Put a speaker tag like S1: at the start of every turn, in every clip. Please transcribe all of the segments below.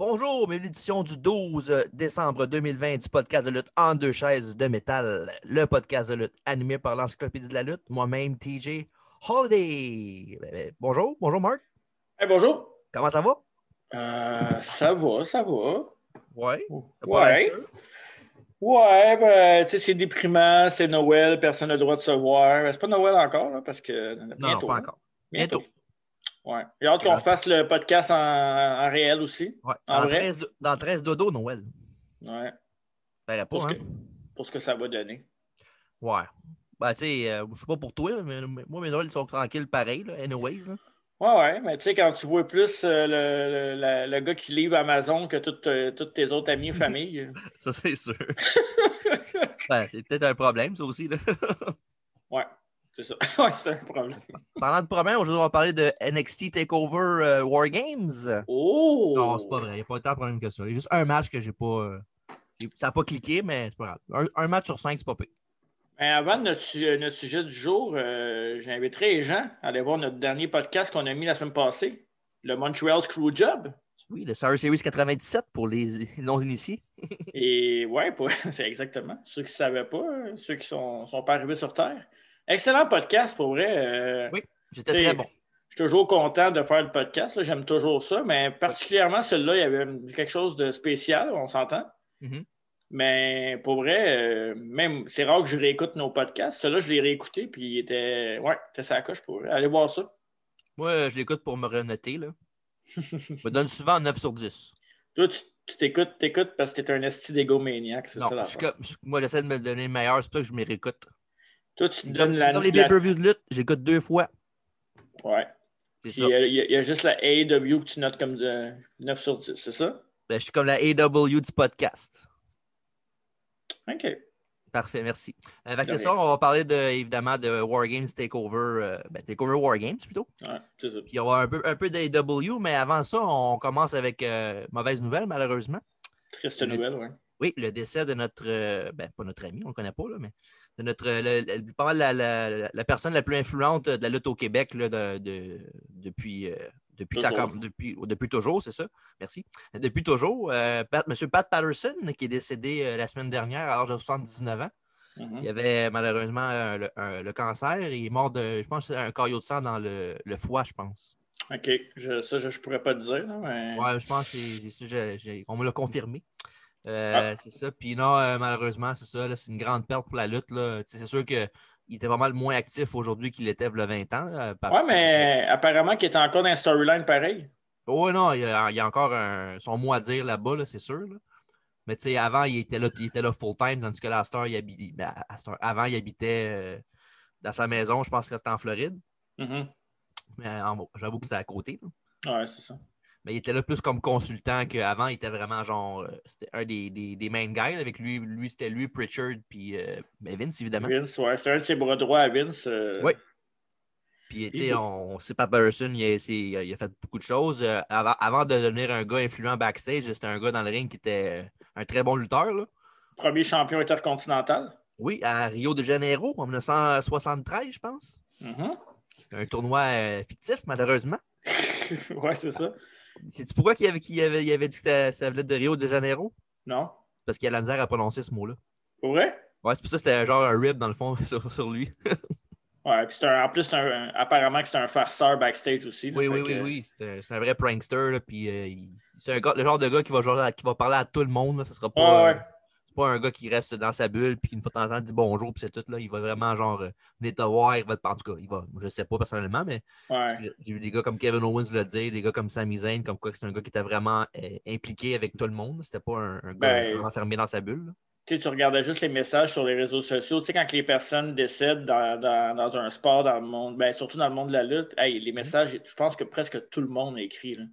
S1: Bonjour, bienvenue à l'édition du 12 décembre 2020 du podcast de lutte en deux chaises de métal, le podcast de lutte animé par l'Encyclopédie de la lutte, moi-même TJ Holiday. Ben, ben, Bonjour, bonjour Marc,
S2: Hey, bonjour.
S1: comment ça va?
S2: Euh, ça va, ça va.
S1: Ouais.
S2: Ouais. Ouais, ben, tu sais, c'est déprimant, c'est Noël, personne n'a le droit de se voir. Ben, C'est pas Noël encore, là, parce que.
S1: Non,
S2: bientôt,
S1: pas
S2: hein.
S1: encore. Bientôt.
S2: Ouais. J'ai hâte qu'on fasse le podcast en, en réel aussi.
S1: Ouais.
S2: En
S1: Dans,
S2: vrai?
S1: 13, do- dans 13 dodo, Noël.
S2: Ouais.
S1: Paraît pas,
S2: Pour ce,
S1: hein?
S2: que, pour ce que ça va donner.
S1: Ouais. Ben, tu sais, euh, je sais pas pour toi, mais mais moi, mes Noëls sont tranquilles pareil, là, anyways. là.
S2: Ouais, ouais, mais tu sais, quand tu vois plus euh, le, le- la- le gars qui livre Amazon que toutes euh, toutes tes autres amis ou familles.
S1: Ça, c'est sûr. Ben, c'est peut-être un problème, ça aussi. là.
S2: ouais, c'est ça. ouais, c'est un problème.
S1: Parlant de problème, aujourd'hui, on va parler de NXT TakeOver euh, War Games.
S2: Oh!
S1: Non, c'est pas vrai. Il n'y a pas tant de problème que ça. Il y a juste un match que j'ai pas. euh, j'ai- Ça n'a pas cliqué, mais c'est pas grave. Un, un match sur cinq, c'est pas pire.
S2: Mais avant de notre, su- euh, notre sujet du jour, euh, j'inviterai les gens à aller voir notre dernier podcast qu'on a mis la semaine passée, le Montreal Screwjob.
S1: Oui, le Sour Series 97 pour les non-initiés.
S2: Et ouais, pour- c'est exactement. Ceux qui ne savaient pas, hein, ceux qui ne sont, sont pas arrivés sur Terre. Excellent podcast pour vrai. euh,
S1: Oui, J'étais
S2: C'est-
S1: très bon.
S2: Je suis toujours content de faire le podcast. là, J'aime toujours ça, mais particulièrement celui-là, il y avait quelque chose de spécial, on s'entend.
S1: Mhm.
S2: Mais pour vrai, euh, même c'est rare que je réécoute nos podcasts. Celui-là, je l'ai réécouté, puis il était. Ouais, c'était sa coche pour vrai. Allez voir ça.
S1: Moi, euh, je l'écoute pour me renoter. Là. je me donne souvent 9 sur 10.
S2: Toi, tu tu t'écoutes, t'écoutes parce que t'es un esti d'égomaniaque, c'est
S1: Non,
S2: ça la
S1: je suis comme- je- moi, j'essaie de me donner le meilleur, c'est pour ça que je m'y réécoute.
S2: Toi, tu te
S1: C'est
S2: donnes
S1: Comme,
S2: la.
S1: c'est comme les
S2: la-
S1: pay-per-views de lutte, j'écoute deux fois.
S2: Ouais.
S1: C'est
S2: Puis
S1: ça.
S2: Il y, a- il y a- il y a juste la AEW que tu notes comme de 9 sur 10, c'est ça?
S1: Ben, je suis comme la AW du podcast.
S2: OK.
S1: Parfait, merci. Euh, fait que
S2: De
S1: c'est ça, on va parler de, évidemment de Wargames Takeover, euh, ben, Takeover Wargames plutôt.
S2: Ouais, c'est ça.
S1: Puis on va un peu, un peu d'AW, mais avant ça, on commence avec euh, mauvaise nouvelle, malheureusement.
S2: Triste
S1: Le-
S2: nouvelle, ouais.
S1: Oui, le décès de notre, euh, ben, pas notre ami, on ne le connaît pas, là, mais de notre, euh, le- le- pas mal la, la- la personne la plus influente de la lutte au Québec là, de- de- depuis, euh, depuis, que ça
S2: Toujours.
S1: com- depuis, depuis toujours, c'est ça, merci. Depuis toujours, euh, Pat- M. Pat Patterson, qui est décédé euh, la semaine dernière à l'âge de 79 ans.
S2: Mhm.
S1: Il avait malheureusement euh, le, un- le cancer. Il est mort de, je pense, que c'est un caillot de sang dans le, le foie, je pense.
S2: OK. Je- ça, je, je pourrais pas te dire, là, mais.
S1: Ouais, je pense que c'est- c'est ça, j'ai- j'ai- on me l'a confirmé.
S2: Ah.
S1: Euh, C'est ça. Puis non, euh, malheureusement, c'est ça. là, C'est une grande perte pour la lutte. là. Tu sais, C'est sûr qu'il était pas mal moins actif aujourd'hui qu'il était il y a 20 ans. là, par-
S2: Ouais, mais apparemment qu'il était encore dans un storyline pareil.
S1: Ouais, Oh, non, il y a, il y a encore un- son mot à dire là-bas, là, c'est sûr. là. Mais tu sais, avant, il était là, il était là full-time, tandis que là, à cette heure, il habi- ben, à cette heure, avant, il habitait euh, dans sa maison, je pense que c'était en Floride.
S2: Mhm.
S1: Mais en- j'avoue que c'était à côté. là.
S2: Ouais, c'est ça.
S1: Mais il était là plus comme consultant qu'avant, il était vraiment genre. euh, C'était un des, des, des main guys. là, Avec lui, lui c'était lui, Pritchard, puis euh, ben Vince, évidemment.
S2: Vince, ouais. C'est un de ses bras droits à Vince. euh,
S1: Ouais. Puis, tu sais, on, on sait Pat Patterson, il a, c'est- il a- il a fait beaucoup de choses. Euh, avant, avant de devenir un gars influent backstage, c'était un gars dans le ring qui était euh, un très bon lutteur. là.
S2: Premier champion intercontinental.
S1: Oui, à Rio de Janeiro, en 1973, je pense.
S2: Mhm.
S1: Un tournoi euh, fictif, malheureusement.
S2: ouais, c'est ça.
S1: Sais-tu pourquoi qu'il avait, qu'il avait, il avait dit que c'était- ça venait de Rio de Janeiro?
S2: Non.
S1: Parce qu'il a de la misère à prononcer ce mot-là.
S2: Pour vrai?
S1: Ouais, c'est pour ça que c'était genre un rib dans le fond sur, sur lui.
S2: Ouais, puis c'est un- en plus, c'est un- apparemment que c'est un farceur backstage aussi. là,
S1: Oui,
S2: fait
S1: oui,
S2: que-
S1: oui, oui. C'est un- c'est un vrai prankster. là, puis, euh, il- c'est un gars- le genre de gars qui va, jouer à- qui va parler à tout le monde. là. Ce sera
S2: Ouais,
S1: pas,
S2: ouais.
S1: euh, c'est pas un gars qui reste dans sa bulle puis une fois de temps en temps il dit bonjour puis c'est tout. Là. Il va vraiment genre euh, venir te voir. Il va te... En tout cas, il va. Je sais pas personnellement, mais
S2: Ouais.
S1: j'ai- j'ai vu des gars comme Kevin Owens le dire, des gars comme Sami Zayn, comme quoi que c'est un gars qui était vraiment euh, impliqué avec tout le monde. C'était pas un, un gars
S2: Ben,
S1: enfermé dans sa bulle. là.
S2: Tu sais, tu regardais juste les messages sur les réseaux sociaux. Tu sais, quand que les personnes décèdent dans, dans- dans un sport, dans le monde, ben, surtout dans le monde de la lutte, hey,
S1: Mhm.
S2: les messages, je pense que presque tout le monde a écrit. là.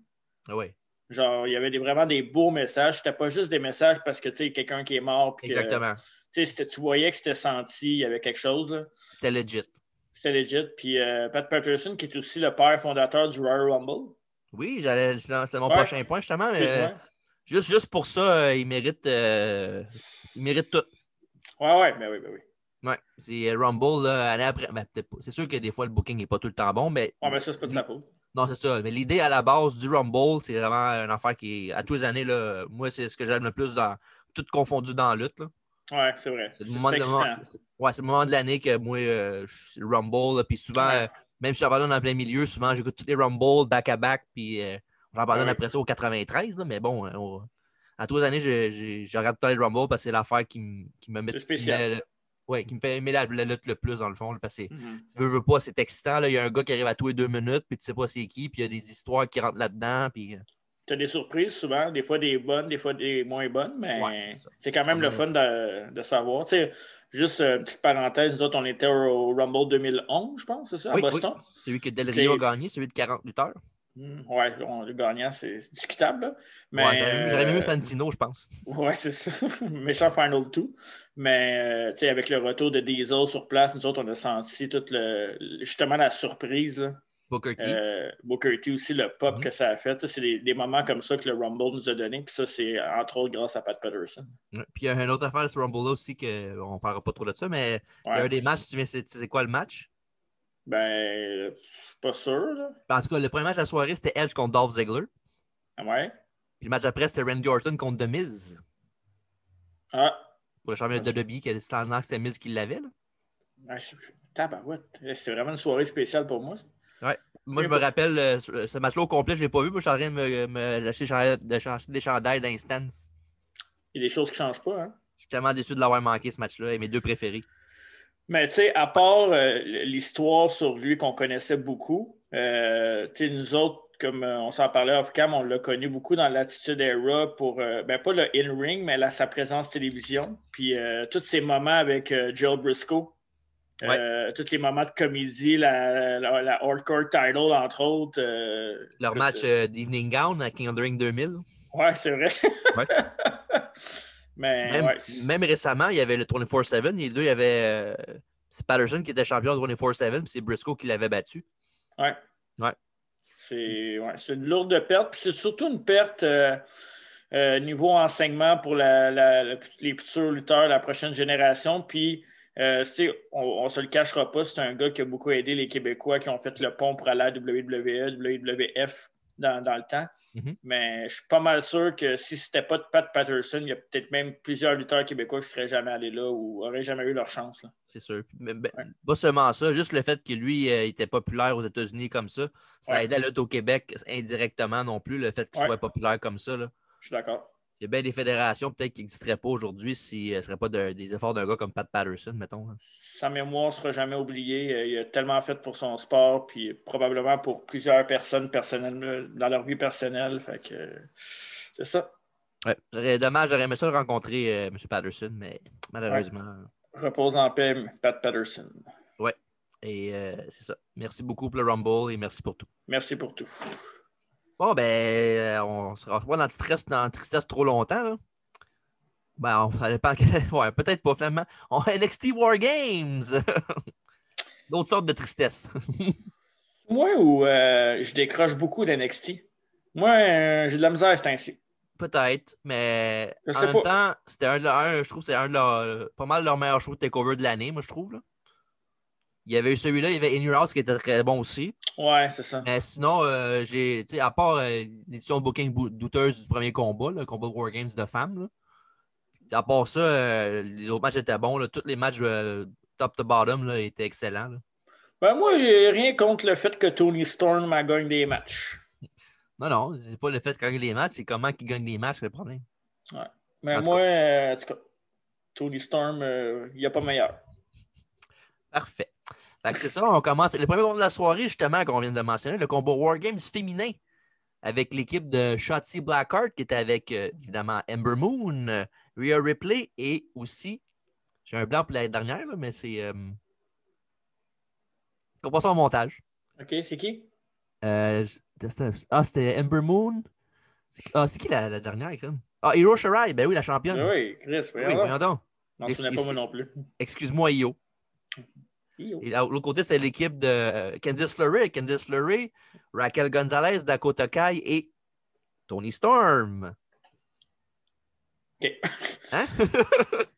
S1: Ah ouais,
S2: Genre, il y avait des- vraiment des beaux messages. C'était pas juste des messages parce que, tu sais, quelqu'un qui est mort. puis que,
S1: exactement.
S2: tu sais, c'était- tu voyais que c'était senti, il y avait quelque chose. là.
S1: C'était legit.
S2: C'était legit. Puis euh, Pat Patterson, qui est aussi le père fondateur du Royal Rumble.
S1: Oui, j'allais. C'était mon
S2: Ouais.
S1: prochain point justement. mais, euh,
S2: Excuse-moi.
S1: Juste, juste pour ça, euh, il mérite, euh, il mérite tout.
S2: Ouais, ouais, ben oui, ben oui.
S1: Ouais. C'est euh, Rumble, là, année après. ben, peut-être pas. C'est sûr que des fois, le booking n'est pas tout le temps bon, mais.
S2: Ouais, mais ça, c'est pas de sa faute.
S1: Non, c'est ça. Mais l'idée à la base du Rumble, c'est vraiment une affaire qui, à tous les années, là, moi, c'est ce que j'aime le plus dans tout confondu dans la lutte. Là.
S2: Ouais, c'est vrai.
S1: C'est le moment, de, moment- c'est- ouais, c'est le moment de l'année que moi, euh, je- c'est le Rumble. là, Puis souvent,
S2: Ouais.
S1: euh, même si j'abandonne en plein milieu, souvent, j'écoute tous les Rumble back-à-back. Puis euh, j'abandonne
S2: Ouais.
S1: après ça au 93. là, mais bon, euh, au- à tous les années, je, je- je regarde tout le temps les Rumble parce que c'est l'affaire qui, me- qui me met.
S2: C'est spécial.
S1: qui me- ouais, qui me fait aimer la, la lutte le plus, dans le fond. là, parce que c'est-
S2: Mhm.
S1: tu veux, veux pas, c'est excitant. là. Il y a un gars qui arrive à tous les deux minutes, puis tu sais pas c'est qui, puis il y a des histoires qui rentrent là-dedans. Puis euh,
S2: Tu as des surprises souvent, des fois des bonnes, des fois des moins bonnes, mais
S1: Ouais, c'est ça.
S2: c'est quand même le fun de, de savoir. Tu sais, juste euh, une petite parenthèse, nous autres, on était au Rumble 2011, je pense, c'est ça, à
S1: oui, oui,
S2: Boston.
S1: celui que Del
S2: C'est-
S1: Rio a gagné, celui de 40 lutteurs.
S2: Hmm, ouais, on- le gagnant, c'est c'est discutable. là. Mais,
S1: Ouais, J'aurais mis- j'aurais mis
S2: euh,
S1: Santino, je pense.
S2: Ouais, c'est ça. Méchant Final 2. Mais euh, tu sais, avec le retour de Diesel sur place, nous autres, on a senti toute le, justement la surprise. là.
S1: Booker T.
S2: Euh, Booker T aussi, le pop
S1: Mhm.
S2: que ça a fait. Tu sais, C'est des, des moments comme ça que le Rumble nous a donné. Puis ça, c'est entre autres grâce à Pat Patterson.
S1: Ouais. Puis il y a une autre affaire sur Rumble là aussi qu'on ne parlera pas trop de ça, mais il y a
S2: Ouais.
S1: un des matchs, tu sais, c'est- tu sais quoi le match?
S2: Ben, pas sûr. Là.
S1: Ben, En tout cas, le premier match de la soirée, c'était Edge contre Dolph Ziggler.
S2: Ah, Ouais.
S1: Puis le match après, c'était Randy Orton contre The Miz.
S2: Ah,
S1: Pour le championnat de WWE, qui a décidé en que c'était Miz qui l'avait. là.
S2: ah, je- tabarouette. Eh, C'est vraiment une soirée spéciale pour moi. ça.
S1: Moi, je me rappelle, euh, ce ce match-là au complet, je ne l'ai pas vu. Moi, je suis en train de me, me lâcher de changer des chandails d'instance.
S2: Il y a des choses qui ne changent pas. Hein.
S1: Je suis tellement déçu de l'avoir manqué ce match-là et mes deux préférés.
S2: Mais tu sais, à part euh, l'histoire sur lui qu'on connaissait beaucoup, euh, tu sais, nous autres, comme euh, on s'en parlait off-cam, on l'a connu beaucoup dans l'attitude era pour, euh, ben pas le in-ring, mais la, sa présence télévision. Puis euh, tous ces moments avec euh, Joe Briscoe, euh, tous les moments de comédie, la, la, la hardcore title, entre autres. euh,
S1: Leur
S2: écoute,
S1: match euh, d'Evening Gown à King of the Ring 2000.
S2: Ouais, c'est vrai.
S1: Ouais.
S2: Mais
S1: Même,
S2: Ben ouais,
S1: même récemment, il y avait le 24-7. Les deux, il y avait. euh, c'est Patterson qui était champion de 24-7, puis c'est Briscoe qui l'avait battu.
S2: Ouais.
S1: Ouais.
S2: C'est ouais, c'est une lourde perte. puis C'est surtout une perte euh, euh, niveau enseignement pour la- la- la- les futurs lutteurs, la prochaine génération. Puis, euh, c'est- on ne se le cachera pas, c'est un gars qui a beaucoup aidé les Québécois qui ont fait le pont pour aller à E, WWE, WWF dans, dans le temps.
S1: Mhm.
S2: Mais je suis pas mal sûr que si ce n'était pas de Pat Patterson, il y a peut-être même plusieurs lutteurs québécois qui ne seraient jamais allés là ou n'auraient jamais eu leur chance. là.
S1: C'est sûr. Puis, mais- ben,
S2: Ouais.
S1: Pas seulement ça, juste le fait que lui euh, il était populaire aux États-Unis comme ça, ça
S2: Ouais.
S1: aidait la lutte au Québec indirectement non plus, le fait qu'il
S2: Ouais.
S1: soit populaire comme ça. là.
S2: Je suis d'accord.
S1: Il y a bien des fédérations peut-être qui n'existeraient pas aujourd'hui si euh, ce ne serait pas de- des efforts d'un gars comme Pat Patterson, mettons. hein. là.
S2: sa mémoire ne sera jamais oubliée. Euh, Il a tellement fait pour son sport, puis probablement pour plusieurs personnes personnelles, euh, dans leur vie personnelle. Fait que, euh, c'est ça.
S1: Ouais. J'aurais- Dommage, j'aurais aimé ça rencontrer euh, M. Patterson, mais malheureusement.
S2: Repose en paix, Pat Patterson.
S1: Et euh, c'est ça. Merci beaucoup pour le Rumble et merci pour tout.
S2: Merci pour tout.
S1: Bon, ben, euh, on ne sera pas dans la stress- dans la tristesse trop longtemps. Là. Ben, on, ça dépend. que- ouais, peut-être pas finalement. On a NXT War Games. D'autres sortes de tristesse.
S2: Moi, où euh, je décroche beaucoup d'NXT, moi, euh, j'ai de la misère, c'est ainsi.
S1: Peut-être, mais
S2: Je
S1: en
S2: sais
S1: même temps, c'était un, de leurs- un- je trouve que c'est un de leurs- euh, pas mal leur meilleur show de takeover de l'année, moi je trouve. là. Il y avait eu celui-là, il y avait In Your House qui était très bon aussi.
S2: Ouais, c'est ça.
S1: Mais sinon, euh, j'ai, tu sais, à part euh, l'édition de Booking bou- douteuse du premier combat, le combat de War Games de femmes, là, à part ça, euh, les autres matchs étaient bons. là. tous les matchs euh, top to bottom là, étaient excellents. là.
S2: Ben, moi, j'ai rien contre le fait que Tony Storm m'a gagné des matchs.
S1: Non, non, c'est pas le fait de gagner les matchs, c'est comment qu'ils gagnent les matchs le problème.
S2: Mais
S1: En tout
S2: moi, euh, en tout cas, Tony Storm, euh, il n'y a pas meilleur.
S1: Parfait. Fait que c'est ça, on commence. Le premier combat de la soirée, justement, qu'on vient de mentionner, le combat War Games féminin avec l'équipe de Shotzi Blackheart qui était avec, euh, évidemment, Ember Moon, euh, Rhea Ripley et aussi, j'ai un blanc pour l'année dernière, là, mais c'est. euh, qu'on passe en montage.
S2: OK, c'est qui?
S1: Euh, c'était- ah, c'était Ember Moon. C'est- Ah, c'est qui la, la dernière? comme? Ah, Hiro Shirai, ben oui, la championne.
S2: Ben oui, Chris,
S1: oui,
S2: voyons donc.
S1: voyons donc.
S2: Non, je ne
S1: Des-
S2: pas moi non plus.
S1: Excuse-moi, Io. Et là, l'autre côté, c'était l'équipe de euh, Candice LeRae, Candice LeRae, Raquel Gonzalez, Dakota Kai et Tony Storm.
S2: OK.
S1: Hein?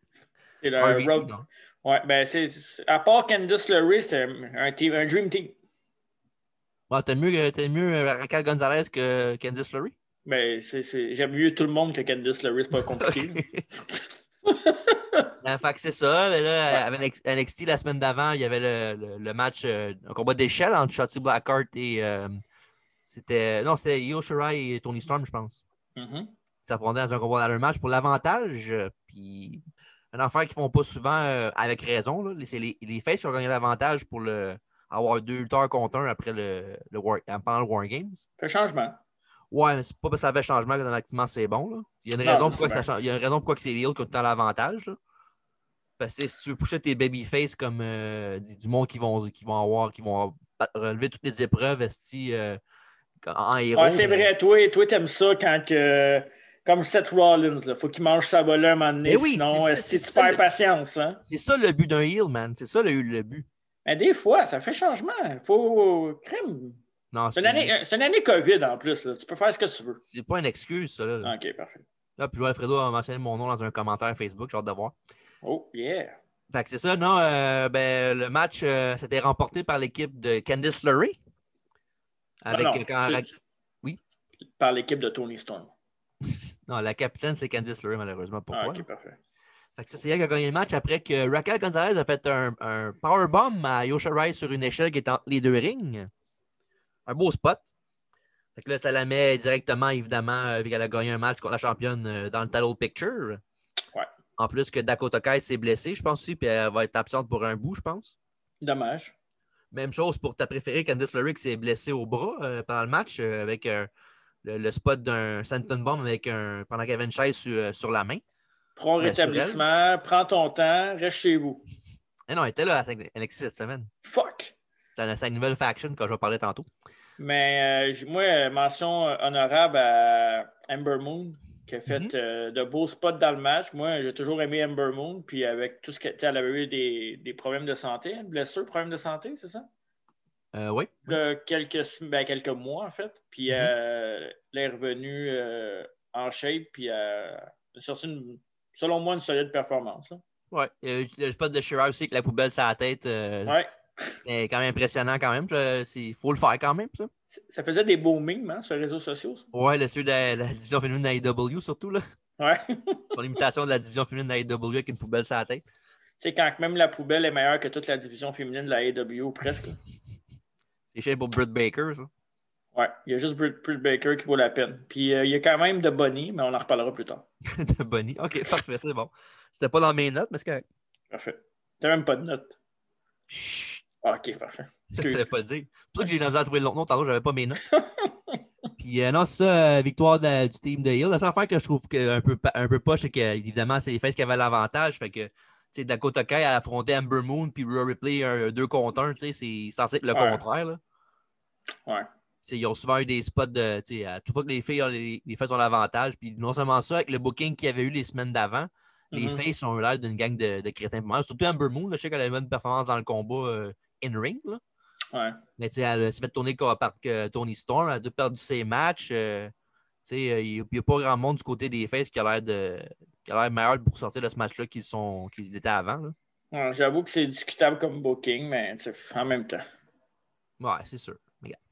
S2: C'est le
S1: RVD,
S2: road-
S1: non.
S2: Ouais, ben c'est. c'est- À part Candice LeRae, c'était un, team- un dream team.
S1: Bon, t'aimes mieux, t'aimes mieux euh, Raquel Gonzalez que Candice Lurie?
S2: Mais Ben, c'est- c'est- j'aime mieux tout le monde que Candice LeRae, c'est pas compliqué.
S1: Euh, fait que c'est ça. Mais là, euh, avec NXT, la semaine d'avant, il y avait le, le- le match, euh, un combat d'échelle entre Shotzi Blackheart et. euh, c'était. Non, c'était Io Shirai et Tony Storm, je pense.
S2: Mhm.
S1: Ça s'affrontaient dans un combat dans un match pour l'avantage. euh, Puis. Un affaire qu'ils font pas souvent euh, avec raison. là. C'est les, les Faces qui ont gagné l'avantage pour le, avoir deux lutteurs contre un après le, le war, euh, pendant le War Games.
S2: Un changement.
S1: Ouais, mais c'est pas parce que ça fait changement que dans l'activement, c'est bon. là. Il y a une
S2: Non,
S1: raison
S2: c'est
S1: pourquoi que ça
S2: vrai.
S1: change- Il y a une raison pourquoi que c'est les Hills qui ont tout le temps l'avantage. là. Parce que si tu veux pousser tes babyface comme euh, du du monde qui vont, qui vont avoir, qui vont ba- relever toutes les épreuves esti, euh, en- en héros. ben,
S2: Ah, c'est
S1: mais-
S2: vrai, toi, toi t'aimes ça quand que. Comme Seth Rollins, là, faut qu'il mange sa volée un moment donné,
S1: Mais oui,
S2: sinon
S1: c'est
S2: euh,
S1: ça,
S2: si
S1: c'est
S2: tu
S1: ça,
S2: perds
S1: le-
S2: patience. Hein?
S1: C'est ça le but d'un heel, man. C'est ça le, le but.
S2: Mais des fois, ça fait changement. Faut. Crème.
S1: Non,
S2: C'est une, année- euh, c'est une année COVID en plus, là. tu peux faire ce que tu veux.
S1: c'est pas une excuse, ça. Là.
S2: Ok, parfait.
S1: Là, puis Alfredo a mentionné mon nom dans un commentaire Facebook, j'ai hâte de voir.
S2: Oh, yeah.
S1: Fait que c'est ça, non? euh, ben, le match, euh, c'était remporté par l'équipe de Candice LeRae. Avec
S2: Ah Non,
S1: euh, quand
S2: c'est-
S1: Ra- Oui.
S2: Par l'équipe de Tony Storm.
S1: Non, la capitaine, c'est Candice LeRae, malheureusement. Pourquoi?
S2: Ah, ok, parfait.
S1: Fait que ça, c'est elle qui a gagné le match après que Raquel Gonzalez a fait un, un powerbomb à Yosha Rice sur une échelle qui est entre les deux rings. Un beau spot. Fait que là, ça la met directement, évidemment, euh, vu qu'elle a gagné un match contre la championne euh, dans le title picture.
S2: Ouais.
S1: En plus que Dakota Kai s'est blessée, je pense aussi, puis elle va être absente pour un bout, je pense.
S2: Dommage.
S1: Même chose pour ta préférée, Candice LeRae, qui s'est blessée au bras euh, pendant le match euh, avec euh, le, le spot d'un Santon Bomb avec un, pendant qu'il y avait une chaise sur, euh, sur la main.
S2: Prends
S1: Ben, sur
S2: rétablissement, prends ton temps, reste chez vous.
S1: Eh non, elle était là à Saint- NXT cette semaine.
S2: Fuck!
S1: C'est la- sa nouvelle faction quand je vais parler tantôt.
S2: Mais euh, j- moi, euh, mention euh, honorable à Amber Moon, qui a fait
S1: Mhm.
S2: euh, de beaux spots dans le match. Moi, j'ai toujours aimé Amber Moon, puis avec tout ce qu'elle elle avait eu des, des problèmes de santé, une blessure, problème de santé, c'est ça?
S1: Euh, oui.
S2: de quelques, sem- ben, quelques mois, en fait. Puis
S1: Mhm.
S2: euh, elle est revenue euh, en shape, puis euh, elle a sorti, une- selon moi, une solide performance. là.
S1: Ouais. Il y a eu le spot de Shirai aussi avec la poubelle sur la tête. euh,
S2: Ouais.
S1: est quand même impressionnant quand même. Il faut le faire quand même, ça.
S2: C- Ça faisait des beaux memes, hein, sur les réseaux sociaux. ça.
S1: Ouais, le celui de la, la division féminine de la AEW surtout, là.
S2: Ouais.
S1: Son imitation de la division féminine de la AEW avec une poubelle sur la tête.
S2: C'est quand même la poubelle est meilleure que toute la division féminine de la AEW, presque.
S1: C'est cher pour Britt Baker, ça.
S2: Ouais, il y a juste Britt Britt Baker qui vaut la peine. Puis euh, il y a quand même de Bonnie, mais on en reparlera plus tard.
S1: de Bonnie. OK, parfait, c'est bon. C'était pas dans mes notes, mais c'est correct.
S2: Parfait. T'as même pas de notes.
S1: Chut,
S2: Ah, ok, parfait.
S1: je ne
S2: Excuse.
S1: pas le dire. C'est pour ça que j'ai eu la misère à trouver le long nom. Tantôt, j'avais pas mes notes. Puis euh, non, c'est ça, euh, victoire de la- du team de Hill. La seule affaire que je trouve que un, peu, pa- un peu poche, c'est que, évidemment, c'est les fesses qui avaient l'avantage. Fait que, tu sais, Dakota Kai a affronté Amber Moon puis Rhea Ripley un 2 contre 1. Tu sais, c'est censé être le
S2: Ouais.
S1: contraire, là.
S2: Ouais.
S1: Tu sais, ils ont souvent eu des spots de. tu sais, À toute fois que les filles ont, les, les faces ont l'avantage. Puis non seulement ça, avec le booking qu'il y avait eu les semaines d'avant, les
S2: Mhm.
S1: filles ont eu l'air d'une gang de, de crétins. pour moi. Surtout Amber Moon, là, je sais qu'elle a eu une bonne performance dans le combat euh, in-ring. là.
S2: Ouais.
S1: Mais tu sais, elle euh, s'est fait tourner co- par que Tony Storm, elle a deux perdu ses matchs. euh, tu sais, euh, il n'y a pas grand monde du côté des faces qui a l'air de. qui a l'air meilleur pour sortir de ce match-là qu'ils sont qu'ils étaient avant. là.
S2: Ouais, J'avoue que c'est discutable comme booking, mais tu sais, en même temps.
S1: Ouais, c'est sûr. Mais regarde.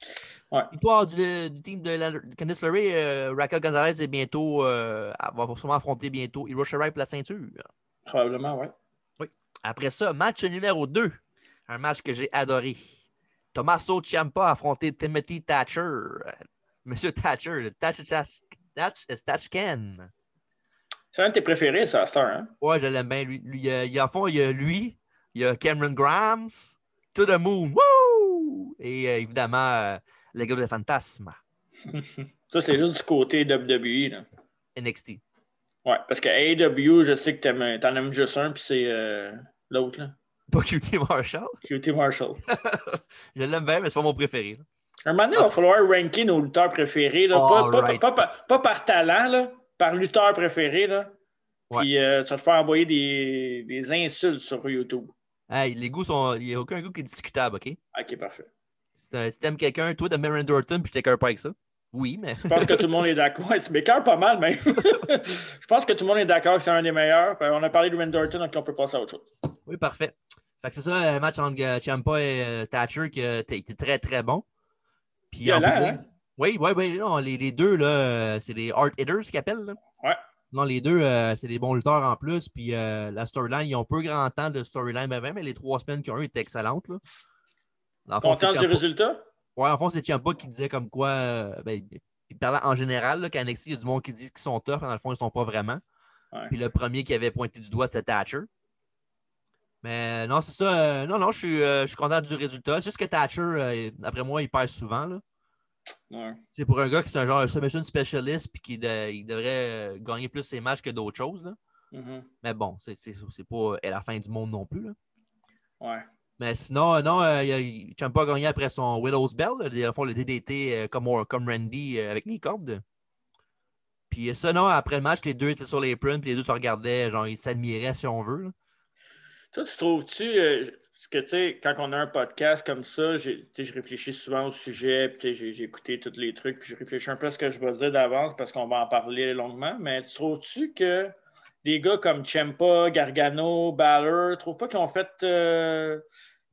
S2: Ouais.
S1: Victoire du, du team de, la, de Candice LeRae, euh, Raquel Gonzalez est bientôt, euh, va sûrement affronter bientôt Hiro Shirai pour la ceinture.
S2: Probablement, oui.
S1: Après ça, match numéro 2, un match que j'ai adoré. Tommaso Ciampa a affronté Timothy Thatcher. Monsieur Thatcher, le Thatcher Thatch- Thatch- euh, Thatchken.
S2: C'est un de tes préférés, ça, Star. Hein?
S1: Ouais, je l'aime bien. Lui, Lui, il, y a, il y a- en fond, il y a lui, il y a Cameron Grimes, To the Moon, woo! Et euh, évidemment, euh, le gars de Fantasma,
S2: ça, c'est juste du côté WWE. Là.
S1: NXT.
S2: Ouais, parce que AEW, je sais que t'aimes- t'en aimes juste un, puis c'est euh, l'autre, là.
S1: Pas QT Marshall.
S2: QT Marshall.
S1: Je l'aime bien, mais c'est pas mon préféré. là.
S2: Un moment donné, il va falloir ranker nos lutteurs préférés. Là. Pas, pas-
S1: Alright.
S2: pas- pas- pas par talent, là, par lutteur préféré. Là.
S1: Ouais.
S2: Puis euh, ça te fait envoyer des, des insultes sur YouTube.
S1: Hey, les goûts sont. Il n'y a aucun goût qui est discutable, OK?
S2: Ok, parfait.
S1: Si t'aimes- si t'aimes quelqu'un, toi, t'aimes Miranda Orton, puis je t'écœure pas avec ça. Oui, mais.
S2: Je pense que tout le monde est d'accord. Tu m'écœures pas mal, même. Je pense que tout le monde est d'accord que c'est un des meilleurs. Ben, On a parlé de Rendorton, donc on peut passer à autre chose.
S1: Oui, euh, parfait. Fait que c'est ça, le match entre Champa et euh, Thatcher qui euh, t- était très, très bon. Puis en bout
S2: hein?
S1: de ligne- Oui, oui, oui. non, les, les deux, là, euh, c'est des hard hitters qu'ils appellent. là.
S2: Ouais.
S1: Non, les deux, euh, c'est des bons lutteurs en plus. Puis euh, la storyline, ils ont peu grand temps de storyline, ben, ben, mais les trois semaines qu'ils ont eues étaient excellentes. Là. Dans le fond, c'est
S2: Content du
S1: Ciampa-
S2: résultat?
S1: Ouais, en fond, c'est Ciampa qui disait comme quoi, euh, ben, il parlait en général là, qu'à NXT, il y a du monde qui dit qu'ils sont tough, mais dans le fond, ils ne sont pas vraiment.
S2: Ouais.
S1: Puis le premier qui avait pointé du doigt, c'était Thatcher. Mais non, c'est ça. euh, non, non, je suis, euh, je suis content du résultat. C'est juste que Thatcher, euh, après moi, il perd souvent. Là.
S2: Ouais.
S1: C'est pour un gars qui est un genre un submission specialist puis qui de- il devrait euh, gagner plus ses matchs que d'autres choses. là.
S2: Mhm.
S1: Mais bon, c'est c'est- c'est pas euh, la fin du monde non plus. là.
S2: Ouais.
S1: Mais sinon, euh, non, euh, il a- il- Ciampa a gagné après son Willow's Bell, là, au fond, le DDT euh, comme, comme Randy euh, avec les cordes. Puis euh, ça, non, après le match, les deux étaient sur les prints, puis les deux se regardaient, genre ils s'admiraient si on veut. là.
S2: Toi, tu trouves-tu, euh, parce que tu sais, quand on a un podcast comme ça, j'ai- tu sais, je réfléchis souvent au sujet, puis tu sais, j'ai j'ai écouté tous les trucs, puis je réfléchis un peu à ce que je vais dire d'avance parce qu'on va en parler longuement, mais tu trouves-tu que des gars comme Chempa, Gargano, Balor, tu trouves pas qu'ils ont fait. euh,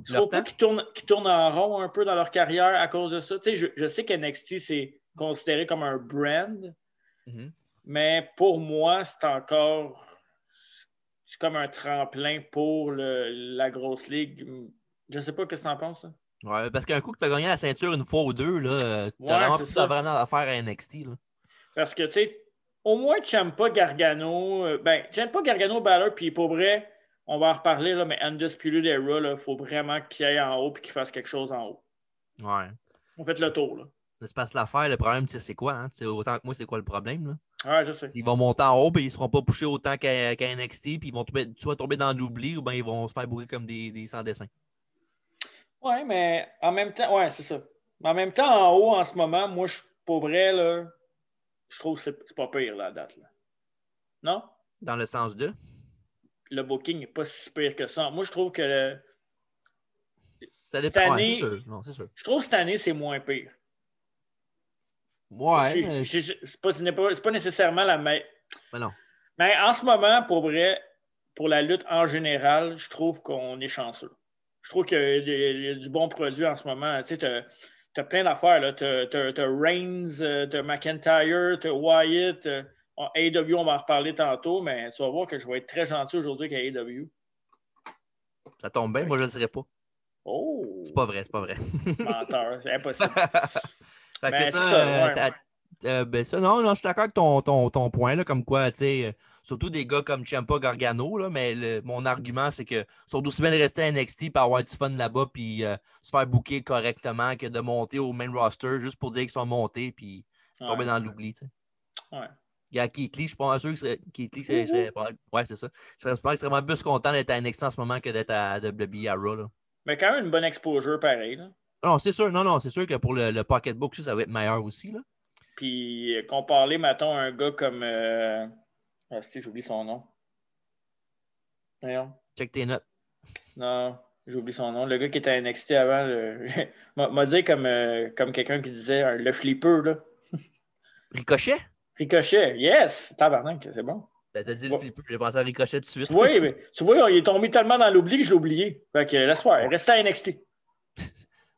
S2: tu
S1: Leur
S2: trouves pas
S1: temps?
S2: qu'ils tournent, qu'ils tournent en rond un peu dans leur carrière à cause de ça? Tu sais, je, je sais qu'NXT, c'est considéré comme un brand,
S1: Mhm.
S2: mais pour moi, c'est encore. C'est comme un tremplin pour le- la grosse ligue. Je sais pas ce que tu en penses. là.
S1: Ouais, parce qu'un coup que tu as gagné la ceinture une fois ou deux, là, euh, t'as
S2: Ouais,
S1: vraiment
S2: c'est
S1: plus
S2: ça.
S1: vraiment à faire à NXT. là.
S2: Parce que, tu sais, au moins, j'aime pas Gargano. euh, Ben, j'aime pas Gargano Balor, puis pour vrai, on va en reparler, là, mais Undisputed Era, il faut vraiment qu'il aille en haut et qu'il fasse quelque chose en haut.
S1: Ouais.
S2: On fait le tour, là.
S1: Ça se passe l'affaire, le problème, tu sais, c'est quoi? Hein? Tu sais, Autant que moi, c'est quoi le problème? Là?
S2: Ouais, je sais.
S1: Ils vont monter en haut, puis ils ne seront pas poussés autant qu'à qu'à NXT, puis ils vont tomber- soit tomber dans l'oubli ou bien ils vont se faire bourrer comme des, des sans-dessin.
S2: Ouais, mais en même temps, ouais, c'est ça. Mais en même temps, en haut, en ce moment, moi, je pour vrai, là, je trouve que c'est c'est pas pire, la date, là. Non?
S1: Dans le sens de.
S2: le booking n'est pas si pire que ça. Moi, je trouve que le-
S1: Ça
S2: Cette
S1: dépend. ouais,
S2: année-
S1: c'est sûr. Non, c'est sûr.
S2: je trouve que cette année, c'est moins pire.
S1: Ouais,
S2: Je-
S1: mais-
S2: je- je- c'est pas, ce n'est pas- c'est pas nécessairement la meilleure.
S1: mais non.
S2: Mais en ce moment, pour vrai, pour la lutte en général, je trouve qu'on est chanceux. Je trouve qu'il y a- il y a- il y a du bon produit en ce moment. Tu sais, t'as- t'as plein d'affaires. là. T'as t'as- t'as Reigns, euh, t'as McIntyre, t'as Wyatt. euh, en AEW, on va en reparler tantôt, mais tu vas voir que je vais être très gentil aujourd'hui avec E AEW.
S1: Ça tombe bien, moi je ne le serais pas.
S2: Oh!
S1: C'est pas vrai, c'est pas vrai.
S2: Menteur, c'est impossible.
S1: fait que
S2: Ben,
S1: c'est ça.
S2: c'est ça,
S1: euh,
S2: ouais,
S1: t'as- euh, ben ça, non, non, je suis d'accord avec ton, ton, ton point, là, comme quoi, tu sais, euh, surtout des gars comme Ciampa Gargano, là, mais le- mon argument, c'est que surtout aussi bien de rester à NXT pour avoir du fun là-bas, puis euh, se faire booker correctement, que de monter au main roster juste pour dire qu'ils sont montés, puis tomber
S2: Ouais.
S1: dans l'oubli. tu sais.
S2: Ouais.
S1: Il y a Keith Lee, je suis pas mal sûr que serait- Keith Lee, c'est,
S2: Mhm.
S1: c'est- ouais, c'est ça. Je serais extrêmement plus content d'être à NXT en ce moment que d'être à WWE à Raw, là.
S2: Mais quand même une bonne exposure, pareil. là.
S1: Non, c'est sûr, non, non, c'est sûr que pour le, le pocketbook, ça, ça va être meilleur aussi. Là.
S2: Puis euh, comparer, mettons, à un gars comme. Euh... Ah, si, j'oublie son nom. Voyons.
S1: Check tes notes.
S2: Non, j'oublie son nom. Le gars qui était à NXT avant, le- m'a m'a dit comme, euh, comme quelqu'un qui disait euh, le flipper, là.
S1: Ricochet?
S2: Ricochet, yes! Tabarnak, c'est bon.
S1: Ben, t'as dit le
S2: Ouais.
S1: flipper, j'ai pensé à Ricochet tout de suite.
S2: Tu vois, mais- tu vois, il est tombé tellement dans l'oubli que je l'ai oublié. Fait que laisse faire, restez à NXT.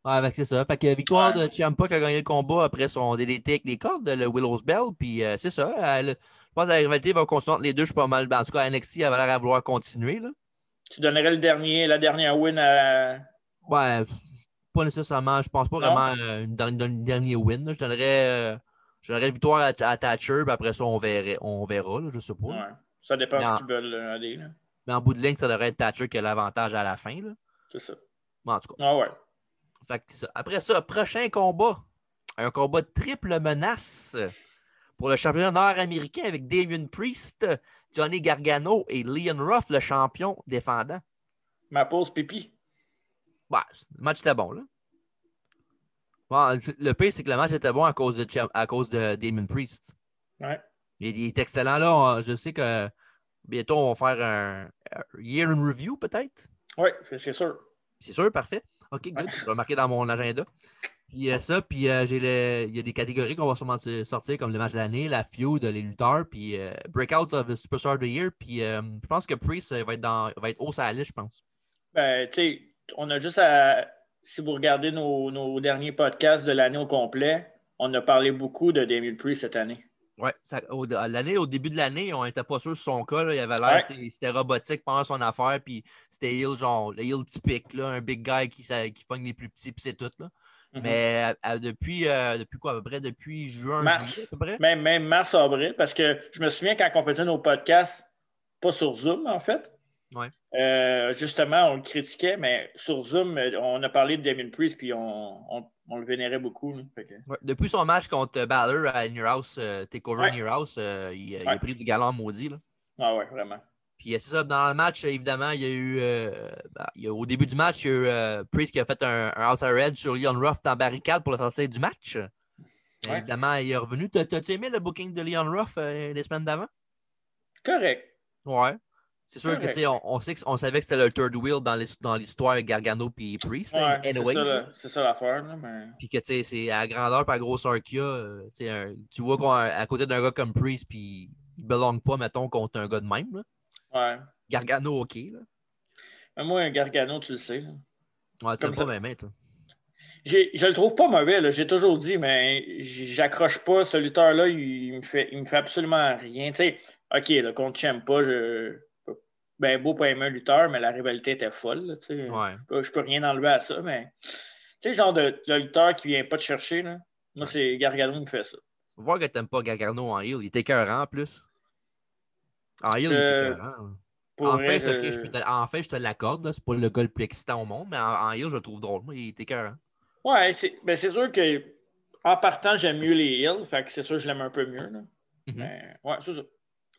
S1: Ouais, fait que c'est ça. Fait que victoire de Ciampa qui a gagné le combat après son DDT avec les cordes, le Willow's Bell. Puis euh, c'est ça. elle- je pense que la rivalité va continuer entre les deux. Je suis pas mal. Ben, En tout cas, NXT avait l'air à vouloir continuer. Là.
S2: Tu donnerais le dernier, la dernière win à.
S1: Ouais, pas nécessairement. Je pense pas
S2: Non.
S1: vraiment euh, une, dernière dernier win. là. Je donnerais. euh, je donnerais victoire à, à Thatcher, puis après ça, on, verrait, on verra, là, je sais pas.
S2: Ouais. Ça dépend de
S1: Non.
S2: ce qu'ils veulent, euh, aller, là.
S1: Mais en bout de ligne, ça devrait être Thatcher qui a l'avantage à la fin. Là.
S2: C'est ça.
S1: Mais en tout cas.
S2: Ah ouais.
S1: Fait que c'est ça. Après ça, prochain combat. Un combat de triple menace pour le championnat nord-américain avec Damien Priest, Johnny Gargano et Leon Ruff, le champion défendant.
S2: Ma pause pipi.
S1: Ouais, le match était bon, là. Bon, le pire, c'est que le match était bon à cause de, Cham- à cause de Damien Priest.
S2: Ouais.
S1: Il, il est excellent, là. On- Je sais que bientôt, on va faire un, un year in review, peut-être.
S2: Oui, c'est sûr.
S1: C'est sûr, parfait. OK, good. Je vais le marquer dans mon agenda. Puis euh, ça, puis euh, j'ai le- il y a des catégories qu'on va sûrement se- sortir, comme le match de l'année, la feud, les lutteurs, puis euh, Breakout of the Superstar of the Year. Puis euh, je pense que Priest euh, va être, dans, va être haut sur la liste, je pense.
S2: Ben, tu sais, on a juste à. si vous regardez nos, nos derniers podcasts de l'année au complet, on a parlé beaucoup de Damien Priest cette année.
S1: Oui, l'année, au début de l'année, on n'était pas sûr sur son cas. Là, il avait l'air, ouais. c'était robotique pendant son affaire, puis c'était heel, genre, le heel typique, là, un big guy qui, ça, qui pogne les plus petits, puis c'est tout. Là.
S2: Mhm.
S1: Mm -hmm. Mais à, à, depuis, euh, depuis quoi, à peu près, depuis juin,
S2: mars,
S1: juillet, à peu près?
S2: Même, même mars, avril, parce que je me souviens quand on faisait nos podcasts, pas sur Zoom, en fait.
S1: Ouais.
S2: Euh, justement, on le critiquait, mais sur Zoom, on a parlé de Damien Priest, puis on, on, on le vénérait beaucoup. Hein, que...
S1: ouais, depuis son match contre Balor à New House, euh, Takeover ouais. New House, euh, il, il, a pris du galant maudit. Là.
S2: Ah ouais, vraiment.
S1: Puis euh, c'est ça, dans le match, évidemment, il y a eu. Bah, il y a, au début du match, il y a eu euh, Priest qui a fait un, un House Red sur Leon Ruff en barricade pour le sortir du match. Évidemment, il est revenu. T'as-tu aimé le booking de Leon Ruff euh, les semaines d'avant?
S2: Correct.
S1: Ouais. C'est sûr Correct. que, tu sais, on, on, sait que, on savait que c'était le third wheel dans l'histoire avec Gargano puis Priest. hein,
S2: Ouais, anyway, c'est ça l'affaire. Mais...
S1: Puis que, tu sais, c'est à grandeur par grosseur qu'il y a. Un, tu vois qu'à côté d'un gars comme Priest, puis il ne belonge pas, mettons, contre un gars de même.
S2: Là. Ouais.
S1: Gargano, OK. Là.
S2: Mais moi, un Gargano, tu le sais. Là.
S1: Ouais, tu pas même, toi.
S2: Je le trouve pas mauvais, j'ai toujours dit, mais j'accroche pas. Ce lutteur-là, il, me fait, il me fait absolument rien. Tu sais, OK, là, contre pas, je ben, beau pas aimer un lutteur, mais la rivalité était folle. Là,
S1: ouais.
S2: Je peux rien enlever à ça, mais tu sais, genre de, de, lutteur qui vient pas te chercher, là. moi, c'est Gargano qui me fait ça.
S1: Voir que t'aimes pas Gargano en heel, il était écœurant en plus. En heel, euh, il était écœurant. Enfin, vrai, je... Okay, je peux te... enfin, je te l'accorde, c'est pas le gars le plus excitant au monde, mais en, en heel, je le trouve drôle. Moi, il était écœurant.
S2: Ouais, c'est ben, sûr que en partant, j'aime mieux les heels, fait que c'est sûr que je l'aime un peu mieux. Là. Mm -hmm.
S1: Mhm.
S2: mais, ouais, c'est ça.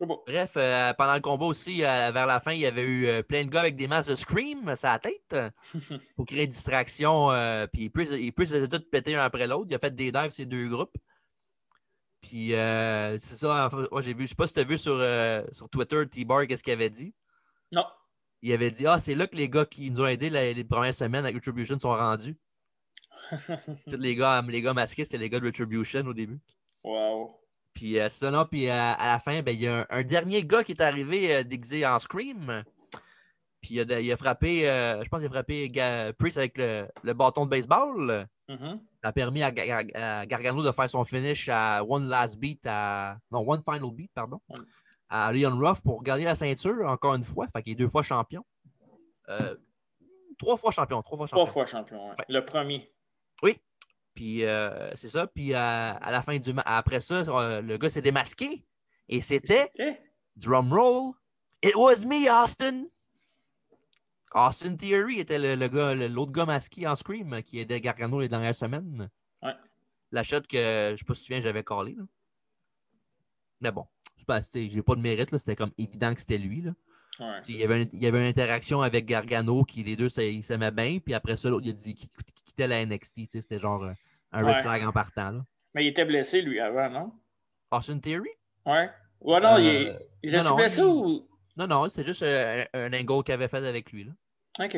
S2: Bon.
S1: Bref, euh, pendant le combat aussi, euh, vers la fin, il y avait eu euh, plein de gars avec des masques de Scream sur la tête euh, pour créer distraction. euh, puis Priest, ils étaient tous pétés un après l'autre. Il a fait des dives, ces deux groupes. Puis euh, c'est ça, enfin, ouais, j'ai vu, je sais pas si tu as vu sur, euh, sur Twitter, T-Bar, qu'est-ce qu'il avait dit.
S2: Non.
S1: Il avait dit Ah, c'est là que les gars qui nous ont aidés la, les premières semaines à Retribution sont rendus. Tous les gars, les gars masqués, c'était les gars de Retribution au début.
S2: Wow.
S1: Puis euh, ça, non, puis euh, à la fin, ben, il y a un, un, dernier gars qui est arrivé euh, déguisé en Scream. Puis il a, il a frappé, euh, je pense qu'il a frappé Priest avec le, le, bâton de baseball.
S2: Mm -hmm.
S1: Ça a permis à, à, à, Gargano de faire son finish à One Last Beat, à, non, One Final Beat, pardon, mm -hmm. à Leon Ruff pour garder la ceinture encore une fois. Fait qu'il est deux fois champion. Euh, trois fois champion, trois fois champion.
S2: Trois fois champion, ouais. Ouais. Le premier.
S1: Oui, puis euh, c'est ça. Puis euh, à la fin du après ça, euh, le gars s'est démasqué. Et c'était
S2: Eh?
S1: drum roll. It was me, Austin. Austin Theory était le, le gars, l'autre gars masqué en Scream qui aidait Gargano les dernières semaines.
S2: Ouais.
S1: La shot que je sais pas si tu souviens, j'avais collé. Là. Mais bon, je j'ai pas de mérite, c'était comme évident que c'était lui. Là.
S2: Ouais,
S1: il, y avait une, il, y avait une, interaction avec Gargano qui les deux ils s'aimaient bien, puis après ça, l'autre il a dit qu'il quittait la NXT, c'était genre euh, un red ouais. flag en partant. Là.
S2: Mais il était blessé lui avant, non?
S1: Austin Theory?
S2: Ouais. Ouais, non, euh, il, il a blessé
S1: il...
S2: ou.
S1: Non, non, c'est juste un, un angle qu'il avait fait avec lui. Là.
S2: OK.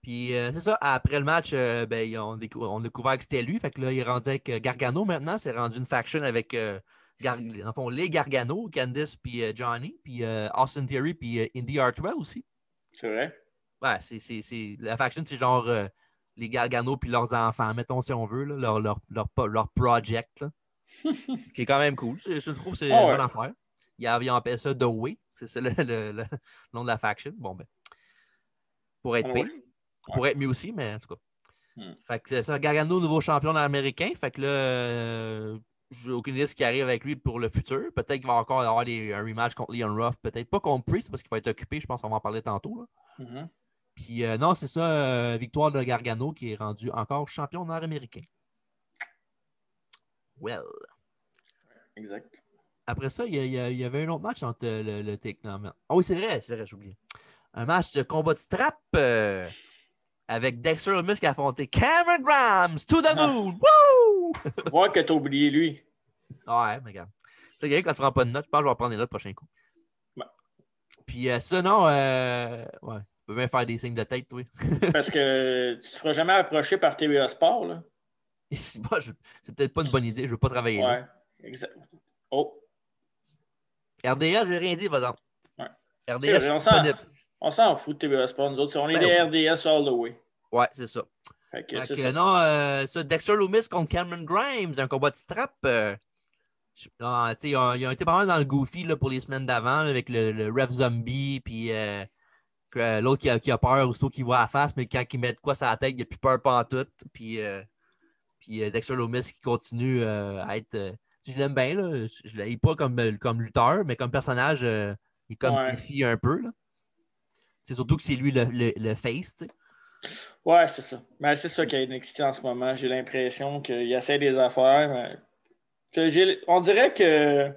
S1: Puis euh, c'est ça, après le match, euh, ben, on, décou on, a découvert que c'était lui. Fait que là, il est rendu avec euh, Gargano maintenant. C'est rendu une faction avec euh, Gar en fond, les Gargano, Candice puis euh, Johnny, puis euh, Austin Theory puis euh, Indy Hartwell aussi.
S2: C'est vrai?
S1: Ouais, c'est, la faction, c'est genre euh, les Gargano puis leurs enfants, mettons si on veut, là, leur, leur, leur, leur, project, là, qui est quand même cool. Je trouve que c'est oh, une ouais. bonne affaire. Ils il appellent ça The Way, c'est ça le, le, le, nom de la faction. Bon, ben, pour
S2: Ah
S1: être pire, Ah ouais. pour être mieux aussi, mais en tout cas. Hmm. Fait que c'est ça, Gargano, nouveau champion américain. Fait que là, j'ai aucune idée de ce qui arrive avec lui pour le futur. Peut-être qu'il va encore avoir des, un rematch contre Leon Ruff. Peut-être pas contre Priest parce qu'il va être occupé. Je pense qu'on va en parler tantôt.
S2: Là. Mm -hmm.
S1: Puis euh, non, c'est ça, euh, victoire de Gargano qui est rendu encore champion nord-américain. Well.
S2: Exact.
S1: Après ça, il y, y, y, avait un autre match entre le, le Ah oh, oui, c'est vrai, c'est vrai, j'ai oublié. Un match de combat de strap euh, avec Dexter Lumis qui a affronté Cameron Grimes to the moon. Ah.
S2: Voir que t'as oublié lui.
S1: Ouais, mais regarde. C'est quelqu'un quand tu prends pas de notes, je pense que je vais en prendre des notes le prochain coup.
S2: Ouais.
S1: Puis euh, ça, non, euh, ouais, tu peux bien faire des signes de tête, toi.
S2: Parce que tu te feras jamais approcher par TVA Sport, là.
S1: Si, moi, je... c'est peut-être pas une bonne idée, je veux pas travailler.
S2: Ouais, exact. Oh.
S1: RDS, j'ai rien dit, par exemple.
S2: Ouais.
S1: RDS,
S2: on s'en fout de TVA Sport, nous autres. On est ben, des RDS all the way.
S1: Ouais, c'est ça.
S2: Fait que
S1: Fait
S2: c'est
S1: que,
S2: ça.
S1: Non, euh, ça, Dexter Loomis contre Cameron Grimes, un combat de strap. euh, je- non, tu sais, ils, ont, ils ont été pas mal dans le goofy là, pour les semaines d'avant là, avec le, le Rev Zombie, puis euh, que, euh, l'autre qui, a- qui a peur, aussitôt qu'il voit la face, mais quand il met de quoi sur la tête, il n'a plus peur pantoute. Puis, euh, puis euh, Dexter Loomis qui continue euh, à être. euh, je l'aime bien, là, je ne l'ai pas comme, euh, comme lutteur, mais comme personnage, euh, il comme
S2: Ouais.
S1: défie un peu. là. C'est surtout que c'est lui le, le, le face. tu sais.
S2: Ouais, c'est ça. Mais c'est ça qui est NXT en ce moment. J'ai l'impression qu'il essaie des affaires. mais que j'ai- On dirait que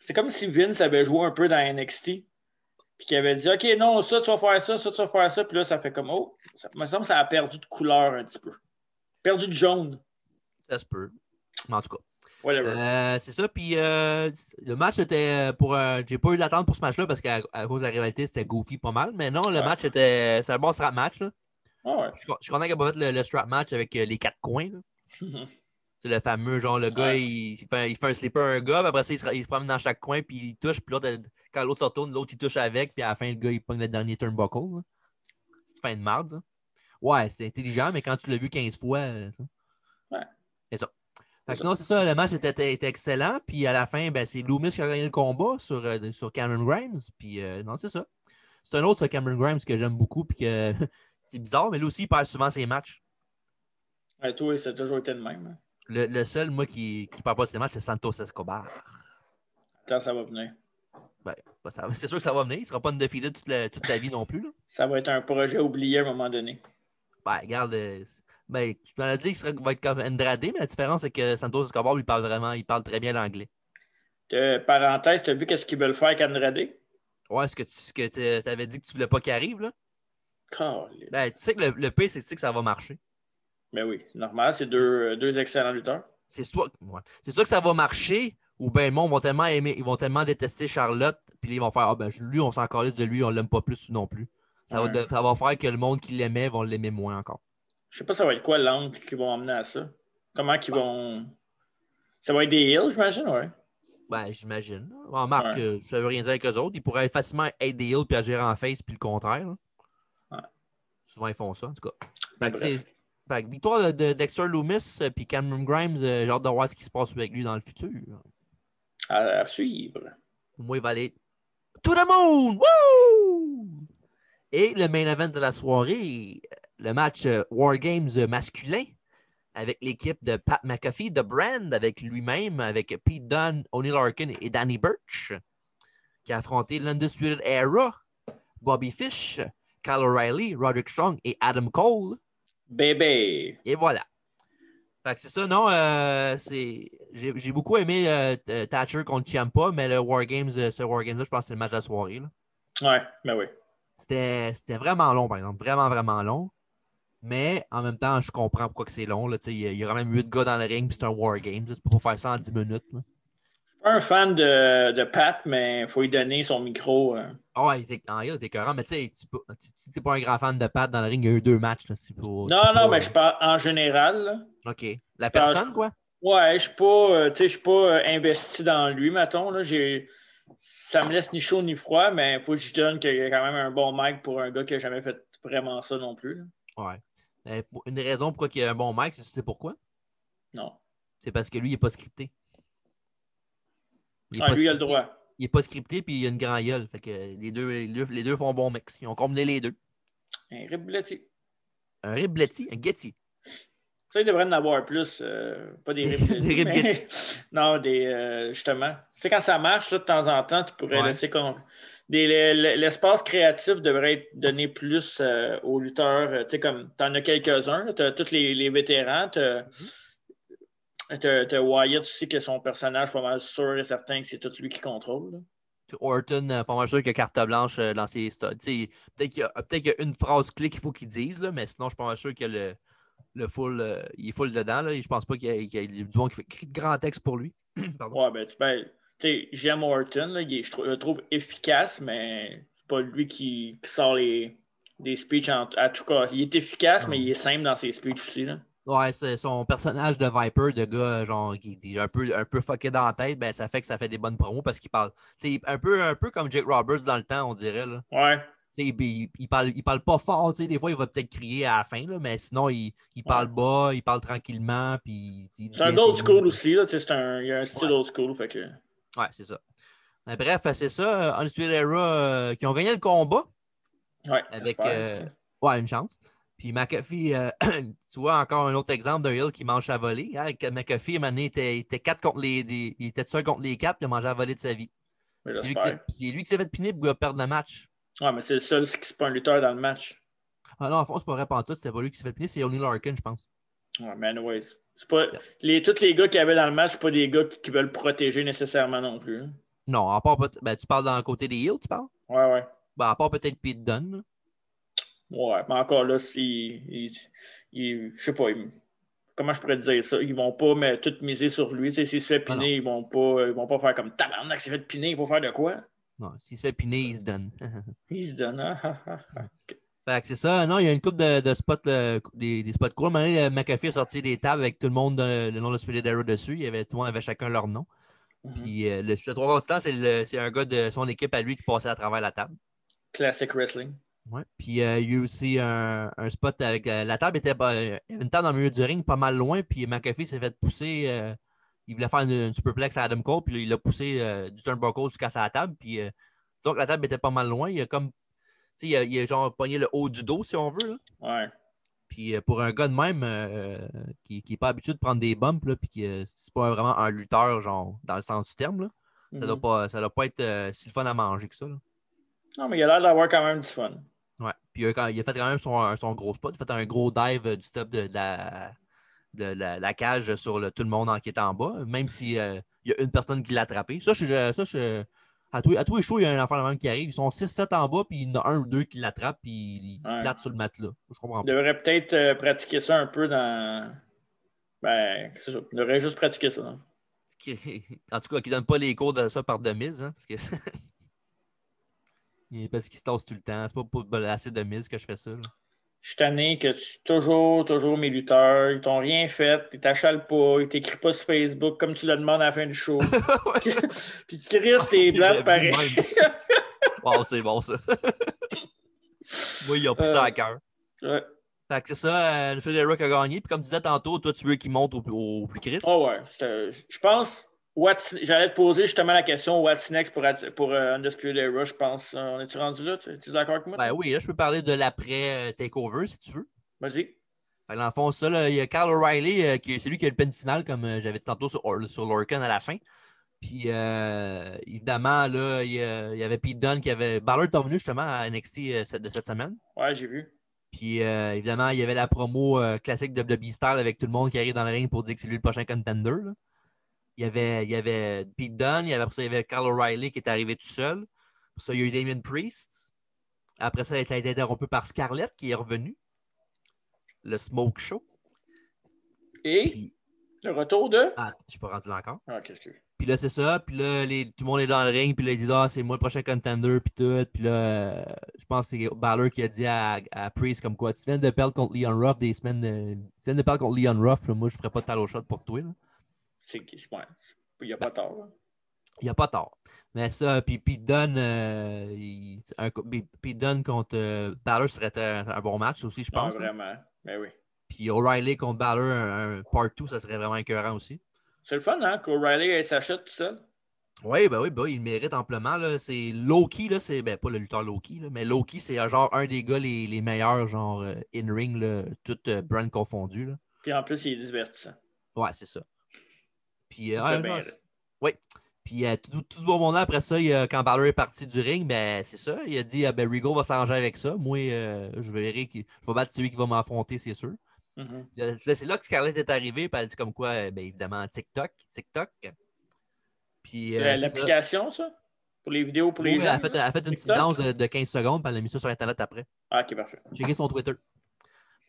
S2: c'est comme si Vince avait joué un peu dans NXT. Puis qu'il avait dit Ok, non, ça, tu vas faire ça, ça, tu vas faire ça. Puis là, ça fait comme Oh, ça me semble que ça a perdu de couleur un petit peu. Perdu de jaune.
S1: Ça se peut. Mais En tout cas.
S2: Whatever.
S1: Euh, c'est ça. Puis euh, le match était euh, pour un. J'ai pas eu d'attente pour ce match-là parce qu'à à cause de la rivalité, c'était goofy pas mal. Mais non, le
S2: Ouais.
S1: match était. C'est un bon strap match. là.
S2: Ah ouais.
S1: Je suis con- je suis content qu'il ait pas fait le, le strap match avec euh, les quatre coins. là. C'est le fameux genre, le gars,
S2: Ouais.
S1: il, il fait, un- il fait un slipper à un gars, puis après ça, il se, il se promène dans chaque coin, puis il touche. Puis l'autre, elle- quand l'autre se retourne, l'autre, il touche avec. Puis à la fin, le gars, il pogne le dernier turnbuckle. là. C'est une fin de marde, ça. Ouais, c'est intelligent, mais quand tu l'as vu 15 fois. euh, ça.
S2: Ouais.
S1: C'est ça. Fait que
S2: C'est
S1: non, c'est ça, le match était, était- était excellent. Puis à la fin, ben, c'est Loomis qui a gagné le combat sur, euh, sur Cameron Grimes. Puis euh, non, c'est ça. C'est un autre Cameron Grimes que j'aime beaucoup. Puis que c'est bizarre, mais lui aussi, il perd souvent ses matchs.
S2: Ouais, toi, ça a toujours été le même. hein.
S1: Le, le seul, moi, qui ne perd pas ses matchs, c'est Santos Escobar.
S2: Attends, ça va venir.
S1: Ben, ça- c'est sûr que ça va venir. Il ne sera pas undefeated toute, la- toute sa vie non plus. Là.
S2: Ça va être un projet oublié à un moment donné.
S1: Ben, regarde. euh, ben, je t'en ai dit qu'il serait- va être comme Andrade, mais la différence, c'est que Santos Escobar, lui, parle vraiment, il parle très bien l'anglais.
S2: Euh, parenthèse, t'as vu qu'est-ce qu'ils veulent faire avec Andrade?
S1: Ouais, ce que tu ce que t'es- t'avais dit que tu voulais pas qu'il arrive, là.
S2: Caliste.
S1: Ben, tu sais que le, le pire, c'est que tu sais que ça va marcher.
S2: Ben oui, normal, c'est deux, euh, deux excellents lutteurs.
S1: C'est soit, ouais. c'est soit que ça va marcher, ou ben, le monde vont tellement aimer, ils vont tellement détester Charlotte, puis ils vont faire, ah ben, lui, on s'en calisse de lui, on l'aime pas plus non plus. Ça,
S2: Ouais.
S1: va, de- ça va faire que le monde qui l'aimait va l'aimer moins encore.
S2: Je sais pas ça va être quoi l'angle qu'ils vont amener à ça. Comment qu'ils vont. Ça va être des heels, j'imagine, ouais.
S1: Ben, j'imagine. là. En marque,
S2: Ouais.
S1: euh, ça veut rien dire avec eux autres. Ils pourraient facilement être des heels puis agir en face, puis le contraire. là.
S2: Ouais.
S1: Souvent, ils font ça, en tout cas.
S2: Ben,
S1: Fait que
S2: bref.
S1: c'est- fait que victoire de, de Dexter Loomis euh, puis Cameron Grimes, euh, j'ai hâte de voir ce qui se passe avec lui dans le futur.
S2: À, à suivre.
S1: Au moins, il va aller To the moon! Woo! Et le main event de la soirée, le match euh, War Games euh, masculin avec l'équipe de Pat McAfee, The Brand, avec lui-même, avec Pete Dunne, O'Neill Larkin et Danny Birch, qui a affronté l'Undisputed Era, Bobby Fish, Kyle O'Reilly, Roderick Strong et Adam Cole.
S2: Bébé.
S1: Et voilà. Fait que c'est ça, non, euh, c'est... J'ai, j'ai beaucoup aimé euh, T- Thatcher contre Ciampa, mais le War Games, euh, ce War Games-là, je pense que c'est le match de la soirée. là.
S2: Ouais, ben oui.
S1: C'était, c'était vraiment long, par exemple. Vraiment, vraiment long. Mais en même temps, je comprends pourquoi que c'est long. là. Tu sais, Il y, a- il y a quand même 8 gars dans le ring, puis c'est un War Games. là. Tu peux pas faire ça en 10 minutes. là.
S2: Je suis pas un fan de, de Pat, mais il faut lui donner son micro. euh.
S1: Ah ouais, t'es, en réel, t'es écœurant, mais tu sais, tu peux- tu- tu- t'es pas un grand fan de Pat dans le ring, il y a eu deux matchs. là. C'est pour-
S2: Non,
S1: c'est
S2: non,
S1: pour- euh,
S2: mais je parle en général. là.
S1: OK. La
S2: parle-
S1: personne, quoi?
S2: Ouais, je suis pas, euh, tu sais, je suis pas euh, investi dans lui, mettons. Là. J'ai- Ça me laisse ni chaud ni froid, mais faut que je donne qu'il y a quand même un bon mic pour un gars qui a jamais fait vraiment ça non plus. là.
S1: Ouais. Euh, pour- Une raison pourquoi il y a un bon mic, c'est- tu sais pourquoi?
S2: Non.
S1: C'est parce que lui, il n'est pas scripté. Il est
S2: Ah,
S1: pas
S2: lui, il a le
S1: scripté.
S2: droit.
S1: Il n'est pas scripté, puis il a une grand gueule. Fait que les deux, les deux, les deux font bon mix. Ils ont combiné les deux.
S2: Un ribletti.
S1: Un ribletti, un getty.
S2: Ça, il devrait en avoir plus. euh, pas des
S1: Des
S2: ribletti.
S1: ribletti.
S2: non, des. euh, justement. Tu sais, quand ça marche, là, de temps en temps, tu pourrais
S1: Ouais.
S2: laisser. qu'on- des- le- le- L'espace créatif devrait être donné plus euh, aux lutteurs. euh, Tu sais, comme tu en as quelques-uns. Tu as tous les, les vétérans. Tu as,
S1: Mhm.
S2: Wyatt aussi, que son personnage, pas mal sûr et certain que c'est tout lui qui contrôle. là.
S1: Orton, euh, pas mal sûr qu'il a carte blanche euh, dans ses studs. Tu sais, Peut-être qu'il y, a- peut-être qu'il y a une phrase clé qu'il faut qu'il dise, là, mais sinon, je suis pas mal sûr que le, le full, euh, il est full dedans. Là, et je pense pas qu'il y ait qu'il y ait du monde qui fait écrit de grand texte pour lui. Pardon.
S2: Ouais, ben, tu ben, tu sais, j'aime Orton, là, il est- je, trou- je le trouve efficace, mais c'est pas lui qui, qui sort les, des speeches en- à tout cas. Il est efficace, mais il est simple dans ses speeches aussi. Là.
S1: Ouais, c'est son personnage de Viper, de gars, euh, genre, qui est un peu, un peu fucké dans la tête, ben ça fait que ça fait des bonnes promos parce qu'il parle. C'est un peu, un peu comme Jake Roberts dans le temps, on dirait, là.
S2: Ouais,
S1: il, il, parle, il parle pas fort, t'sais. des fois il va peut-être crier à la fin, là, mais sinon il, il parle bas, il parle tranquillement. Puis,
S2: c'est un old school aussi, là, c'est un, il y a un style ouais. old school. Fait que...
S1: Ouais, c'est ça. Mais bref, c'est ça, Undisputed Era euh, qui ont gagné le combat.
S2: Ouais,
S1: avec euh, ouais, une chance. Puis McAfee, euh, tu vois encore un autre exemple d'un Hill qui mange à voler. Hein? McAfee, à un donné, il était, il était quatre contre les, des, il était seul contre les quatre, puis il a mangé à voler de sa vie. C'est lui, lui, qui s'est fait piner pour perdre le match.
S2: Ouais, mais c'est le seul qui n'est pas un lutteur dans le match.
S1: Ah non, en fond, c'est pas vrai pantoute, c'est pas lui qui s'est fait piner, c'est Only Larkin, je pense.
S2: Ouais, mais anyways. Pas, les, tous les gars qu'il y avait dans le match, c'est pas des gars qui veulent protéger nécessairement non plus. Hein?
S1: Non, à part ben, tu parles dans le côté des Hills, tu parles?
S2: Ouais, ouais.
S1: Ben, à part peut-être Pete Dunne.
S2: Ouais, mais encore là, si, je sais pas, ils, comment je pourrais te dire ça? Ils vont pas mais, tout miser sur lui. S'il se fait piner, ah ils vont pas ils vont pas faire comme tabarnak, s'il fait piner, il faut faire de quoi?
S1: Non, s'il se fait piner, il se donne.
S2: il se donne, hein? okay.
S1: Fait que c'est ça. Non, il y a une coupe de, de spots, euh, des, des, spots cool. Maintenant, euh, McAfee a sorti des tables avec tout le monde, euh, le nom de Spirit Arrow dessus. Il y avait, tout le monde avait chacun leur nom. Mm -hmm. Puis euh, le, le trois quarts du temps, c'est un gars de son équipe à lui qui passait à travers la table.
S2: Classic Wrestling.
S1: Ouais. Puis euh, il y a eu aussi un, un spot avec euh, la table était euh, une table dans le milieu du ring, pas mal loin. Puis McAfee s'est fait pousser. euh, il voulait faire une, une, superplex à Adam Cole, puis il l'a poussé euh, du turnbuckle jusqu'à sa table. Puis donc la table était pas mal loin. Il a comme, tu sais, il, a, il a genre pogné le haut du dos si on veut.
S2: Là. Ouais.
S1: Puis euh, pour un gars de même euh, qui n'est pas habitué de prendre des bumps, là, puis que c'est pas vraiment un lutteur, genre dans le sens du terme, là, mm -hmm. ça
S2: Mhm.
S1: doit pas, ça doit pas être euh, si le fun à manger que ça. Là.
S2: Non, mais il a l'air d'avoir quand même du fun.
S1: Ouais. Puis euh, quand, il a fait quand même son, son, gros spot. Il a fait un gros dive euh, du top de, de, la, de la, la, cage sur le, tout le monde en qui est en bas, même s'il si, euh, il y a une personne qui l'a attrapé. Ça, je, ça je, à, tous, à tous les shows, il y a un enfant même qui arrive. Ils sont 6-7 en bas, puis il y en a un ou deux qui l'attrapent, puis ils ouais. se plattent sur le matelas. Je comprends
S2: pas. Il devrait peut-être euh, pratiquer ça un peu dans. Ben, c'est ça. Il devrait juste pratiquer ça. Hein.
S1: en tout cas, qui donne pas les cours de ça par demise, hein, parce que. Parce qu'il se tasse tout le temps. C'est pas pour assez de mise que je fais ça. Là.
S2: Je suis tanné que tu toujours, toujours mes lutteurs, ils t'ont rien fait, ils t'achalent pas, ils t'écrivent pas sur Facebook comme tu le demandes à la fin du show. Puis tu risques tes blagues pareil.
S1: wow, c'est bon ça. Moi, ils ont pris euh, ça à cœur.
S2: Ouais.
S1: Fait que c'est ça, euh, le Federer a gagné. Puis comme tu disais tantôt, toi, tu veux qu'il monte au, au, plus Chris.
S2: Oh ouais. Je pense, J'allais te poser justement la question What's next pour, pour uh, Undisputed Era, je pense. Euh, On est-tu rendu là? Tu es d'accord avec moi?
S1: Ben oui, là, je peux parler de l'après-takeover si tu veux.
S2: Vas-y.
S1: Dans le fond, ça, là, il y a Carl O'Reilly, euh, qui c'est lui qui a le pin final, comme euh, j'avais dit tantôt sur, sur Lorcan à la fin. Puis euh, évidemment, là, il, y avait Pete Dunne qui avait. Ballard est revenu justement à NXT euh, cette, de cette semaine.
S2: Ouais, j'ai vu.
S1: Puis euh, évidemment, il y avait la promo euh, classique de WWE Style avec tout le monde qui arrive dans le ring pour dire que c'est lui le prochain contender. Là. Il y, avait, il y avait, Pete Dunne, il y avait, après ça, il y avait Carl O'Reilly qui est arrivé tout seul. Après ça, il y a eu Damien Priest. Après ça, il a été interrompu par Scarlett qui est revenu. Le Smoke Show.
S2: Et Puis... le retour de.
S1: Ah, je suis pas rendu là encore.
S2: Ah, qu'est-ce que.
S1: Puis là, c'est ça. Puis là, les... tout le monde est dans le ring. Puis là, ils disent Ah, c'est moi le prochain contender. Puis tout. Puis là, euh, je pense que c'est Balor qui a dit à... à, Priest comme quoi Tu viens de perdre contre Leon Ruff des semaines. De... Tu viens de perdre contre Leon Ruff. Là, moi, je ferais pas de talon shot pour toi. Là.
S2: Ouais. Il n'y a pas tort. Hein.
S1: Il n'y a pas tort. Mais ça, puis Pete Dunne, euh, il, un, Pete Dunne contre euh, Balor serait un, un, bon match aussi, je pense.
S2: Non, vraiment, hein. mais oui.
S1: Puis O'Reilly contre Balor, un, un partout, ça serait vraiment écœurant aussi.
S2: C'est le fun, hein, qu'O'Reilly s'achète tout seul.
S1: Oui, ben oui, ben, il mérite amplement. C'est Loki, là, c'est ben, pas le lutteur Loki, là, mais Loki, c'est euh, genre un des gars les, les meilleurs, genre euh, in-ring, tout euh, brand confondu. Là.
S2: Puis en plus, il est divertissant.
S1: Ouais, c'est ça. Puis, euh, euh, oui. Puis euh, tout, tout, ce bon moment après ça, il, quand Balor est parti du ring, ben c'est ça. Il a dit ben, Rigo va s'arranger avec ça. Moi, euh, je verrai qui. Je vais battre celui qui va m'affronter, c'est sûr. euh,
S2: Mm -hmm.
S1: C'est là que Scarlett est arrivée, puis elle dit comme quoi, ben, évidemment, TikTok, TikTok. euh,
S2: Puis, Euh, L'application, ça. ça. Pour les vidéos, pour les
S1: oui, gens. Elle a fait, euh, elle a fait une petite danse de, de, 15 secondes, puis elle a mis ça sur Internet après.
S2: Ah, ok, parfait.
S1: Checker son Twitter.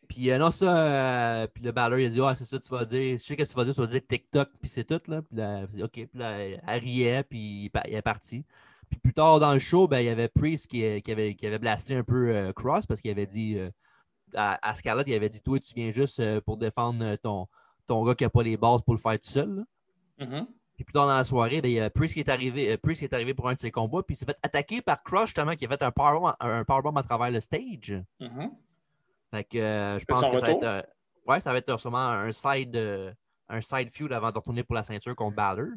S1: Puis euh, non, ça, euh, puis le balleur, il a dit Ah, oh, c'est ça, tu vas dire, je sais que tu vas dire, tu vas dire TikTok, puis c'est tout, là. Puis là, OK, puis là, elle riait, puis il est parti. Puis plus tard dans le show, ben, il y avait Priest qui, qui, avait, qui avait blasté un peu euh, Cross parce qu'il avait dit euh, à, à, Scarlett, il avait dit Toi, euh, tu viens juste pour défendre ton, ton gars qui n'a pas les bases pour le faire tout seul.
S2: Mm -hmm.
S1: Puis plus tard dans la soirée, ben, il y a Priest qui est arrivé, euh, Priest qui est arrivé pour un de ses combats, puis il s'est fait attaquer par Crush, justement, qui a fait un powerbomb, un powerbomb à travers le stage.
S2: Mhm.
S1: Fait que euh, je
S2: Fait
S1: pense
S2: son
S1: que ça va être.
S2: retour?
S1: euh, ouais, ça va être sûrement un side, euh, un side feud avant de retourner pour la ceinture contre Balor.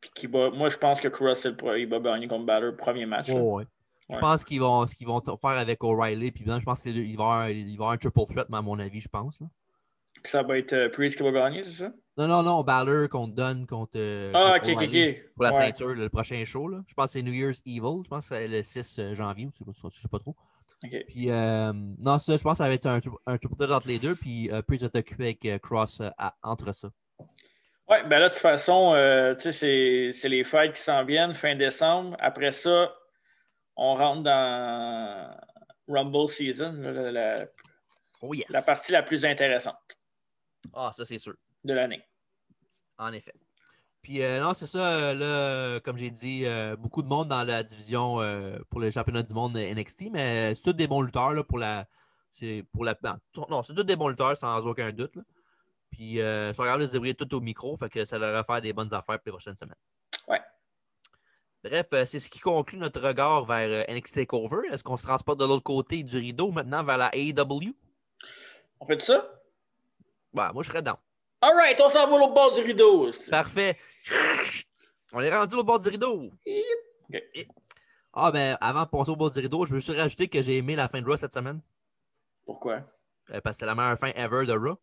S2: Puis qui va- moi, je pense que Cross, il va- il va gagner contre Balor le premier match. là.
S1: Ouais. Je
S2: Ouais.
S1: pense qu'ils vont, ce qu'ils vont t- faire avec O'Reilly, puis bien, je pense qu'il va y avoir un, il va y avoir un triple threat, mais à mon avis, je pense. là.
S2: Puis ça va être euh, Priest qui va gagner, c'est ça?
S1: Non, non, non, Balor contre Dunn, contre. euh,
S2: Ah, ok,
S1: contre
S2: ok, ok.
S1: O'Reilly Euh, Pour la
S2: Ouais.
S1: ceinture, le prochain show. Là. Je pense que c'est New Year's Evil. Je pense que c'est le 6 janvier, ou je ne sais pas trop.
S2: Ok.
S1: Puis, euh, non, ça, je pense que ça va être un, tri- un triple threat entre les deux, puis euh, Priest va t'occuper avec euh, Cross euh, à- entre ça.
S2: Ouais, ben là, de toute façon, euh, tu sais, c'est- c'est les fêtes qui s'en viennent, fin décembre. Après ça, on rentre dans Rumble Season, là, la, la-
S1: Oh yes!
S2: la partie la plus intéressante
S1: Ah, ça, c'est sûr.
S2: de l'année.
S1: En effet. Puis euh, non, c'est ça, euh, là, comme j'ai dit, euh, beaucoup de monde dans la division euh, pour le championnat du monde euh, NXT, mais c'est tous des bons lutteurs là, pour la. C'est pour la. Non, t- non, c'est tous des bons lutteurs sans aucun doute. là. Puis euh, ils sont capables de se débrouiller tout au micro, fait que ça leur va faire des bonnes affaires pour les prochaines semaines.
S2: Ouais.
S1: Bref, euh, c'est ce qui conclut notre regard vers euh, NXT Takeover. Est-ce qu'on se transporte de l'autre côté du rideau maintenant vers la E AEW?
S2: On fait ça?
S1: Ouais, Ben, moi je serais dans.
S2: All right, on s'en va l'autre bord du rideau. c'est-
S1: Parfait. On est rendu au bord du rideau.
S2: Ok.
S1: Ah, ben, avant de passer au bord du rideau, je me suis rajouté que j'ai aimé la fin de Raw cette semaine.
S2: Pourquoi?
S1: euh, parce que c'est la meilleure fin ever de Raw.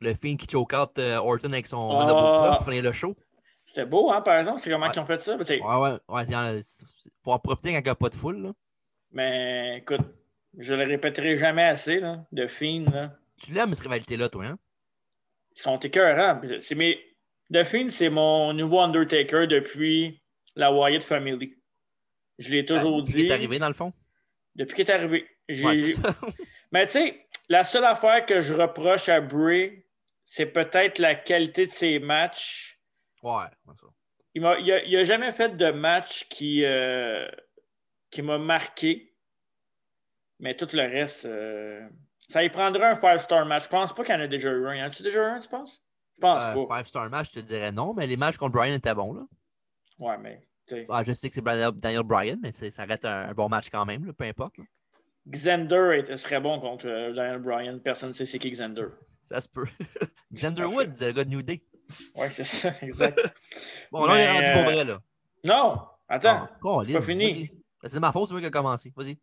S1: Le film qui choke out euh, Orton avec son
S2: Ah.
S1: Honorable Club pour finir le show.
S2: C'était beau, hein, par exemple? C'est comment
S1: Ouais.
S2: qu'ils ont fait ça? Ben, tu sais,
S1: Ouais, ouais, ouais. c'est- euh, c'est- Faut en profiter quand il n'y a pas de foule. là.
S2: Mais écoute, je le répéterai jamais assez, là, de Fiend, là.
S1: Tu l'aimes, cette rivalité-là, toi, hein?
S2: Ils sont écœurants. Puis C'est mes... The Fiend, c'est mon nouveau Undertaker depuis la Wyatt Family. Je l'ai toujours
S1: Qui Ben, est
S2: dit.
S1: arrivé, dans le fond.
S2: Depuis qu'il est arrivé. J'ai-
S1: Ouais, c'est ça.
S2: Mais tu sais, la seule affaire que je reproche à Bray, c'est peut-être la qualité de ses matchs.
S1: ouais, c'est ça.
S2: Il m'a il a, il a jamais fait de match qui, euh, qui m'a marqué. Mais tout le reste, euh, ça y prendrait un five-star match. Je pense pas qu'il y en a déjà eu un. Y en a-tu déjà eu un, tu penses? Je pense
S1: Euh,
S2: pas.
S1: five star match, je te dirais non, mais les matchs contre Brian étaient bons, là.
S2: Ouais, mais. tu sais.
S1: Ah, je sais que c'est Brian- Daniel Bryan, mais c'est- ça reste un, un bon match quand même, là, peu importe. là.
S2: Xander était- serait bon contre euh, Daniel Bryan. Personne ne sait c'est qui Xander.
S1: Ça se peut. Xander Woods, le gars de New Day.
S2: Ouais, c'est ça, exact.
S1: Bon, là, on est
S2: Mais,
S1: rendu
S2: euh,
S1: pour vrai, là.
S2: non! Attends,
S1: Ah, Colin,
S2: pas fini.
S1: vas-y. Ben, C'est de ma faute, c'est moi qui ai commencé. Vas-y.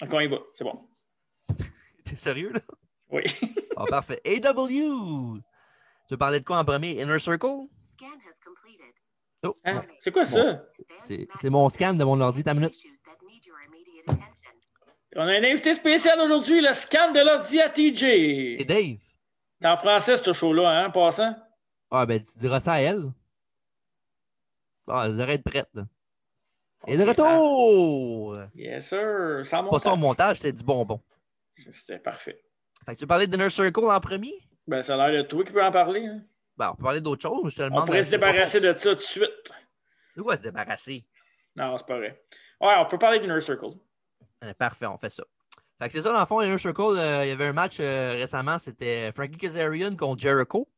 S2: quand il va, c'est bon.
S1: T'es sérieux, là?
S2: Oui.
S1: Ah, parfait. AW! Tu veux parler de quoi en premier? Inner Circle?
S3: Scan has completed.
S1: Oh,
S2: Hein?
S1: non.
S2: C'est quoi ça?
S1: C'est- c'est mon scan de mon ordi, ta minute.
S2: On a un invité spécial aujourd'hui, le scan de l'ordi à
S1: Et
S2: TJ.
S1: Dave?
S2: C'est en français, ce show-là, hein, en passant?
S1: Ah, ben, tu diras ça à elle. Ah, elle devrait être prête. là. Et de
S2: Ok, ah.
S1: retour!
S2: hein. Yes, sir. Sans
S1: Pas ça au
S2: montage.
S1: montage, c'était du bonbon.
S2: C'était parfait.
S1: Fait que tu veux parler d'Inner Circle en premier?
S2: Ben, ça a l'air de toi qui peux en parler. hein.
S1: Ben, on peut parler d'autre chose, je te demande.
S2: On pourrait se débarrasser de ça tout de suite.
S1: De quoi se débarrasser?
S2: Non, c'est pas vrai. Ouais, on peut parler d'Inner Circle.
S1: Euh, Parfait, on fait ça. Fait que c'est ça, dans le fond, Inner Circle, euh, il y avait un match euh, récemment, c'était Frankie Kazarian contre Jericho.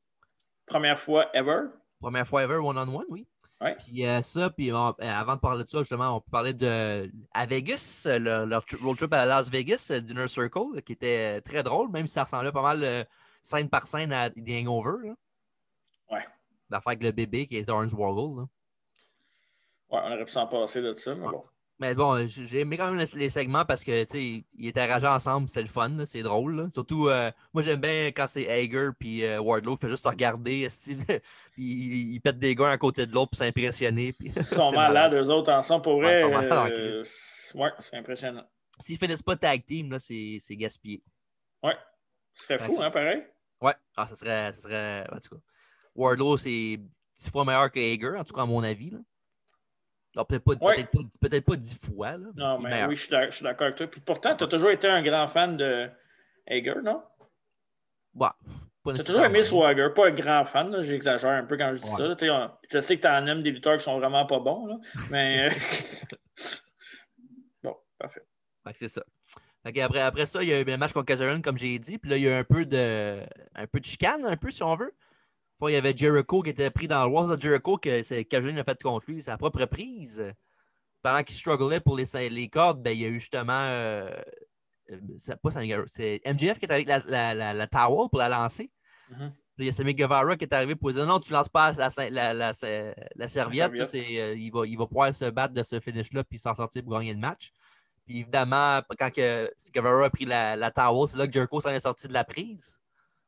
S2: Première fois ever.
S1: Première fois ever, one-on-one, oui.
S2: Ouais.
S1: Puis euh, ça, puis on- euh, avant de parler de ça, justement, on parlait de à Vegas, euh, leur, leur tri- road trip à Las Vegas, euh, d'Inner Circle, euh, qui était euh, très drôle, même si ça ressemblait pas mal euh, scène par scène à The Hangover. là.
S2: Ouais.
S1: L'affaire avec le bébé qui était Orange Wargle. là.
S2: Ouais, on aurait pu s'en passer de ça, mais bon.
S1: Mais bon, j- j'ai aimé quand même les, les segments parce que, tu sais, ils étaient ragés ensemble, c'est le fun, là, c'est drôle. là. Surtout, euh, moi, j'aime bien quand c'est Hager puis euh, Wardlow qui fait juste se regarder, esti, puis ils ils pètent des gars un à côté de l'autre pour s'impressionner. puis
S2: Ils sont
S1: c'est malade.
S2: malades, eux autres, ensemble. Pour
S1: Ouais, ils
S2: vrai,
S1: sont malades en
S2: euh, ouais, c'est impressionnant.
S1: S'ils finissent pas tag team, là, c'est c'est gaspillé.
S2: Ce serait
S1: Ouais,
S2: fou,
S1: Ben, c'est
S2: hein,
S1: ça.
S2: pareil?
S1: Ouais, ah, ça serait, ça serait. En tout cas, Wardlow, c'est dix fois meilleur que Hager, en tout cas, à mon avis. là. Non, Peut-être pas,
S2: Ouais.
S1: peut-être pas, peut-être pas dix fois. Là,
S2: Non,
S1: il est
S2: mais
S1: meilleur.
S2: oui, je suis d'ac- je suis d'accord avec toi. Puis pourtant, tu as toujours été un grand fan de Hager, non?
S1: Ouais, Bah, pas
S2: Tu as toujours aimé
S1: nécessairement.
S2: Swagger. Pas un grand fan, là, j'exagère un peu quand je dis
S1: Ouais.
S2: ça. là. Tu sais, on- je sais que tu en aimes des lutteurs qui sont vraiment pas bons, là, mais. euh, bon, parfait.
S1: Fait que c'est ça. Fait que après, après ça, il y a eu le match contre Kazarian, comme j'ai dit. Puis là, il y a eu un peu de, un peu de chicane, un peu, si on veut. fois, il y avait Jericho qui était pris dans le Walls de Jericho que c'est- Kajun a fait contre lui, sa propre prise. Pendant qu'il strugglait pour les, les cordes, ben, il y a eu justement. euh, euh, c'est pas Sammy Guevara, c'est MJF qui est avec la, la, la- la towel pour la lancer.
S2: Mhm.
S1: Il y a Sammy Guevara qui est arrivé pour dire non, tu lances pas la, la- la- la- la serviette. là, c'est, euh, il, va, il va pouvoir se battre de ce finish-là puis s'en sortir pour gagner le match. Puis évidemment, quand que Guevara a pris la, la towel, c'est là que Jericho s'en est sorti de la prise.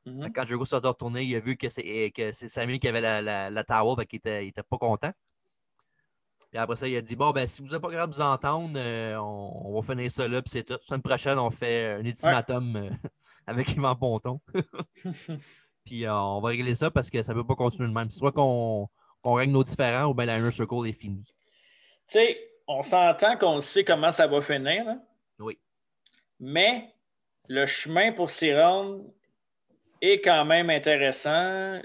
S2: Mhm.
S1: Fait que Quand Jericho s'est retourné, il a vu que c'est, eh, que c'est Sami qui avait la, la, la towel, fait qu'il était, il était pas content. Et après ça, il a dit Bon, ben, si vous n'êtes pas capable de vous entendre, euh, on, on va finir ça là, puis c'est tout. Semaine prochaine, on fait un ultimatum euh, avec Yvan Ponton. puis euh, on va régler ça parce que ça ne peut pas continuer de même. Soit qu'on, qu'on règle nos différends ou bien la Inner Circle est finie.
S2: Tu sais, on s'entend qu'on sait comment ça va finir. là.
S1: Oui.
S2: Mais le chemin pour s'y rendre est quand même intéressant,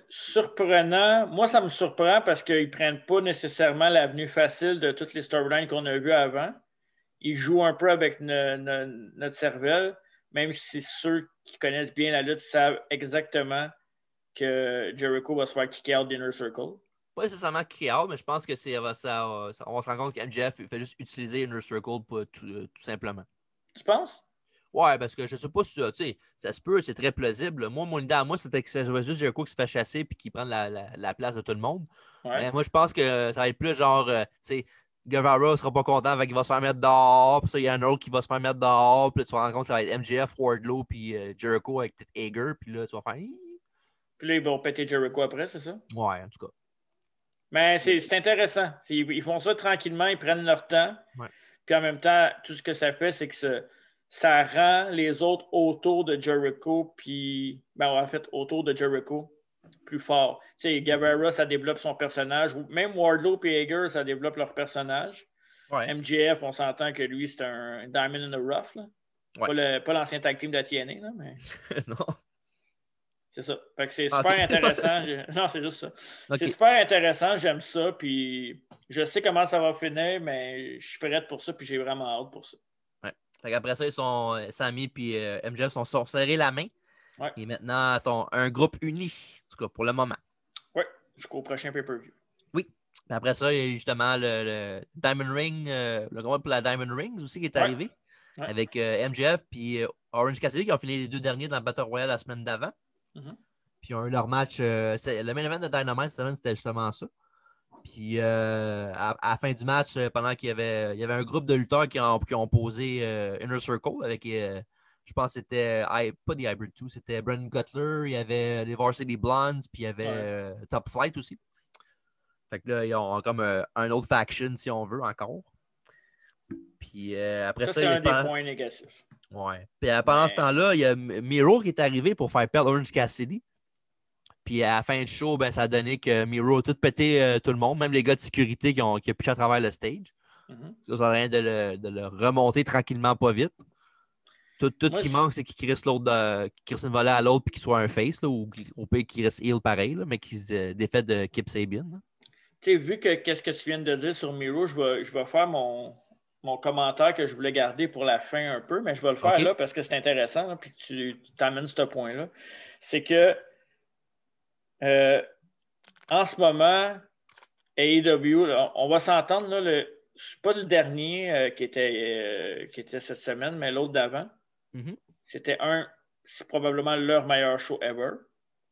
S2: surprenant. Moi, ça me surprend parce qu'ils ne prennent pas nécessairement l'avenue facile de toutes les storylines qu'on a vues avant. Ils jouent un peu avec no- no- notre cervelle, même si ceux qui connaissent bien la lutte savent exactement que Jericho va se faire kick out d'Inner Circle.
S1: Pas nécessairement kick out, mais je pense que c'est, ça, va- ça- ça- on se rend compte qu'MJF fait juste utiliser Inner Circle pour tout- tout simplement.
S2: Tu penses?
S1: Ouais, parce que je sais pas si ça, tu sais, ça se peut, c'est très plausible. Moi, mon idée à moi, c'était que ça soit juste Jericho qui se fait chasser puis qui prend la, la- la place de tout le monde.
S2: Ouais.
S1: Mais moi, je pense que ça va être plus genre, euh, tu sais, Guevara sera pas content, fait qu'il va se faire mettre dehors, puis ça, il y en a un autre qui va se faire mettre dehors, puis là, tu vas te rendre compte que ça va être MJF, Wardlow, puis euh, Jericho avec peut-être Hager, puis là, tu vas faire. Hi.
S2: Puis là, ils vont péter Jericho après, c'est ça?
S1: Ouais, en tout cas.
S2: Mais c'est c'est intéressant. C'est- Ils, ils font ça tranquillement, ils prennent leur temps.
S1: Ouais.
S2: Puis en même temps, tout ce que ça fait, c'est que ça, ça rend les autres autour de Jericho, puis ben, en fait, autour de Jericho, plus forts. Tu sais, Guevara, ça développe son personnage. Ou Même Wardlow et Hager, ça développe leur personnage.
S1: Ouais.
S2: MJF, on s'entend que lui, c'est un Diamond in the Rough. là.
S1: Ouais.
S2: Pas le- Pas l'ancien tag team de la TNA, là, mais
S1: non.
S2: c'est ça. Fait que c'est
S1: Ah,
S2: super
S1: ok.
S2: intéressant. Je- Non, c'est juste ça.
S1: Ok.
S2: C'est super intéressant, j'aime ça, puis je sais comment ça va finir, mais je suis prête pour ça, puis j'ai vraiment hâte pour ça.
S1: Fait qu'après ça, ils sont, euh, Sammy puis euh, MJF sont, sont serrés la main.
S2: Ouais.
S1: Et maintenant, ils sont un groupe uni, en tout cas, pour le moment.
S2: Jusqu'au prochain pay-per-view.
S1: Puis après ça, il y a eu justement le, le Diamond Ring, euh, le combat pour la Diamond Rings aussi qui est
S2: Ouais.
S1: arrivé
S2: Ouais.
S1: avec euh, MJF puis euh, Orange Cassidy qui ont fini les deux derniers dans le Battle Royale la semaine d'avant.
S2: Mhm.
S1: Puis ils ont eu leur match. euh, c'est- le main event de Dynamite cette semaine, c'était justement ça. Puis euh, à, à la fin du match, euh, pendant qu'il y avait, il y avait un groupe de lutteurs qui ont, qui ont posé euh, Inner Circle avec, euh, je pense que c'était, Hy- pas des Hybrid 2, c'était Brandon Cutler, il y avait les Varsity Blondes, puis il y avait
S2: Ouais.
S1: euh, Top Flight aussi. Fait que là, ils ont comme euh, un autre faction, si on veut, encore. Puis euh, après
S2: Ça,
S1: ça,
S2: c'est
S1: il y a
S2: un des
S1: pendant-
S2: points négatifs.
S1: Ouais. Puis euh, pendant
S2: Mais-
S1: ce temps-là, il y a M- Miro qui est arrivé pour faire perdre Orange Cassidy. Puis à la fin du show, ben, ça a donné que Miro a tout pété euh, tout le monde, même les gars de sécurité qui ont, qui ont piché à travers le stage.
S2: Mhm.
S1: Ils sont en train de le, de le remonter tranquillement, pas vite. Tout, tout
S2: Moi,
S1: ce qui
S2: je-
S1: manque, c'est qu'il crisse l'autre, de- qu'il crisse une volée à l'autre puis qu'il soit un face, là, ou qu'il- au pire qu'il reste heel pareil, là, mais qu'il se euh, défait de Kip Sabian. là.
S2: Tu sais, vu que qu'est-ce que tu viens de dire sur Miro, je vais, je vais faire mon, mon commentaire que je voulais garder pour la fin un peu, mais je vais le faire
S1: Ok.
S2: là parce que c'est intéressant, là, puis tu tu t'amènes ce point-là. C'est que euh, en ce moment, AEW, là, on va s'entendre, là, le, c'est pas le dernier euh, qui, était, euh, qui était cette semaine, mais l'autre d'avant.
S1: Mhm.
S2: C'était un, c'est probablement leur meilleur show ever,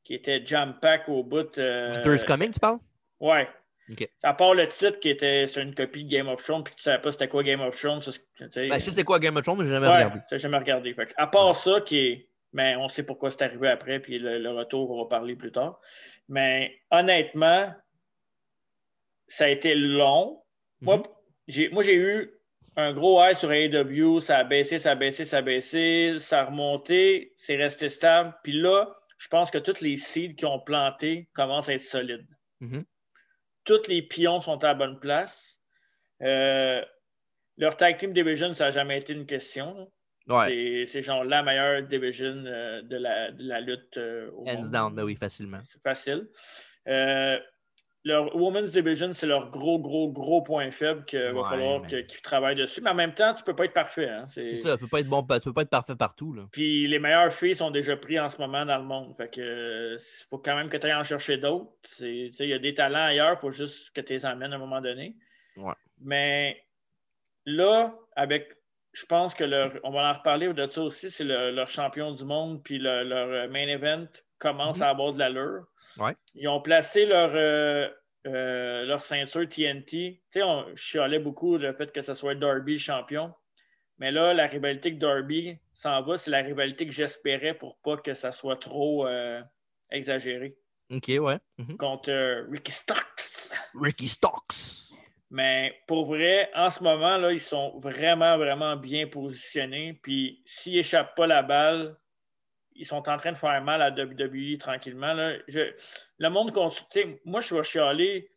S2: qui était jam-pack au bout. euh,
S1: Winter's Coming, tu parles?
S2: Ouais.
S1: Ok.
S2: À part le titre qui était sur une copie de Game of Thrones, puis que tu savais pas c'était quoi Game of Thrones. ça, c'est- tu sais,
S1: Ben, je sais c'est quoi Game of Thrones, mais j'ai jamais
S2: ouais,
S1: regardé.
S2: t'as jamais regardé. Fait que à part ça, qui est. Mais on sait pourquoi c'est arrivé après, puis le, le retour, on va parler plus tard. Mais honnêtement, ça a été long. Moi,
S1: Mhm.
S2: j'ai- Moi, j'ai eu un gros high sur AEW, ça a baissé, ça a baissé, ça a baissé, ça a remonté, c'est resté stable. Puis là, je pense que toutes les seeds qui ont planté commencent à être solides.
S1: Mhm.
S2: Tous les pions sont à la bonne place. Euh, leur tag team division, ça n'a jamais été une question. là.
S1: Ouais,
S2: C'est- C'est genre la meilleure division euh, de, la, de la lutte euh, au
S1: hands ben
S2: monde.
S1: down, ben oui, facilement.
S2: C'est facile. Euh, leur Women's Division, c'est leur gros, gros, gros point faible qu'il va
S1: Ouais,
S2: falloir
S1: mais-
S2: que- qu'ils travaillent dessus. Mais en même temps, tu peux pas être parfait. hein. C'est-
S1: C'est ça, tu peux pas être bon, tu peux pas être parfait partout. Là.
S2: Puis les meilleures filles sont déjà prises en ce moment dans le monde. Fait que euh, c'est- faut quand même que tu ailles en chercher d'autres. C'est- tu sais, Il y a des talents ailleurs, faut juste que tu les emmènes à un moment donné.
S1: Ouais.
S2: Mais là, avec je pense que leur on va en reparler de ça aussi, c'est le- leur champion du monde, puis le- leur euh, main event commence
S1: Mhm.
S2: à avoir de l'allure.
S1: Ouais.
S2: Ils ont placé leur, euh, euh, leur ceinture TNT. Tu sais, on- je chialais beaucoup le fait que ce soit Darby champion. Mais là, la rivalité que Darby s'en va, c'est la rivalité que j'espérais pour pas que ça soit trop euh, exagéré.
S1: OK, ouais. Mhm.
S2: Contre euh, Ricky Starks.
S1: Ricky Stocks.
S2: Mais pour vrai, en ce moment, là, ils sont vraiment, vraiment bien positionnés. Puis s'ils échappent pas la balle, ils sont en train de faire mal à WWE tranquillement. là. Je- le monde consulte. tu sais, Moi, je suis chialer,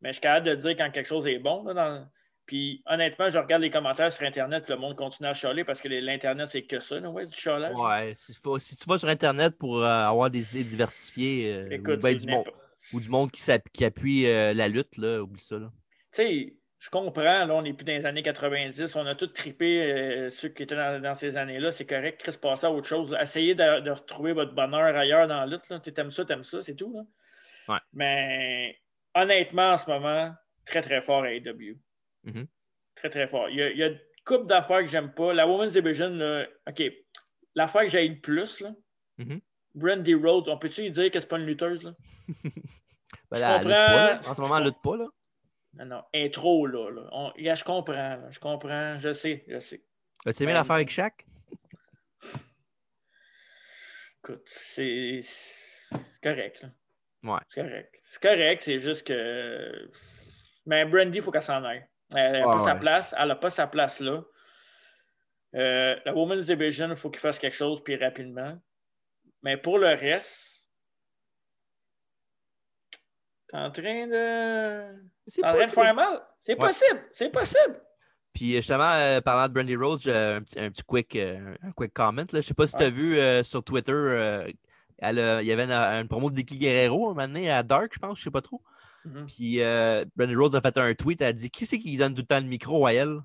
S2: mais je suis capable de dire quand quelque chose est bon. là, dans- Puis honnêtement, je regarde les commentaires sur Internet, le monde continue à chialer parce que les- l'Internet, c'est que ça, là, ouais, du chialage.
S1: Ouais, si, faut- si tu vas sur Internet pour euh, avoir des idées diversifiées euh, ou,
S2: Écoute,
S1: ben
S2: tu
S1: du
S2: venais
S1: monde,
S2: pas-
S1: ou du monde qui, s'app- qui appuie euh, la lutte, là, oublie ça. Là.
S2: tu sais, je comprends, là, on n'est plus dans les années 90, on a tous trippé euh, ceux qui étaient dans, dans ces années-là, c'est correct, Chris, passez à autre chose. là. Essayez de, de retrouver votre bonheur ailleurs dans la lutte. là. Tu sais, T'aimes ça, t'aimes ça, c'est tout. là.
S1: Ouais.
S2: Mais honnêtement, en ce moment, très, très fort à AEW.
S1: Mhm.
S2: Très, très fort. Il y a, il y a une couple d'affaires que j'aime pas. La Women's Division, là, OK, l'affaire que j'ai le plus, là,
S1: Mhm.
S2: Brandy Rhodes, on peut-tu lui dire que c'est pas une lutteuse? Là?
S1: Ben,
S2: Je
S1: là, elle lutte pas, là.
S2: comprends.
S1: En ce moment, elle lutte pas. Là.
S2: Non, non, intro, là. là. On- gars, je comprends, là. je comprends, je sais, je sais.
S1: As-tu aimé
S2: Ben,
S1: l'affaire avec Shaq?
S2: Écoute, c'est c'est correct. là.
S1: Ouais.
S2: C'est correct. C'est correct, c'est juste que. Mais Brandy, il faut qu'elle s'en aille. Elle n'a
S1: Ouais,
S2: pas sa
S1: Ah ouais.
S2: place. Elle n'a pas sa place là. Euh, la Women's Division, il faut qu'il fasse quelque chose, puis rapidement. Mais pour le reste, t'es en train de.
S1: C'est
S2: T'es en train de
S1: possible.
S2: faire mal. C'est
S1: Ouais.
S2: possible. C'est possible.
S1: Puis justement, euh, parlant de Brandy Rhodes, j'ai un petit, un petit quick, euh, un quick comment. Là. Je sais pas si tu as
S2: Ouais.
S1: vu euh, sur Twitter, euh, elle a- il y avait une, une promo de Dicky Guerrero un moment donné à Dark, je pense, je sais pas trop.
S2: Mhm.
S1: Puis euh, Brandy Rhodes a fait un tweet, elle a dit Qui c'est qui donne tout le temps le micro à elle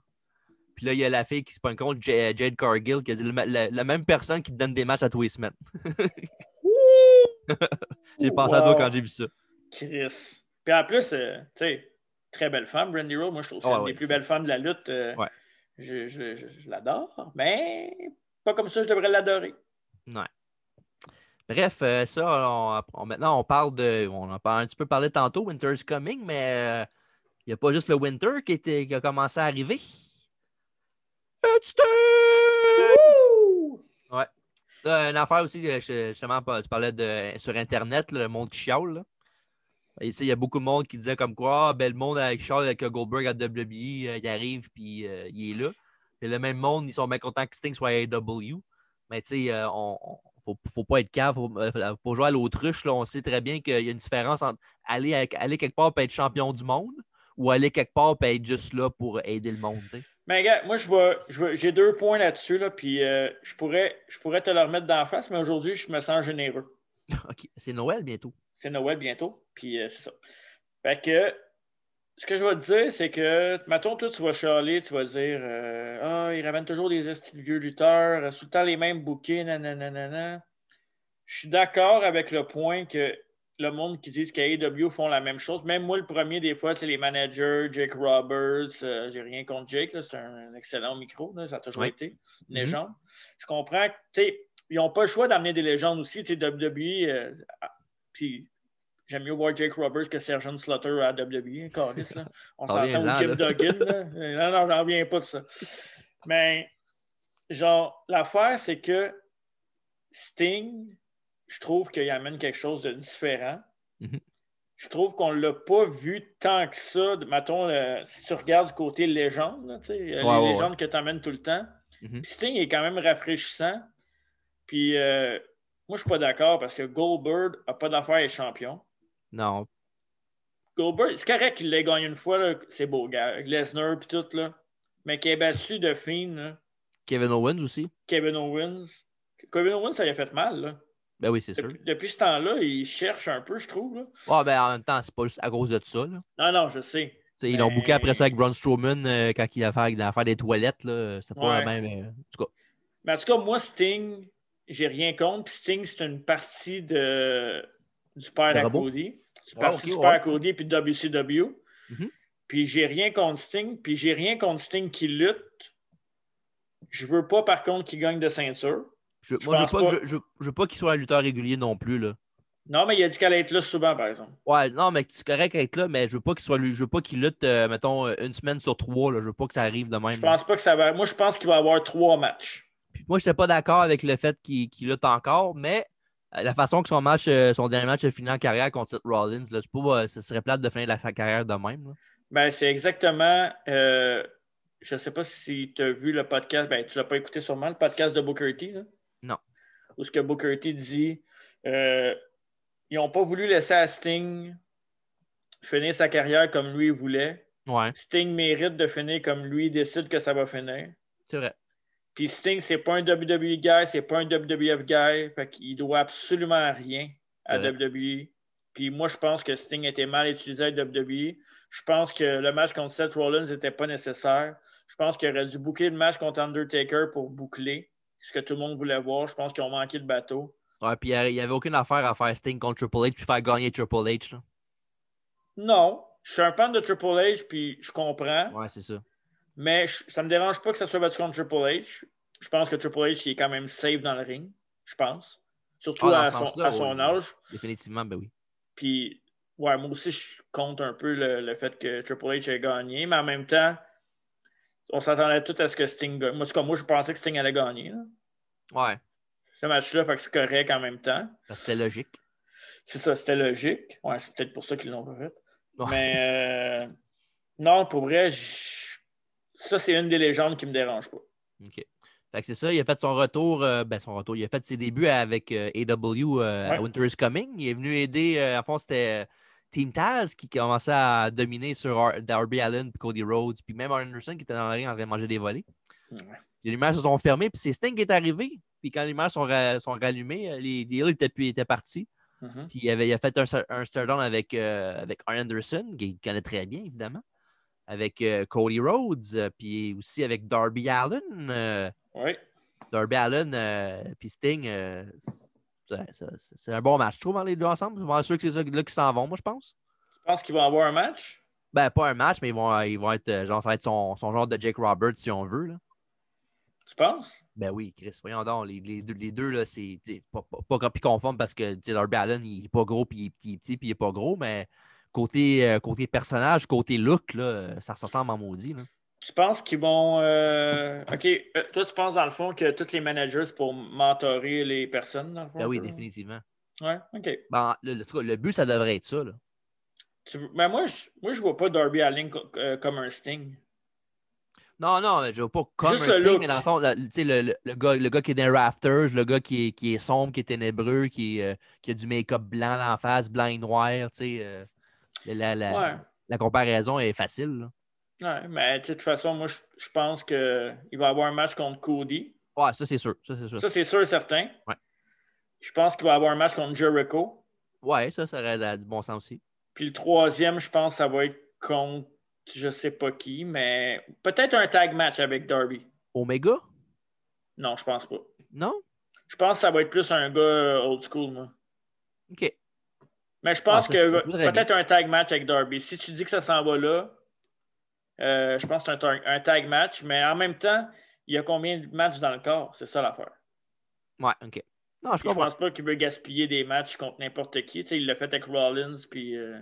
S1: Puis là, il y a la fille qui se prend compte, Ja- euh, Jade Cargill, qui a dit Le ma- la, la même personne qui te donne des matchs à tous les semaines. J'ai pensé à toi
S2: Wow.
S1: quand j'ai vu ça.
S2: Chris. Puis en plus, euh, tu sais, très belle femme, Brandy Rhodes. Moi, je trouve que c'est
S1: Ouais,
S2: une
S1: ouais,
S2: des plus
S1: c'est-
S2: belles femmes de la lutte. euh,
S1: Ouais.
S2: Je, je- je- je l'adore, mais pas comme ça, je devrais l'adorer.
S1: Bref, euh, ça, on- on- maintenant, on parle de. On en parle un petit peu parlé tantôt, Winter's Coming, mais euh, il n'y a pas juste le Winter qui, était, qui a commencé à arriver. Euh, It's time! Ça, une affaire aussi, euh, je- justement, pa- tu parlais de, sur Internet, là, le monde qui chiale. là. Et tu sais, Il y a beaucoup de monde qui disait comme quoi, Ah, ben, le monde avec Charles, avec euh, Goldberg à WWE, euh, il arrive, puis euh, il est là. Et le même monde, ils sont bien contents que Sting soit à AEW. Mais tu sais, euh, on, on- faut, faut pas être cave, faut, euh, faut jouer à l'autruche. là. On sait très bien qu'il y a une différence entre aller, avec- aller quelque part pour être champion du monde ou aller quelque part pour être juste là pour aider le monde. tu sais.
S2: Mais gars, moi, je vois- je vois- j'ai deux points là-dessus, là, puis euh, je, pourrais, je pourrais te le remettre d'en face, mais aujourd'hui, je me sens généreux.
S1: OK, c'est Noël bientôt.
S2: c'est Noël bientôt, puis euh, c'est ça. Fait que, ce que je vais te dire, c'est que, mettons, toi, tu vas chialer, tu vas dire, euh, ah, ils ramènent toujours des estis de vieux lutteurs, euh, tout le temps les mêmes bouquets, nananana. Je suis d'accord avec le point que le monde qui dit qu'AEW font la même chose. Même moi, le premier, des fois, c'est les managers, Jake Roberts, euh, j'ai rien contre Jake, là, c'est un, excellent micro, là, ça a toujours
S1: Ouais.
S2: été, une
S1: Mhm.
S2: légende. Je comprends, que, tu sais, ils n'ont pas le choix d'amener des légendes aussi, tu sais, WWE, euh, ah, puis J'aime mieux voir Jake Roberts que Sergeant Slaughter à WWE, hein, câlisse, là. On s'entend
S1: Parlez-en,
S2: au Jim
S1: là.
S2: Duggan. là. Non, non, j'en reviens pas de ça. Mais, genre, l'affaire, c'est que Sting, je trouve qu'il amène quelque chose de différent.
S1: Mhm.
S2: Je trouve qu'on ne l'a pas vu tant que ça. de- Mettons, le- si tu regardes du côté légende, là, tu sais, euh,
S1: ouais,
S2: les
S1: ouais.
S2: légendes que tu amènes tout le temps,
S1: Mhm.
S2: Puis Sting est quand même rafraîchissant. Puis, euh, moi, je ne suis pas d'accord parce que Goldberg n'a pas d'affaire à être champion.
S1: Non,
S2: Goldberg, c'est correct qu'il l'ait gagné une fois, là, c'est beau, gars. avec Lesnar puis tout, là. Mais qu'il ait battu de Fiend, là,
S1: Kevin Owens aussi.
S2: Kevin Owens. Kevin Owens, ça lui a fait mal, là.
S1: Ben oui, c'est sûr.
S2: Depuis, depuis ce temps-là, il cherche un peu, je trouve. là.
S1: Ah, ben en même temps, c'est pas juste à cause de ça. là.
S2: Non, non, je sais.
S1: Tu sais, ils l'ont
S2: Ben-
S1: bouqué après ça avec Braun Strowman euh, quand il a fait, il a fait des toilettes. là. C'était pas
S2: Ouais.
S1: la même. euh, en tout cas,
S2: Mais en tout cas, moi, Sting, j'ai rien contre. Puis Sting, c'est une partie de, du père
S1: Le
S2: à
S1: robot?
S2: Cody. C'est une
S1: Ah, ok,
S2: partie du père
S1: ouais.
S2: à Cody puis de WCW.
S1: Mhm.
S2: Puis j'ai rien contre Sting. Puis j'ai rien contre Sting qui lutte. Je veux pas, par contre, qu'il gagne de ceinture.
S1: je,
S2: Je
S1: moi, je veux
S2: pense
S1: pas, que
S2: pas.
S1: je- je- je veux pas qu'il soit un lutteur régulier non plus. Là.
S2: Non, mais il a dit qu'elle allait être là souvent, par exemple.
S1: Ouais, non, mais c'est correct avec là, mais je veux pas qu'il soit lui- je veux pas qu'il lutte, euh, mettons, euh, une semaine sur trois. Là. Je veux pas que ça arrive de même.
S2: Je
S1: là.
S2: pense pas que ça va. Moi, je pense qu'il va avoir trois matchs.
S1: Puis moi, je n'étais pas d'accord avec le fait qu'il qu'il lutte encore, mais euh, la façon que son match, euh, son dernier match a fini en carrière contre Seth Rollins, là, c'est pas, euh, ce serait plate de finir la, sa carrière de même. là.
S2: Ben, c'est exactement. euh, je ne sais pas si tu as vu le podcast. Ben, tu l'as pas écouté sûrement, le podcast de Booker T. là.
S1: Non.
S2: Où ce que Booker T dit euh, Ils n'ont pas voulu laisser à Sting finir sa carrière comme lui il voulait.
S1: Ouais,
S2: Sting mérite de finir comme lui décide que ça va finir.
S1: c'est vrai.
S2: Puis Sting, c'est pas un WWE guy, c'est pas un WWF guy. Fait qu'il doit absolument rien à
S1: C'est vrai.
S2: WWE. Puis moi, je pense que Sting était mal utilisé à WWE. Je pense que le match contre Seth Rollins n'était pas nécessaire. Je pense qu'il aurait dû boucler le match contre Undertaker pour boucler ce que tout le monde voulait voir. Je pense qu'ils ont manqué le bateau.
S1: Ouais, puis euh, il n'y avait aucune affaire à faire Sting contre Triple H puis faire gagner Triple H. là.
S2: Non, je suis un fan de Triple H, puis je comprends.
S1: Ouais, c'est ça.
S2: Mais je- ça ne me dérange pas que ça soit battu contre Triple H. Je pense que Triple H il est quand même safe dans le ring, je pense. Surtout
S1: Ah, dans
S2: à,
S1: ce
S2: son,
S1: sens-là,
S2: à son
S1: oui.
S2: âge.
S1: Définitivement, ben oui.
S2: Puis, ouais, moi aussi, je compte un peu le, le fait que Triple H ait gagné, mais en même temps, on s'attendait tout à ce que Sting gagne. Moi, en tout cas, moi, je pensais que Sting allait gagner. là.
S1: Ouais,
S2: Ce match-là, fait que c'est correct en même temps.
S1: parce que c'était logique.
S2: C'est ça, c'était logique. Ouais, c'est peut-être pour ça qu'ils l'ont pas fait.
S1: Ouais.
S2: Mais euh, non, pour vrai, je- ça, c'est une des légendes qui me dérange pas.
S1: OK. Fait que c'est ça, il a fait son retour, euh, ben son retour, il a fait ses débuts avec euh, AW euh, à
S2: Ouais.
S1: Winter is Coming. Il est venu aider, euh, à fond, c'était euh, Team Taz qui commençait à dominer sur Ar- Darby Allen puis Cody Rhodes, puis même Arn Anderson qui était dans la ring en train de manger des volets.
S2: Ouais.
S1: Les lumières se sont fermées, puis c'est Sting qui est arrivé. Puis quand les lumières sont, ra- sont rallumées, euh, les deals étaient, plus- étaient partis.
S2: Mhm.
S1: Puis il, avait, il a fait un, star- un stare-down avec, euh, avec Arn Anderson, qu'il connaît très bien, évidemment. Avec euh, Cody Rhodes, euh, puis aussi avec Darby Allen. euh,
S2: Ouais.
S1: Darby Allen euh, puis Sting, euh, c'est- c'est c'est un bon match, je trouve, hein, les deux ensemble. Je suis pas sûr que c'est ça là qui s'en vont, moi, je pense.
S2: Tu penses qu'il va avoir un match?
S1: Ben, pas un match, mais ils vont, ils vont être, euh, genre, ça va être son, son genre de Jake Roberts, si on veut. Là.
S2: Tu penses?
S1: Ben oui, Chris, voyons donc, les, les deux, les deux, là, c'est t'sais, pas, pas, pas copie conforme parce que t'sais, Darby Allen, il est pas gros, puis il est petit, petit, puis il est pas gros, mais côté, euh, côté personnage, côté look, là, euh, ça se ressemble en maudit. Là.
S2: Tu penses qu'ils vont. euh, OK. euh, toi, tu penses dans le fond que tous les managers, c'est pour mentorer les personnes, dans le fond?
S1: Ben oui,
S2: un peu?
S1: définitivement.
S2: Ouais, OK.
S1: Ben, le, le- en tout cas, le but, ça devrait être ça. Là.
S2: Tu- mais moi, je, moi, je vois pas Darby Allin co- euh, comme un Sting.
S1: Non, non, mais je veux pas comme
S2: Juste
S1: un
S2: le
S1: Sting,
S2: look.
S1: mais dans le sens, la- tu sais, le, le- le gars, le gars qui est dans les rafters, le gars qui est, qui est sombre, qui est ténébreux, qui, est, euh, qui a du make-up blanc en face, blanc et noir, tu sais. euh, la, la-
S2: Ouais.
S1: la comparaison est facile. là.
S2: ouais mais tu sais, de toute façon, moi, je, je pense qu'il va avoir un match contre Cody.
S1: Ouais, ça, c'est sûr. Ça, c'est sûr.
S2: Ça, c'est sûr et certain.
S1: Ouais.
S2: Je pense qu'il va avoir un match contre Jericho.
S1: Ouais, ça, ça aurait la- du bon sens aussi.
S2: Puis le troisième, je pense que ça va être contre je sais pas qui, mais peut-être un tag match avec Darby.
S1: Omega?
S2: Non, je pense pas.
S1: Non?
S2: Je pense que ça va être plus un gars euh, old school, moi.
S1: OK.
S2: Mais je pense
S1: Ah, ça,
S2: que
S1: ça voudrait
S2: peut-être un tag match avec Darby. Si tu dis que ça s'en va là, euh, je pense que c'est un, tar- un tag match. Mais en même temps, il y a combien de matchs dans le corps? C'est ça l'affaire.
S1: Ouais, OK. Non, je
S2: Puis Je
S1: comprends.
S2: pense pas qu'il veut gaspiller des matchs contre n'importe qui. Tu sais, il l'a fait avec Rollins, puis euh,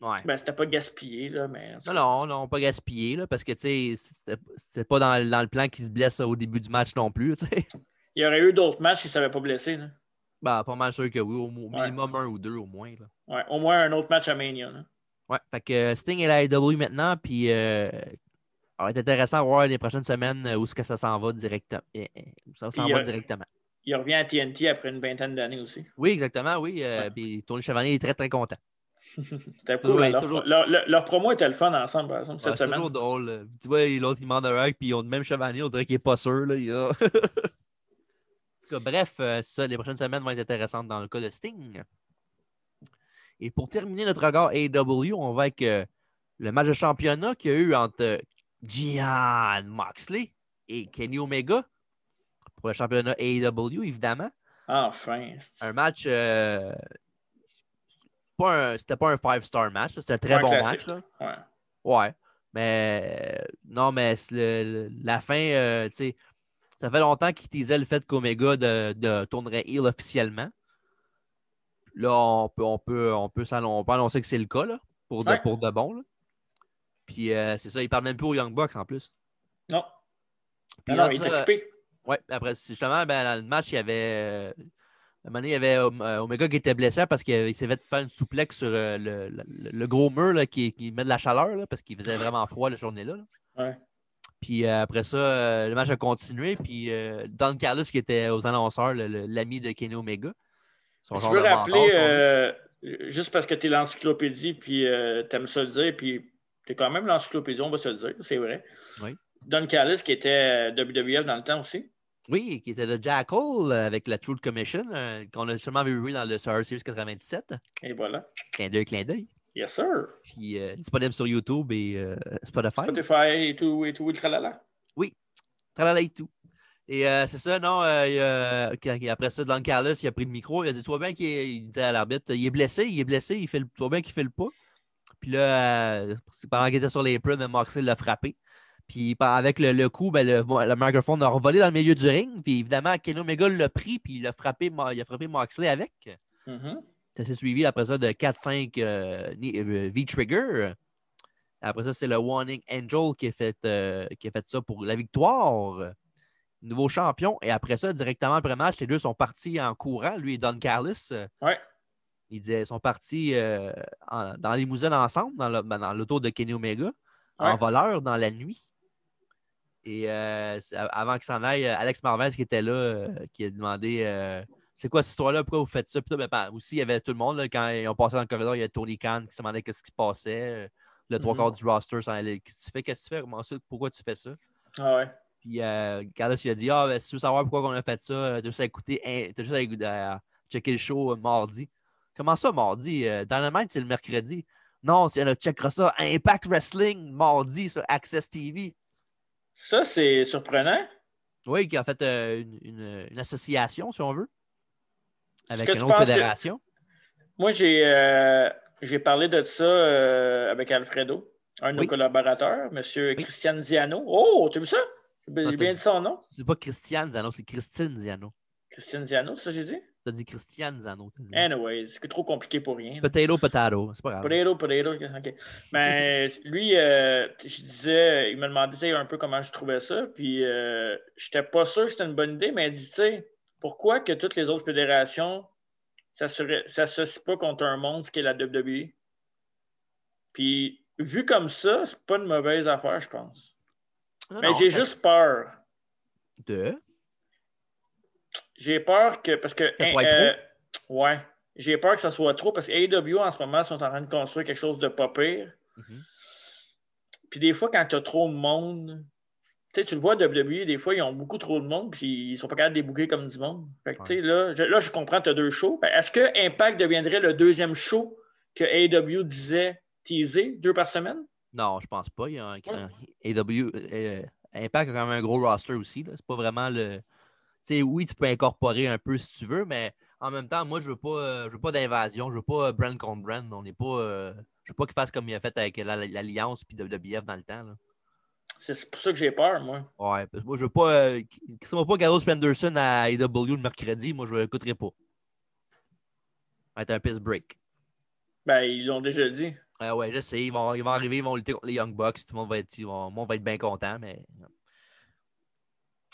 S1: Ouais.
S2: ben, c'était pas gaspillé, là, mais.
S1: Non, non, non, pas gaspillé, là, parce que, tu sais, c'était- c'était pas dans, dans le plan qu'il se blesse au début du match non plus, tu sais.
S2: Il y aurait eu d'autres matchs qui ne s'avaient pas blessé. là.
S1: Ben, pas mal sûr que oui, au, au
S2: Ouais.
S1: minimum un ou deux au moins, là.
S2: Ouais, au moins un autre match à Mania. là.
S1: Ouais, fait que euh, Sting est la AEW maintenant, puis euh, ça va être intéressant à voir les prochaines semaines euh, où est-ce que ça s'en va directement. Eh, ça s'en
S2: Puis,
S1: va
S2: euh,
S1: directement.
S2: Il revient à TNT après une vingtaine d'années aussi.
S1: Oui, exactement, oui. euh,
S2: ouais.
S1: Puis Tony Chevalier est très, très content.
S2: C'était cool.
S1: Toujours-
S2: hein, leur,
S1: toujours-
S2: leur- leur- leur promo était le fun ensemble, par exemple, cette
S1: Ouais, c'est
S2: semaine.
S1: toujours drôle. euh. Tu vois, l'autre, il demande un hack, puis ils ont le même Chevalier, on dirait qu'il est pas sûr. Là, il a- tout cas, bref, euh, ça, les prochaines semaines vont être intéressantes dans le cas de Sting. Et pour terminer notre regard AW, on va avec euh, le match de championnat qu'il y a eu entre euh, Gian Moxley et Kenny Omega pour le championnat AEW, évidemment.
S2: Ah, Enfin.
S1: Un match. euh, pas un- C'était pas un five-star match, là. c'était un très
S2: Un
S1: bon
S2: classique.
S1: match. là.
S2: Ouais.
S1: Ouais. Mais euh, non, mais c'est le- le- la fin, euh, tu sais, ça fait longtemps qu'ils teasaient le fait qu'Omega de, de tournerait heel officiellement. Là, on peut, on peut, on peut, s'allon- on peut annoncer que c'est le cas, là, pour de,
S2: Ouais.
S1: pour de bon. là. Puis euh, c'est ça, ils parlent même plus aux Young Bucks en plus.
S2: Non.
S1: Puis
S2: non, non,
S1: là,
S2: il est
S1: ça-
S2: occupé.
S1: Ouais, après, c'est justement, ben, dans le match, il y avait. euh, à un moment donné, il y avait Om- euh, Omega qui était blessé parce qu'il avait- il s'est fait faire une souplex sur euh, le, le- le gros mur là, qui, qui met de la chaleur là, parce qu'il faisait vraiment froid la journée-là. là.
S2: Ouais.
S1: Puis euh, après ça, euh, le match a continué. Puis euh, Don Carlos, qui était aux annonceurs, le- le- l'ami de Kenny Omega. Son
S2: Je veux
S1: de mentor,
S2: rappeler,
S1: son-
S2: euh, juste parce que tu es l'encyclopédie, puis tu aimes ça le dire, puis tu es quand même l'encyclopédie, on va se le dire, c'est vrai.
S1: Oui.
S2: Don Callis, qui était euh, WWF dans le temps aussi.
S1: Oui, qui était le Jackal euh, avec la Truth Commission, euh, qu'on a seulement vu dans le Survivor Series 97.
S2: Et voilà.
S1: Clin d'œil, clin d'œil.
S2: Yes, sir.
S1: Puis euh, disponible sur YouTube et euh, Spotify.
S2: Spotify et tout, et tout, et le tralala.
S1: Tralala et tout. Et euh, c'est ça, non, euh, il, euh, quand- après ça, Don Carlos, il a pris le micro, il a dit, toi bien qu'il est- il disait à l'arbitre, il est blessé, il est blessé, il fait le, tu vois bien qu'il fait le pas. Puis là, euh, c'est pendant qu'il était sur les prunes, Moxley l'a frappé. Puis par- avec le, le coup, ben, le, le microphone a revolé dans le milieu du ring. Puis évidemment, Kenny Omega l'a pris, puis il a frappé, Mo- il a frappé Moxley avec.
S2: Mhm.
S1: Ça s'est suivi après ça de 4-5 euh, ni- euh, V-Trigger. Après ça, c'est le Warning Angel qui a, fait, euh, qui a fait ça pour la victoire. Nouveau champion. Et après ça, directement après le match, les deux sont partis en courant, lui et Don Carlis.
S2: Ouais.
S1: Ils disaient, ils sont partis euh, en- dans les mousines ensemble, dans le- ben, dans l'auto de Kenny Omega, en
S2: Ouais.
S1: voleur dans la nuit. Et euh, c'est- avant qu'il s'en aille, euh, Alex Marvez qui était là, euh, qui a demandé euh, C'est quoi cette histoire-là Pourquoi vous faites ça Puis là, ben, ben, Aussi, il y avait tout le monde. là, quand ils ont passé dans le corridor, il y a Tony Khan qui se demandait qu'est-ce qui se passait. euh, Le trois
S2: Mhm.
S1: quarts du roster s'en allait. Qu'est-ce que tu fais Qu'est-ce que tu fais Comment ça? Pourquoi tu fais ça
S2: Ah ouais.
S1: puis euh, Carlos, il a dit Ah, ben, si tu veux savoir pourquoi on a fait ça, euh, t'as juste à écouter, hein, t'as juste à écou- à checker le show euh, mardi. Comment ça, mardi Euh, Dynamite, c'est le mercredi. Non, c'est- on checkera ça. Impact Wrestling, mardi sur Access TV.
S2: Ça, c'est surprenant.
S1: Oui, qui a fait euh, une, une- une association, si on veut, avec
S2: que
S1: une
S2: tu
S1: autre
S2: penses que-
S1: fédération.
S2: Moi, j'ai euh, j'ai parlé de ça euh, avec Alfredo, un de
S1: Oui.
S2: nos collaborateurs, Monsieur
S1: Oui.
S2: Christian Ziano. Oh, t'as vu ça? J'ai bien-
S1: Non,
S2: j'ai
S1: t'as
S2: bien
S1: dit-
S2: dit son nom.
S1: C'est pas Christiane Zano, c'est Christine Zano.
S2: Christian Ziano, c'est ça que j'ai dit?
S1: T'as dit Christiane Zano. t'as dit.
S2: Anyways, c'est trop compliqué pour rien.
S1: Potato, potato. C'est pas grave.
S2: Eh, Potato, potato, ok. Mais lui, euh, je disais, il me demandait un peu comment je trouvais ça, puis euh, j'étais pas sûr que c'était une bonne idée, mais il dit, tu sais, pourquoi que toutes les autres fédérations s'assuraient- s'associent pas contre un monde qui est la WWE? Puis vu comme ça, c'est pas une mauvaise affaire, je pense.
S1: Non,
S2: Mais
S1: non,
S2: Ben, j'ai
S1: ça-
S2: juste peur.
S1: Deux.
S2: J'ai peur que. Parce que.
S1: Ça soit
S2: trop. Ouais. J'ai peur que ça soit trop parce que AEW en ce moment sont en train de construire quelque chose de pas pire.
S1: Mhm.
S2: Puis des fois, quand tu as trop de monde, tu sais, tu le vois, WWE, des fois, ils ont beaucoup trop de monde, puis ils sont pas capables de débouquer comme du monde. Fait que, tu sais, là, je, là, je comprends, tu as deux shows. Ben, Est-ce que Impact deviendrait le deuxième show que AEW disait teaser, deux par semaine?
S1: Non, je pense pas. Il y a un, grand- AW, euh, Impact a quand même un gros roster aussi. là. C'est pas vraiment le. Tu sais, oui, tu peux incorporer un peu si tu veux, mais en même temps, moi, je veux pas, euh, je veux pas d'invasion. Je veux pas euh, brand contre brand. On n'est pas. euh, je veux pas qu'ils fassent comme il a fait avec la- la- l'Alliance puis WWF dans le temps. là.
S2: C'est pour ça que j'ai peur, moi.
S1: Ouais, parce que moi, je veux pas. Euh, qu'ils- qu'ils soient pas Gallows Penderson à AW le mercredi. Moi, je l'écouterai pas. Ça va être un piss break.
S2: Ben, ils l'ont déjà dit.
S1: Ah ouais, je sais. Ils vont, ils vont arriver, ils vont lutter contre les Young Bucks. Tout le monde va être, ils vont- le monde va être bien content, mais.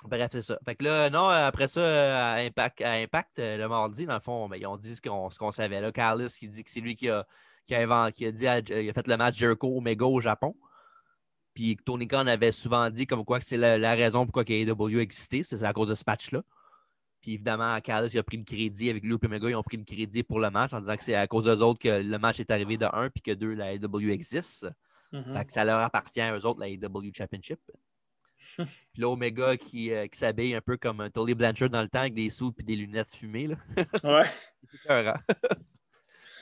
S1: Bref, c'est ça. Fait que là, non, après ça, à Impact, à Impact, euh, le mardi, dans le fond, ben, ils ont dit ce qu'on ce qu'on savait. Là, Carlos, il dit que c'est lui qui a, qui a, invent- qui a dit à- euh, il a fait le match Jericho Omega au Japon. Puis que Tony Khan avait souvent dit comme quoi que c'est la, la raison pourquoi E AEW existait, c'est à cause de ce match-là. Puis évidemment, Carlos il a pris le crédit avec lui et Omega, ils ont pris le crédit pour le match en disant que c'est à cause d'eux autres que le match est arrivé de 1 puis que 2, la AEW existe.
S2: Mhm.
S1: Mm. Fait que ça leur appartient à eux autres, la AEW E Championship. Puis là, Omega qui, euh, qui s'habille un peu comme un Tully Blanchard dans le temps avec des sous et des lunettes fumées. Là.
S2: Ouais.
S1: C'est écœurant.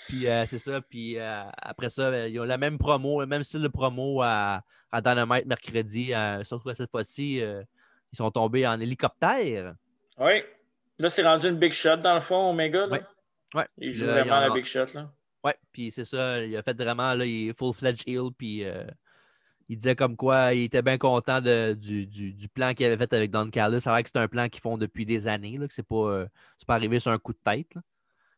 S1: puis euh, c'est ça. Puis euh, après ça, euh, ils ont la même promo, le même style de promo à, à Dynamite mercredi. euh, sauf que cette fois-ci, euh, ils sont tombés en hélicoptère.
S2: Ouais. Là, c'est rendu une big shot dans le fond, Omega. Là.
S1: Ouais. Ouais.
S2: Il
S1: Puis
S2: joue
S1: là,
S2: vraiment
S1: ils
S2: la
S1: ont-
S2: big shot. Là.
S1: Ouais, puis c'est ça, il a fait vraiment, là, il est full-fledged heel, puis euh, il disait comme quoi il était bien content de- du, du- du plan qu'il avait fait avec Don Callis. C'est vrai que c'est un plan qu'ils font depuis des années, là, que c'est pas, euh, c'est pas arrivé sur un coup de tête. là.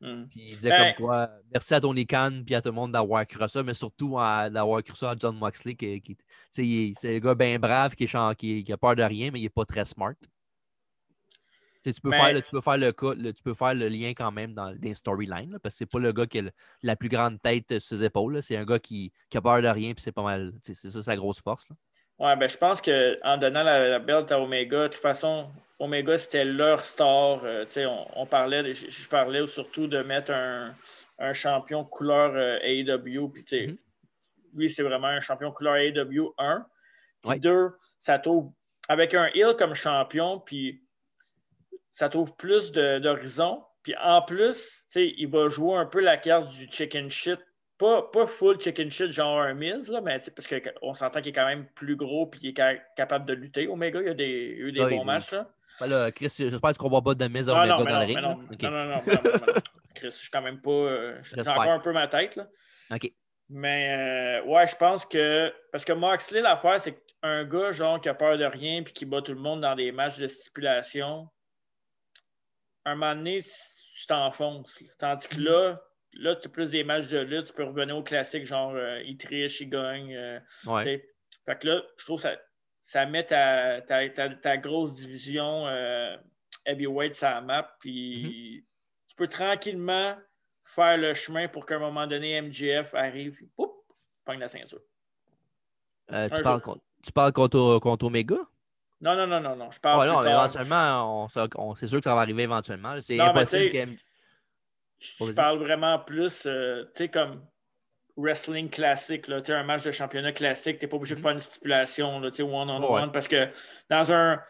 S2: Mm.
S1: Puis il disait
S2: Ben-
S1: comme quoi, merci à Tony Khan puis à tout le monde d'avoir cru ça, mais surtout à- d'avoir cru ça à John Moxley, qui, qui- tu sais, il est- c'est le gars bien brave, qui, est chan- qui, qui a peur de rien, mais il est pas très smart. Tu sais, tu, peux
S2: Ben-
S1: faire, le- tu, peux faire le, cas- le- tu peux faire le lien quand même dans les storylines, là, parce que c'est pas le gars qui a le- la plus grande tête sur ses épaules. là. C'est un gars qui, qui a peur de rien, puis c'est pas mal. tu sais, C'est ça sa grosse force. là.
S2: Ouais, ben, je pense qu'en donnant la, la belt à Omega, de toute façon, Omega, c'était leur star. euh, tu sais, on, on parlait, de- je, je parlais surtout de mettre un, un champion couleur euh, AEW. Puis, tu sais,
S1: Mhm.
S2: lui, c'est vraiment un champion couleur AEW 1. Puis,
S1: Ouais.
S2: deux, ça trouve, avec un heel comme champion, puis ça trouve plus de- d'horizon. Puis, en plus, tu sais, il va jouer un peu la carte du chicken shit pas, pas full chicken shit, genre un Miz, là, mais tu sais, parce qu'on s'entend qu'il est quand même plus gros puis il est ca- capable de lutter. Omega, il y a, des, il y a eu des
S1: Ah oui,
S2: bons
S1: oui.
S2: matchs. Là.
S1: Ben là, Chris, j'espère qu'on va pas de mise à
S2: Ah,
S1: Omega
S2: non, mais
S1: dans le
S2: non,
S1: ring.
S2: mais
S1: là.
S2: non,
S1: OK.
S2: non, non, non, non, non, non. Chris, je suis quand même pas. euh, J'ai
S1: J'espère.
S2: encore un peu ma tête. Là.
S1: OK.
S2: Mais euh, ouais, je pense que. Parce que Moxley, l'affaire, c'est un gars genre qui a peur de rien puis qui bat tout le monde dans des matchs de stipulation. Un moment donné, si tu t'enfonces. là. Tandis que là, là, tu as plus des matchs de lutte, tu peux revenir au classique, genre euh, il triche, il gagne. euh,
S1: Ouais.
S2: tu sais. Fait que là, je trouve que ça, ça met ta, ta- ta- ta grosse division euh, heavyweight sur la map. Puis tu peux tranquillement faire le chemin pour qu'à un moment donné, MGF arrive, puis pouf, pogne la ceinture.
S1: Euh, tu,
S2: un
S1: parles
S2: jour.
S1: contre, tu parles contre, contre Omega?
S2: Non, non, non, non, non. Je parle
S1: Ouais,
S2: plus
S1: non, mais
S2: Ah, tard.
S1: éventuellement, on se- on- c'est sûr que ça va arriver éventuellement. là. C'est
S2: Non, mais
S1: impossible
S2: tu sais-
S1: que-
S2: Je
S1: Oh, vas-y.
S2: parle vraiment plus, euh, tu sais, comme wrestling classique, là, tu sais, un match de championnat classique, tu n'es pas obligé de faire une stipulation, là, tu sais, one-on-one,
S1: Mhm. Ouais.
S2: parce que dans un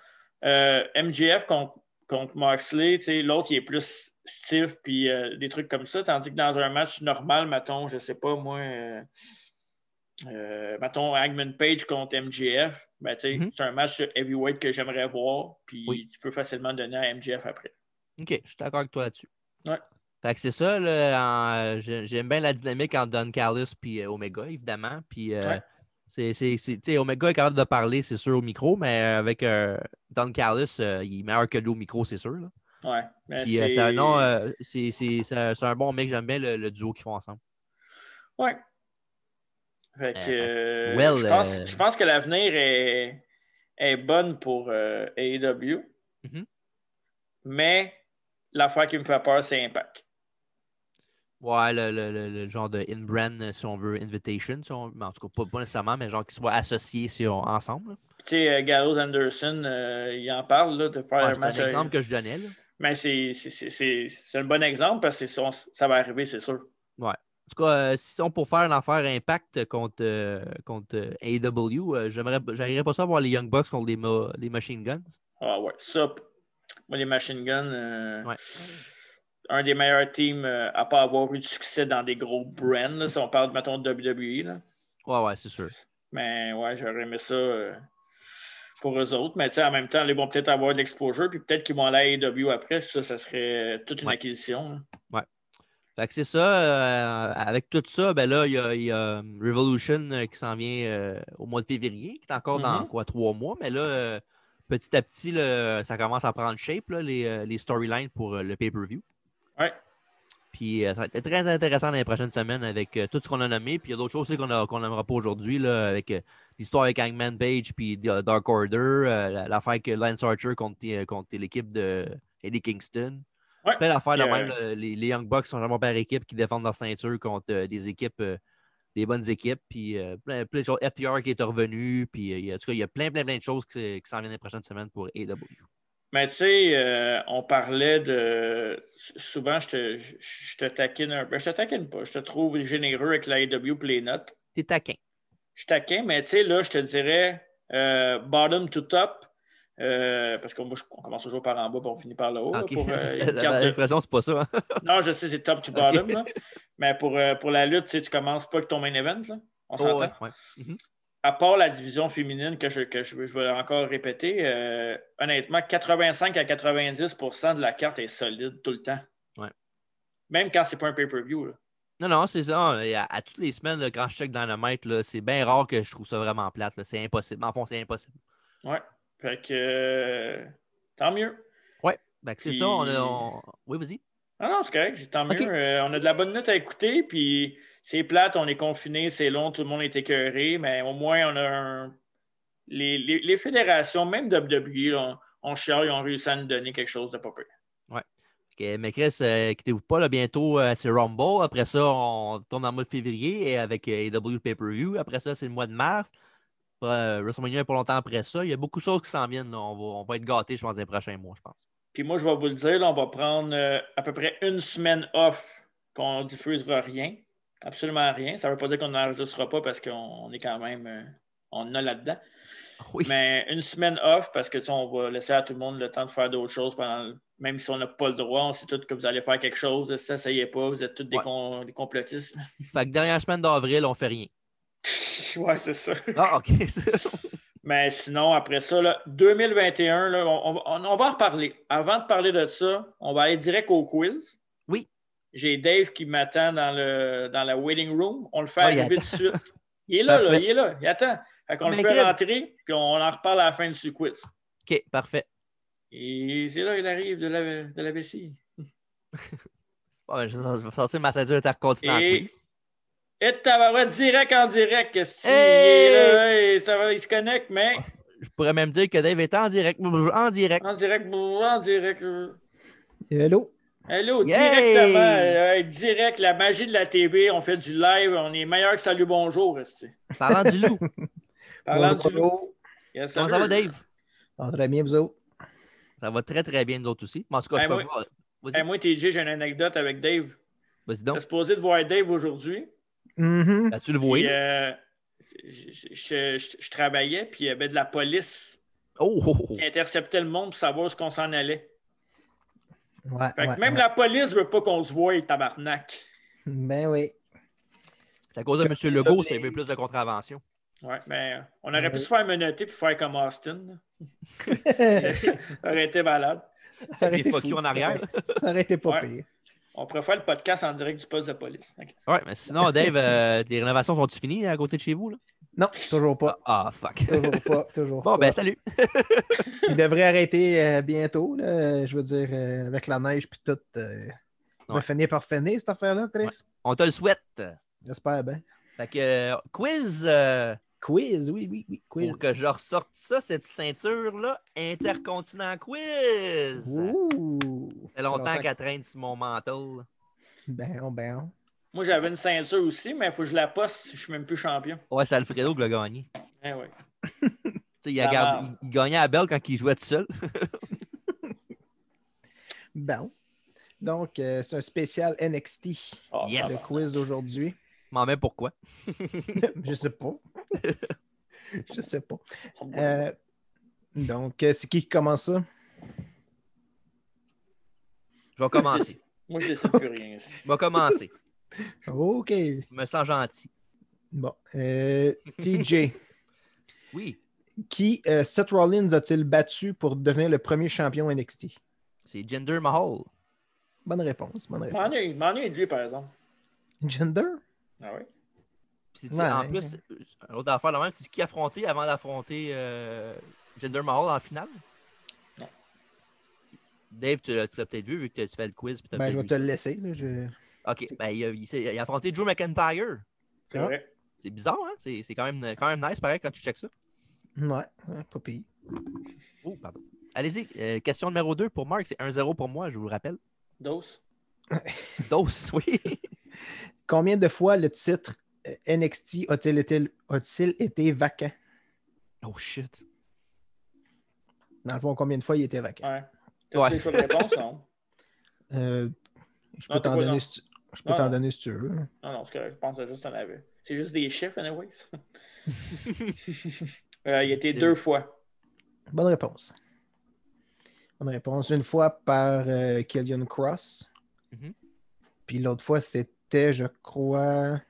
S2: euh, MGF contre, contre Moxley, tu sais, l'autre, il est plus stiff, puis euh, des trucs comme ça, tandis que dans un match normal, mettons, je sais pas, moi, euh, euh, mettons, Hangman Page contre MGF, ben, tu sais,
S1: Mhm.
S2: c'est un match heavyweight que j'aimerais voir, puis
S1: Oui.
S2: tu peux facilement donner à MGF après.
S1: OK, je suis d'accord avec toi là-dessus.
S2: Ouais.
S1: Fait que c'est ça, là, en- j'ai- j'aime bien la dynamique entre Don Callis et Omega, évidemment. Puis, euh,
S2: Ouais.
S1: c'est- c'est- c'est- tu sais, Omega est capable de parler, c'est sûr, au micro, mais euh, avec euh, Don Callis, euh, il est meilleur que lui au micro, c'est sûr. là.
S2: Ouais, mais
S1: Puis, euh, c'est
S2: c'est-
S1: un, nom, euh, c'est- c'est- c'est un- c'est un bon mec, j'aime bien le, le duo qu'ils font ensemble.
S2: Ouais. Fait que,
S1: Euh,
S2: euh,
S1: well,
S2: je, pense,
S1: euh,
S2: je pense que l'avenir est, est bonne pour euh, AEW.
S1: Mhm.
S2: Mais l'affaire qui me fait peur, c'est Impact.
S1: Ouais, le, le- le- le genre de in-brand, euh, si on veut, invitation, si on- mais en tout cas, pas, pas nécessairement, mais genre qu'ils soient associés si on- ensemble. là.
S2: Tu sais, euh, Gallows Anderson, euh, il en parle là, de faire
S1: Ouais,
S2: un
S1: c'est
S2: match.
S1: un exemple
S2: avec-
S1: que je donnais. là.
S2: Mais c'est c'est- c'est- c'est- c'est un bon exemple parce que c'est- on- ça va arriver, c'est sûr.
S1: En tout cas, euh, si sont pour faire l'affaire Impact contre, euh, contre euh, AEW, euh, j'aimerais j'aimerais pas ça voir les Young Bucks contre les, mo- les Machine Guns.
S2: Ah ouais, ça, p- moi, les Machine Guns, euh,
S1: Ouais.
S2: un des meilleurs teams euh, à pas avoir eu de succès dans des gros brands, là, si on parle, mettons, de WWE. Là.
S1: Ouais, ouais, c'est sûr.
S2: Mais ouais, j'aurais aimé ça euh, pour eux autres. Mais tu sais, en même temps, ils vont peut-être avoir de l'exposure, puis peut-être qu'ils vont aller à AEW après. Ça, ça serait euh, toute une
S1: Ouais.
S2: acquisition. là.
S1: Fait que c'est ça. euh, avec tout ça, ben là, il y a, il y a, euh, Revolution euh, qui s'en vient euh, au mois de février, qui est encore dans
S2: Mhm.
S1: quoi, trois mois, mais là, euh, petit à petit, là, ça commence à prendre shape, là, les, euh, les storylines pour euh, le pay-per-view.
S2: Ouais.
S1: Puis euh, ça va être très intéressant dans les prochaines semaines avec euh, tout ce qu'on a nommé. Puis il y a d'autres choses aussi qu'on a- qu'on n'aimera pas aujourd'hui, là, avec euh, l'histoire avec Hangman Page, puis euh, Dark Order, euh, la- l'affaire que Lance Archer contre, euh, contre l'équipe de Eddie Kingston.
S2: Ouais.
S1: Plein d'affaires de
S2: Puis, euh,
S1: même. là. les, les Young Bucks sont vraiment par équipe qui défendent leur ceinture contre euh, des équipes, euh, des bonnes équipes. Puis euh, plein, plein de choses. FTR qui est revenu. Puis euh, il y a- en tout cas, il y a plein, plein, plein de choses qui, qui s'en viennent les prochaines semaines pour AW.
S2: Mais tu sais, euh, on parlait de. Souvent, je te, je, je te taquine un peu. Je te taquine pas. Je te trouve généreux avec la AEW et E les notes.
S1: T'es taquin.
S2: Je taquine, mais tu sais, là, je te dirais, euh, bottom to top. Euh, parce qu'on on commence toujours par en bas, puis on finit par le haut.
S1: Ok.
S2: là, pour, euh, une carte de-
S1: L'expression, c'est pas ça. hein?
S2: Non, je sais, c'est top to bottom. là. Mais pour, euh, pour la lutte, tu sais, tu commences pas avec ton main event. Là. On s'entend.
S1: Ouais, ouais.
S2: À part la division féminine que je, que je, je vais encore répéter, euh, honnêtement, 85 à 90 de la carte est solide tout le temps.
S1: Ouais.
S2: Même quand c'est pas un pay-per-view. là.
S1: Non, non, c'est ça. Et À, à toutes les semaines, là, quand je check Dynamite, là, c'est bien rare que je trouve ça vraiment plate. là. C'est impossible. En fond, c'est impossible.
S2: Fait que euh, tant mieux.
S1: Fait que c'est
S2: Puis-
S1: ça. On a- on- Oui, vas-y.
S2: Ah non, c'est correct, j'ai- tant mieux.
S1: Ok.
S2: Euh, on a de la bonne note à écouter, puis c'est plate, on est confiné, c'est long, tout le monde est écœuré, mais au moins on a un- les, les- les fédérations, même WWE, là, on, on chiale, ils ont réussi à nous donner quelque chose de pas peu.
S1: Ok, mais Chris, euh, quittez-vous pas. Là, bientôt, euh, c'est Rumble. Après ça, on tourne en mois de février et avec euh, AEW Pay-Per-View. Après ça, c'est le mois de mars. Euh, WrestleMania, pas longtemps après ça. Il y a beaucoup de choses qui s'en viennent. là. On, va, on va être gâtés, je pense, dans les prochains mois, je pense.
S2: Puis moi, je vais vous le dire, là, on va prendre euh, à peu près une semaine off qu'on diffusera rien, absolument rien. Ça ne veut pas dire qu'on n'enregistrera pas parce qu'on on est quand même, euh, on a là-dedans.
S1: Oui.
S2: Mais une semaine off parce que tu sais, on va laisser à tout le monde le temps de faire d'autres choses pendant le- même si on n'a pas le droit, on sait tous que vous allez faire quelque chose, ça, ça y est pas, vous êtes tous des,
S1: Ouais.
S2: con- des complotistes.
S1: Fait que dernière semaine d'avril, on fait rien.
S2: ouais, c'est ça.
S1: Ah, OK. c'est-
S2: Mais sinon, après ça, là, 2021, là, on, on- on- on va en reparler. Avant de parler de ça, on va aller direct au quiz.
S1: Oui.
S2: J'ai Dave qui m'attend dans, le, dans la waiting room. On le fait
S1: Ah, il
S2: arriver tout de suite. Il est là, là,
S1: Parfait.
S2: il est là, il attend. Fait qu'on le
S1: Mais
S2: fait
S1: Krim.
S2: rentrer, puis on en reparle à la fin du quiz.
S1: OK, parfait.
S2: Et c'est là il arrive de la, de la vessie.
S1: Bon, ben, je je vais sortir ma ceinture intercontinentale.
S2: Et-
S1: quiz.
S2: Et tabarouette, direct en direct. Si
S1: Hey!
S2: il est là, hey, ça va, il se connecte, mais
S1: Je pourrais même dire que Dave est en direct. En direct.
S2: en direct, brou, en direct. brou.
S3: Hello.
S2: Hello,
S1: Yay!
S2: directement, euh, hey, direct, la magie de la TV, on fait du live, on est meilleur que Salut Bonjour, esti.
S1: Parlant du loup.
S2: Parlant
S3: Bonjour,
S2: du
S3: bonjour.
S2: Yes,
S1: Comment
S2: sir.
S1: ça va, Dave?
S3: Ah, très bien, vous autres.
S1: Ça va très, très bien, nous autres aussi. Mais en tout cas, je
S2: Ben,
S1: peux
S2: moi-
S1: pas. Vas-y,
S2: Hey, moi, TJ, j'ai une anecdote avec Dave.
S1: vas-y
S2: T'es
S1: donc.
S2: supposé de voir Dave aujourd'hui.
S3: Mhm.
S1: As-tu le
S2: Puis,
S1: voué? là?
S2: euh, je, je- je- je- je travaillais, puis il y avait de la police
S1: Oh, oh, oh.
S2: qui interceptait le monde pour savoir ce qu'on s'en allait.
S3: Ouais,
S2: Fait que
S3: ouais,
S2: même
S3: ouais.
S2: la police veut pas qu'on se voie, tabarnak.
S3: Ben oui.
S1: C'est à cause de
S2: euh,
S1: M. Legault, ça veut plus de contraventions.
S2: Ouais, mais euh, on aurait pu
S3: Ouais.
S2: se faire menotter puis faire comme Austin. Ça aurait été malade.
S3: ça aurait
S1: Des
S3: été
S1: fuck
S3: fou,
S1: you en
S3: ça
S1: arrière.
S3: aurait- Ça aurait été pas
S2: Ouais.
S3: pire.
S2: On pourrait faire le podcast en direct du poste de police. Ok.
S1: Ouais, mais sinon, Dave, euh, tes rénovations sont-tu finies hein, à côté de chez vous? Là?
S3: Non, toujours pas.
S1: Ah, fuck.
S3: Toujours pas, toujours
S1: Bon,
S3: pas.
S1: ben, salut.
S3: Il devrait arrêter euh, bientôt, là, euh, je veux dire, euh, avec la neige puis tout. Euh, on
S1: Ouais.
S3: Va finir par finir cette affaire-là, Chris.
S1: Ouais. On te le souhaite.
S3: J'espère bien.
S1: Fait que, euh, quiz, euh,
S3: Quiz, oui, oui, oui, quiz.
S1: pour que je ressorte ça, cette ceinture-là, Intercontinent Quiz.
S3: Ouh.
S1: Ça euh, fait longtemps
S3: Longtemps.
S1: qu'elle traîne sur mon manteau.
S3: Ben, on, ben, on.
S2: Moi, j'avais une ceinture aussi, mais il faut que je la poste. Je suis même plus champion.
S1: Ouais, c'est Alfredo qui l'a gagné.
S2: Eh ouais.
S1: Tu sais, Il,
S2: Ça
S1: a gardé-
S2: marche.
S1: il- il gagnait à Belle quand il jouait tout seul.
S3: Bon. ben. Donc, euh, c'est un spécial NXT,
S2: Ah,
S1: Yes.
S2: ça
S3: le
S2: va.
S3: quiz d'aujourd'hui.
S1: M'en même pourquoi.
S3: Je sais pas. je sais pas.
S2: Ça me va.
S3: Euh, donc, euh, c'est qui qui commence ça?
S1: Je vais commencer.
S2: Moi, je ne sais plus rien.
S1: Je vais commencer.
S3: OK.
S1: Je me sens gentil.
S3: Bon. Euh, TJ,
S1: Oui,
S3: qui euh, Seth Rollins a-t-il battu pour devenir le premier champion NXT?
S1: c'est Gender Mahal.
S3: Bonne réponse, bonne
S2: Je M'en
S3: réponse.
S2: ai- je m'en ai de lui, par exemple.
S3: Gender?
S2: Ah ouais.
S1: Puis, tu sais, en
S3: Ouais.
S1: plus, euh, l'autre affaire, la même, c'est qui affronter avant d'affronter euh, Gender Mahal en finale?
S2: Non.
S1: Dave, tu l'as tu l'as peut-être vu vu que tu fais le quiz. puis t'as
S3: Ben, je vais te
S1: peut-être
S3: le laisser. là, je-
S1: vu. Ok, ben, il, a, il s'est- il a affronté Drew McIntyre.
S2: C'est
S3: Ah.
S2: vrai.
S1: C'est bizarre, hein? C'est c'est quand même, quand même nice, pareil, quand tu checkes ça.
S3: Ouais, ouais, pas pire.
S1: Oh, pardon. Allez-y, euh, question numéro 2 pour Marc, c'est 1-0 pour moi, je vous le rappelle.
S2: Dos.
S1: Dos, oui.
S3: Combien de fois le titre euh, NXT a-t-il été, a-t-il été vacant?
S1: Oh shit.
S3: Dans le fond, combien de fois il était vacant?
S2: Ouais.
S1: Ouais.
S2: T'as tu les choix de réponse, non?
S3: Euh, je peux
S2: Non, t'as
S3: t'en
S2: pas
S3: donner,
S2: raison.
S3: si tu... je peux
S2: Non,
S3: t'en
S2: non.
S3: donner si tu veux. hein.
S2: Non, non, c'est correct. Je pense que juste en avait. C'est juste des chiffres, anyways. Euh, il a été
S1: Dit-il.
S2: deux fois.
S3: Bonne réponse. Bonne réponse. Une fois par euh, Killian Cross.
S1: Mhm.
S3: Puis l'autre fois, c'était, je crois,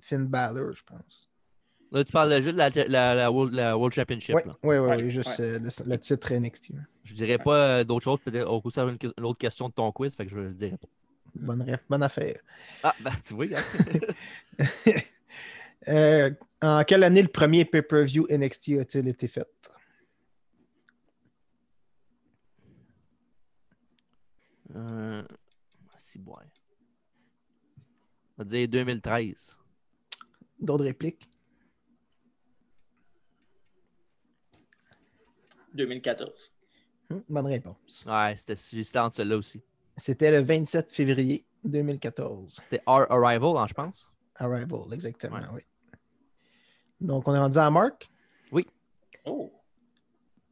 S3: Finn Balor, je pense.
S1: Là, tu parles juste de la, la- la World, la World Championship.
S3: Oui,
S1: là.
S3: oui, oui,
S2: Ouais,
S3: juste euh, le, le titre NXT. là.
S1: Je dirais pas euh, d'autre chose. Peut-être au coup, ça va une, que- une autre question de ton quiz, fait que je le dirais pas.
S3: Bonne, ré- bonne affaire.
S1: Ah, ben tu vois, regarde.
S3: Euh, en quelle année le premier pay-per-view NXT a-t-il été fait?
S1: Euh, si, bon. On va dire 2013.
S3: D'autres répliques?
S2: 2014.
S3: Hum, bonne réponse.
S1: Ouais, c'était j'hésitais entre celle-là aussi.
S3: C'était le 27 février 2014.
S1: C'était Our Arrival, hein, je pense.
S3: Arrival, exactement,
S1: Ouais.
S3: oui. Donc, on est rendu à Marc,
S2: Oh!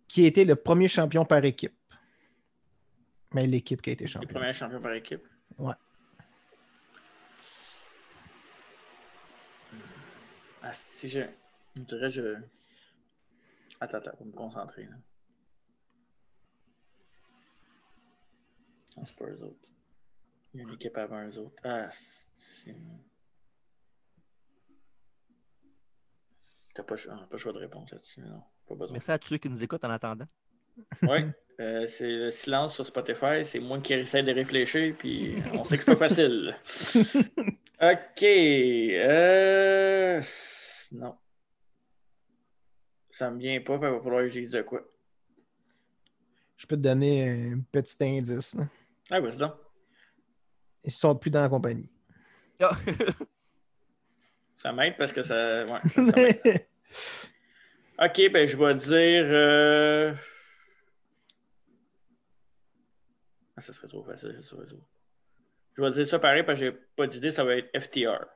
S3: qui a été le premier champion par équipe. Mais l'équipe qui a été
S2: Le
S3: champion.
S2: premier champion par équipe.
S3: Ouais.
S2: Ah, si je. Je dirais, je. Attends, attends, pour me concentrer. Là. Non, c'est pas eux autres. Il y a une équipe avant eux autres. Ah, si. T'as pas, le choix- pas le choix de réponse là-dessus, non. Pas besoin.
S1: Merci à tous ceux qui nous écoutent en attendant.
S2: Oui, Euh, c'est le silence sur Spotify. C'est moi qui essaie de réfléchir, puis on sait que c'est pas facile. OK. euh, s- Non. Ça me vient pas, puis il va falloir que je dise de quoi.
S3: Je peux te donner un petit indice. là.
S2: Ah, bah, c'est donc.
S3: Ils sont plus dans la compagnie.
S1: Ah,
S2: Ça m'aide parce que ça. ouais, ça- ça m'aide. OK, ben, je vais dire. euh, Ah, ça serait trop facile, ça, ça. Je vais dire ça pareil parce que j'ai pas d'idée, ça va être FTR.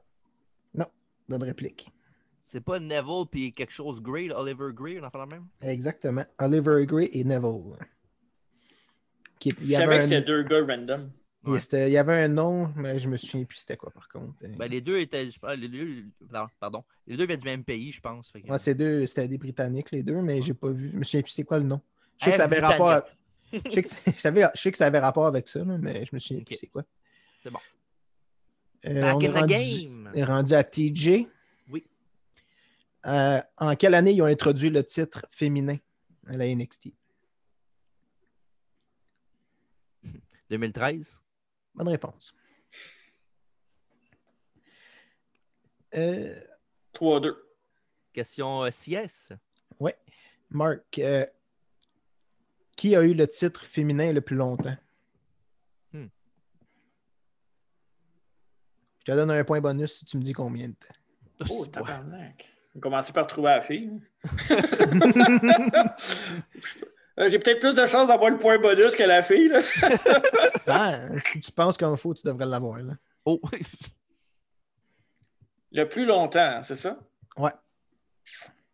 S3: D'autres répliques.
S1: c'est pas Neville puis quelque chose Gray, là, Oliver Gray, on en fait la même.
S3: Exactement. Oliver Gray et Neville. Qui est- il,
S2: Je
S3: y
S2: savais que
S3: avait
S2: c'était
S3: un,
S2: deux gars random.
S3: il, c'était- il y avait un nom, mais je me souviens plus c'était quoi par contre.
S1: Ben, les deux étaient, je pense, les deux, non, pardon, les deux viennent du même pays, je pense. Fait que-
S3: Ouais, c'est deux, c'était des Britanniques les deux, mais j'ai pas vu. Je me souviens plus c'était quoi le nom. Je sais
S1: Hey,
S3: que ça avait
S1: Britannia.
S3: rapport. à- Je sais, que c'est- je savais- je sais que ça avait rapport avec ça, là, mais je me souviens plus
S1: Ok.
S3: c'est quoi.
S1: C'est bon.
S3: Euh,
S1: Back
S3: on est
S1: in the
S3: rendu-
S1: game!
S3: on est rendu à TJ.
S1: Oui.
S3: Euh, en quelle année ils ont introduit le titre féminin à la NXT?
S1: 2013.
S3: Bonne réponse. Euh,
S2: 3-2.
S1: Question euh, CS.
S3: Marc, euh, qui a eu le titre féminin le plus longtemps?
S1: Hmm.
S3: Je te donne un point bonus si tu me dis combien de temps.
S2: Oh,
S1: Ouais.
S2: tabarnak. On commençait par trouver la fille. Euh, J'ai peut-être plus de chances d'avoir le point bonus que la fille. là.
S3: Ben, si tu penses comme faut, tu devrais l'avoir. là.
S1: Oh,
S2: Le plus longtemps, c'est ça?
S3: Ouais.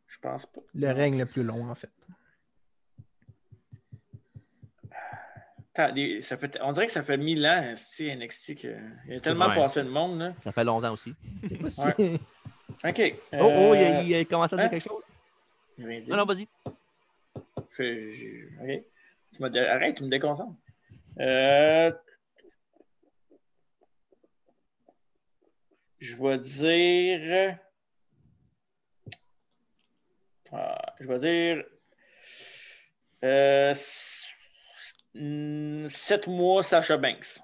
S2: Je pense pas.
S3: Le règne le plus long, en fait.
S2: Attends, les- ça fait- On dirait que ça fait 1000 ans, esti, NXT. Que... Il y a tellement
S1: vrai.
S2: passé de monde. Là.
S1: ça fait longtemps aussi.
S3: C'est pas si.
S2: OK.
S1: Oh, oh, il,
S2: euh,
S1: a- il a commencé à dire
S2: hein?
S1: quelque chose.
S2: j'ai rien dit.
S1: Non, non, vas-y.
S2: Je- je- OK. Tu me dé- Arrête, tu me déconcentres. Euh, Je vais dire. Ah, je vais dire. Euh... 7 mois, Sacha Banks.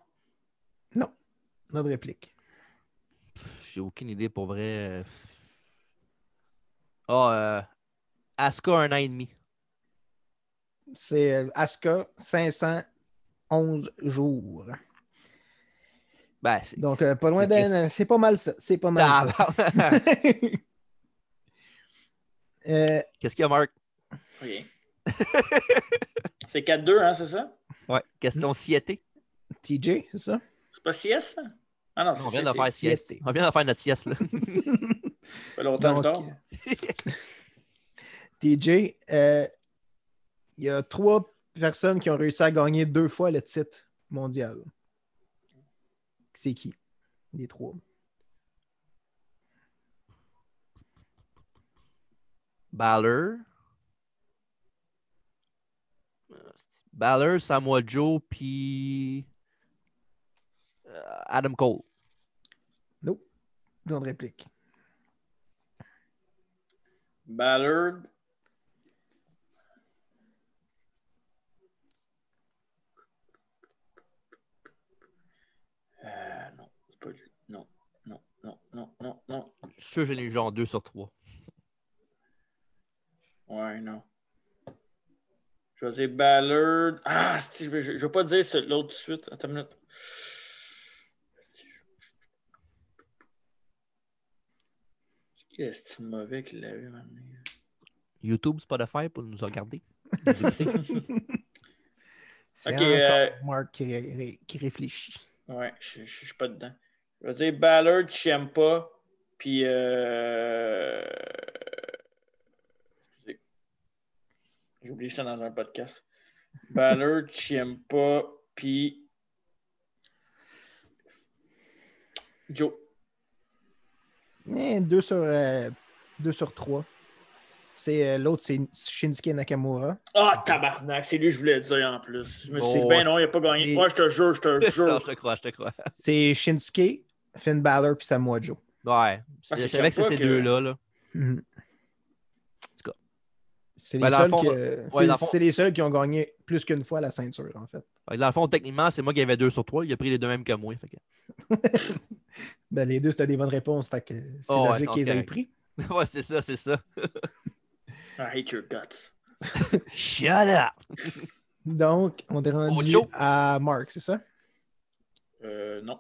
S3: Notre réplique.
S1: Pff, J'ai aucune idée pour vrai. euh. Ah, euh, Asuka, un an et demi.
S3: C'est euh, Asuka, 511 jours.
S1: Ben, c'est.
S3: Donc, euh, pas loin
S1: C'est
S3: d'un. C'est pas mal ça. C'est pas mal ça.
S1: Tabarnak.
S3: Euh,
S1: Qu'est-ce qu'il y a, Marc?
S2: Rien. c'est 4-2, hein, c'est ça?
S1: Ouais. Question siété.
S3: TJ, c'est ça?
S2: C'est pas sieste? ça? Ah non, c'est
S1: On vient de
S2: sieste.
S1: faire sieste.
S3: siesté.
S1: On vient de faire notre sieste, là.
S2: Ça fait longtemps que je
S3: Donc,
S2: dors.
S3: TJ, euh, il y a trois personnes qui ont réussi à gagner deux fois le titre mondial. C'est qui? Les trois.
S1: Balor. Balor, Samoa Joe, puis euh, Adam Cole.
S3: Nope. Dans de réplique.
S2: Ballard. Euh, non, c'est pas lui. Non, non, non, non, non, non.
S1: Je suis sûr que j'en ai eu genre 2 sur 3.
S2: Ouais, non. Je vais dire Ballard. Ah, si, je vais- je vais pas dire ce- l'autre de suite. Attends une minute. C'est qui est mauvais qui l'a eu, maintenant?
S1: YouTube, Spotify pour nous regarder.
S3: C'est
S2: Ok,
S3: encore
S2: euh,
S3: Mark qui, ré- ré- qui réfléchit.
S2: Ouais, je ne suis pas dedans. Je vais dire Ballard, je n'aime pas. Puis. Euh... c'est- J'ai oublié ça dans un podcast. Ballard, je n'aime pas. Puis. Joe.
S3: Eh, deux sur, euh, deux sur trois. C'est, euh, L'autre, c'est Shinsuke Nakamura.
S2: Ah, tabarnak, c'est lui que je voulais dire en plus. Je me suis dit,
S1: Oh,
S2: ben non, il n'a pas gagné.
S1: Et-
S2: Moi, je te jure, je te
S1: Ça,
S2: jure.
S1: je te crois, je te crois.
S3: C'est Shinsuke, Finn Balor puis Samoa Joe.
S1: Ouais.
S2: Ah,
S1: je
S2: c'est
S1: savais que c'est
S2: sympa
S1: ces
S2: que-
S1: deux-là. Là.
S3: Mhm.
S1: tout cas.
S3: C'est
S1: Ben,
S3: les,
S1: dans le
S3: seuls
S1: fond,
S3: que- c'est-
S1: dans le fond-
S3: c'est les seuls qui ont gagné plus qu'une fois la ceinture, en fait.
S1: Fait que Dans le fond, techniquement, c'est moi qui avais deux sur trois. Il a pris les deux mêmes que moi. Fait que-
S3: Ben, les deux, c'était des bonnes réponses. Fait que c'est
S1: Oh, ouais,
S3: logique
S1: non,
S3: qu'ils
S1: c'est
S3: aient
S1: correct.
S3: pris.
S1: ouais, c'est ça, c'est ça.
S2: I hate your guts.
S1: Shut up!
S3: Donc, on est rendu
S1: Joe.
S3: à Mark, c'est ça?
S2: Euh, non.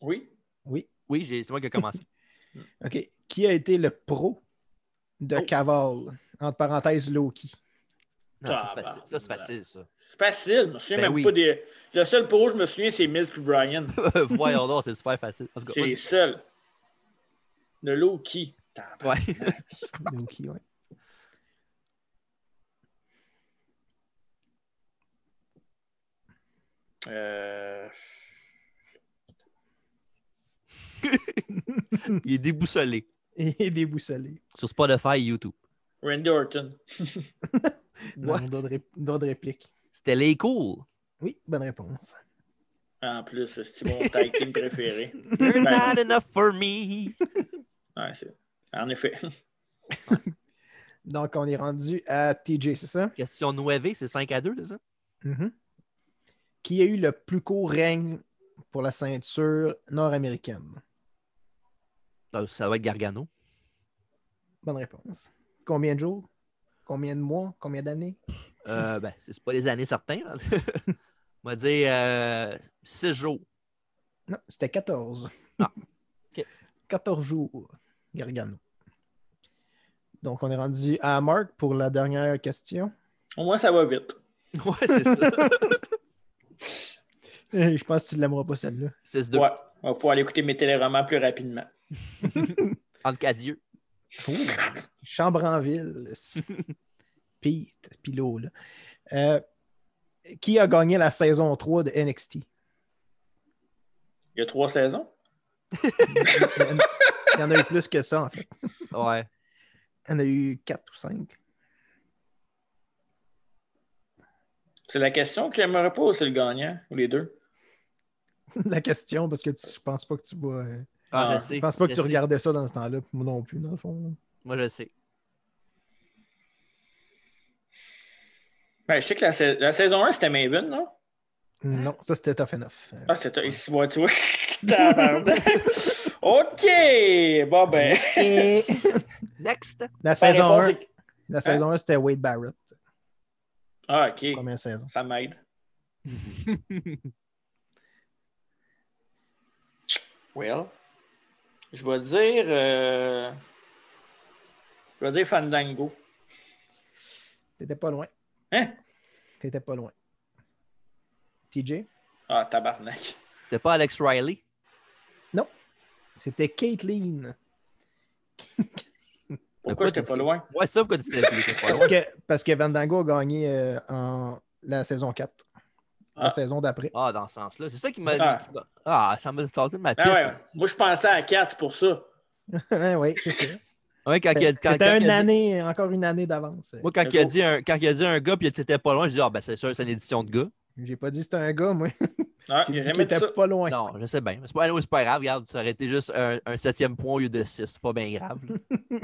S2: Oui?
S3: Oui.
S1: Oui, j'ai- c'est moi qui ai commencé.
S3: OK. Qui a été le pro de
S1: Oh.
S3: Caval? Entre parenthèses, Loki.
S1: Non, ça, c'est
S2: Tabarnak.
S1: facile. Ça, c'est facile, ça.
S2: C'est facile, je me souviens
S1: Ben
S2: même
S1: oui.
S2: pas des. Le seul pour où je me souviens, c'est Miz puis Brian.
S1: Voyons donc, c'est super facile. En tout cas,
S2: C'est les
S1: vas-y.
S2: seuls. De l'eau qui. Tabarnak.
S1: ouais.
S3: Loki, ouais.
S2: Euh,
S1: Il est déboussolé
S3: Et déboussolé.
S1: sur Spotify et YouTube.
S2: Randy Orton.
S1: What?
S3: D'autres ré- d'autres répliques.
S1: C'était les cool.
S3: Oui, bonne réponse.
S2: En plus, c'est mon tag team préféré.
S1: You're
S3: Hein?
S2: Ben,
S1: not enough for me.
S2: ouais, c'est- en effet.
S3: Donc, on est rendu à TJ, c'est ça?
S1: Question 9, c'est 5 à 2, c'est ça?
S3: Mhm. Qui a eu le plus court règne pour la ceinture nord-américaine?
S1: Ah, Ça doit être Gargano.
S3: Bonne réponse. Combien de jours? Combien de mois? Combien d'années?
S1: Euh, ben, c'est c'est pas les années certaines. hein. On va dire 6 jours.
S3: Non, c'était 14.
S1: Ah, ok.
S3: 14 jours, Gargano. Donc, on est rendu à Marc pour la dernière question.
S2: Au moins, ça va vite.
S1: Ouais, c'est ça.
S3: Euh, Je pense que tu ne l'aimeras pas celle-là.
S1: 6-2.
S2: Ouais. On va pouvoir aller écouter mes téléromans plus rapidement.
S1: Entre Cadieux.
S3: Chambre en ville. si. Pete, Pilo, là. Euh, qui a gagné la saison 3 de NXT?
S2: Il y a trois saisons.
S3: Il y en a eu plus que ça, en fait.
S1: Ouais.
S3: Il y en a eu 4 ou 5.
S2: C'est la question que j'aimerais pas ou c'est le gagnant ou les deux?
S3: La question, parce que tu- je pense pas que tu vois. euh,
S1: Ah,
S2: Ah,
S1: je sais.
S3: Je pense pas que
S1: je
S3: tu
S1: sais.
S3: regardais ça dans ce temps-là, puis moi non plus, dans le fond. là.
S1: Moi, je sais.
S2: Ben, je sais que la, sa- la saison 1, c'était Maven, non?
S1: Hein?
S3: Non, ça c'était tough enough. Euh,
S2: Ah, c'était ici, moi, tu vois. Tabarnak. OK! Bon, ben.
S3: Et
S1: Next.
S3: la
S2: ta
S3: saison
S2: réponse
S3: 1,
S2: est-
S3: la
S1: Hein?
S3: saison 1 c'était Wade Barrett.
S2: Ah, OK.
S3: Première saison.
S2: Ça m'aide. Well. Je vais dire. euh, Je vais dire Fandango.
S3: T'étais pas loin.
S2: Hein?
S3: T'étais pas loin. TJ,
S2: Ah, tabarnak.
S1: C'était pas Alex Riley.
S3: c'était Caitlyn.
S2: Pourquoi
S1: Mais pas
S2: j'étais pas loin?
S1: Ouais, ça, pourquoi tu t'es
S3: Parce que, parce que Vandango a gagné euh, en la saison 4. La
S2: Ah.
S3: saison d'après.
S1: Ah, dans ce sens-là. C'est ça qui m'a.
S2: Ah.
S1: Ah, ça m'a sorti de ma piste.
S2: Ah ouais, moi je pensais à 4 pour ça.
S3: oui, c'est ça.
S1: Ouais, quand il a- quand-
S3: C'était
S1: quand
S3: une
S1: il a dit-
S3: année, encore une année d'avance.
S1: Moi, quand
S2: Le
S1: il, a
S2: gros.
S1: dit un, quand il a dit un gars, puis c'était pas loin, je dis, ah, ben, c'est sûr, c'est une édition de gars.
S3: J'ai pas dit c'était un gars, moi.
S2: Ah,
S3: J'ai
S2: il a
S3: dit
S2: jamais
S3: qu'il
S2: dit ça.
S3: était pas loin.
S1: Non, je sais bien. C'est pas, allô, c'est pas grave, regarde, ça aurait été juste un, un septième point au lieu de six. C'est pas bien grave. là.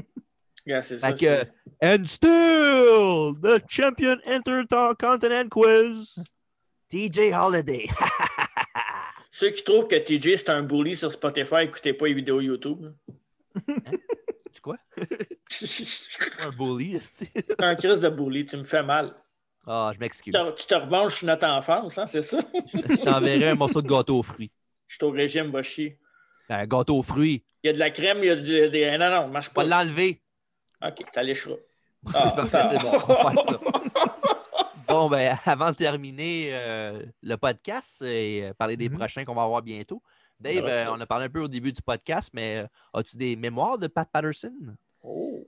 S2: Yeah, c'est
S1: Fait
S2: ça,
S1: que-
S2: c'est-
S1: And still, the champion intercontinental quiz, TJ Holiday.
S2: Ceux qui trouvent que TJ c'est un bully sur Spotify, écoutez pas les vidéos YouTube.
S1: C'est quoi?
S2: C'est
S1: Un bully, esti.
S2: un crise de bully, tu me fais mal.
S1: Ah, je
S2: Tu
S1: m'excuse.
S2: te, tu te revanches sur notre enfance, hein, c'est ça?
S1: Je t'enverrai un morceau de gâteau aux fruits.
S2: Je suis au régime, va chier.
S1: Un gâteau aux fruits.
S2: Il y a de la crème, il y a du- des. Non, non, marche
S1: Pas
S2: pas.
S1: l'enlever.
S2: Ok, ça léchera.
S1: Ah, c'est bon, on va faire ça. Bon, ben, avant de terminer euh, le podcast et euh, parler des
S3: Mhm.
S1: prochains qu'on va avoir bientôt, Dave,
S2: Ouais.
S1: euh, on a parlé un peu au début du podcast, mais euh, as-tu des mémoires de Pat Patterson?
S2: Oh.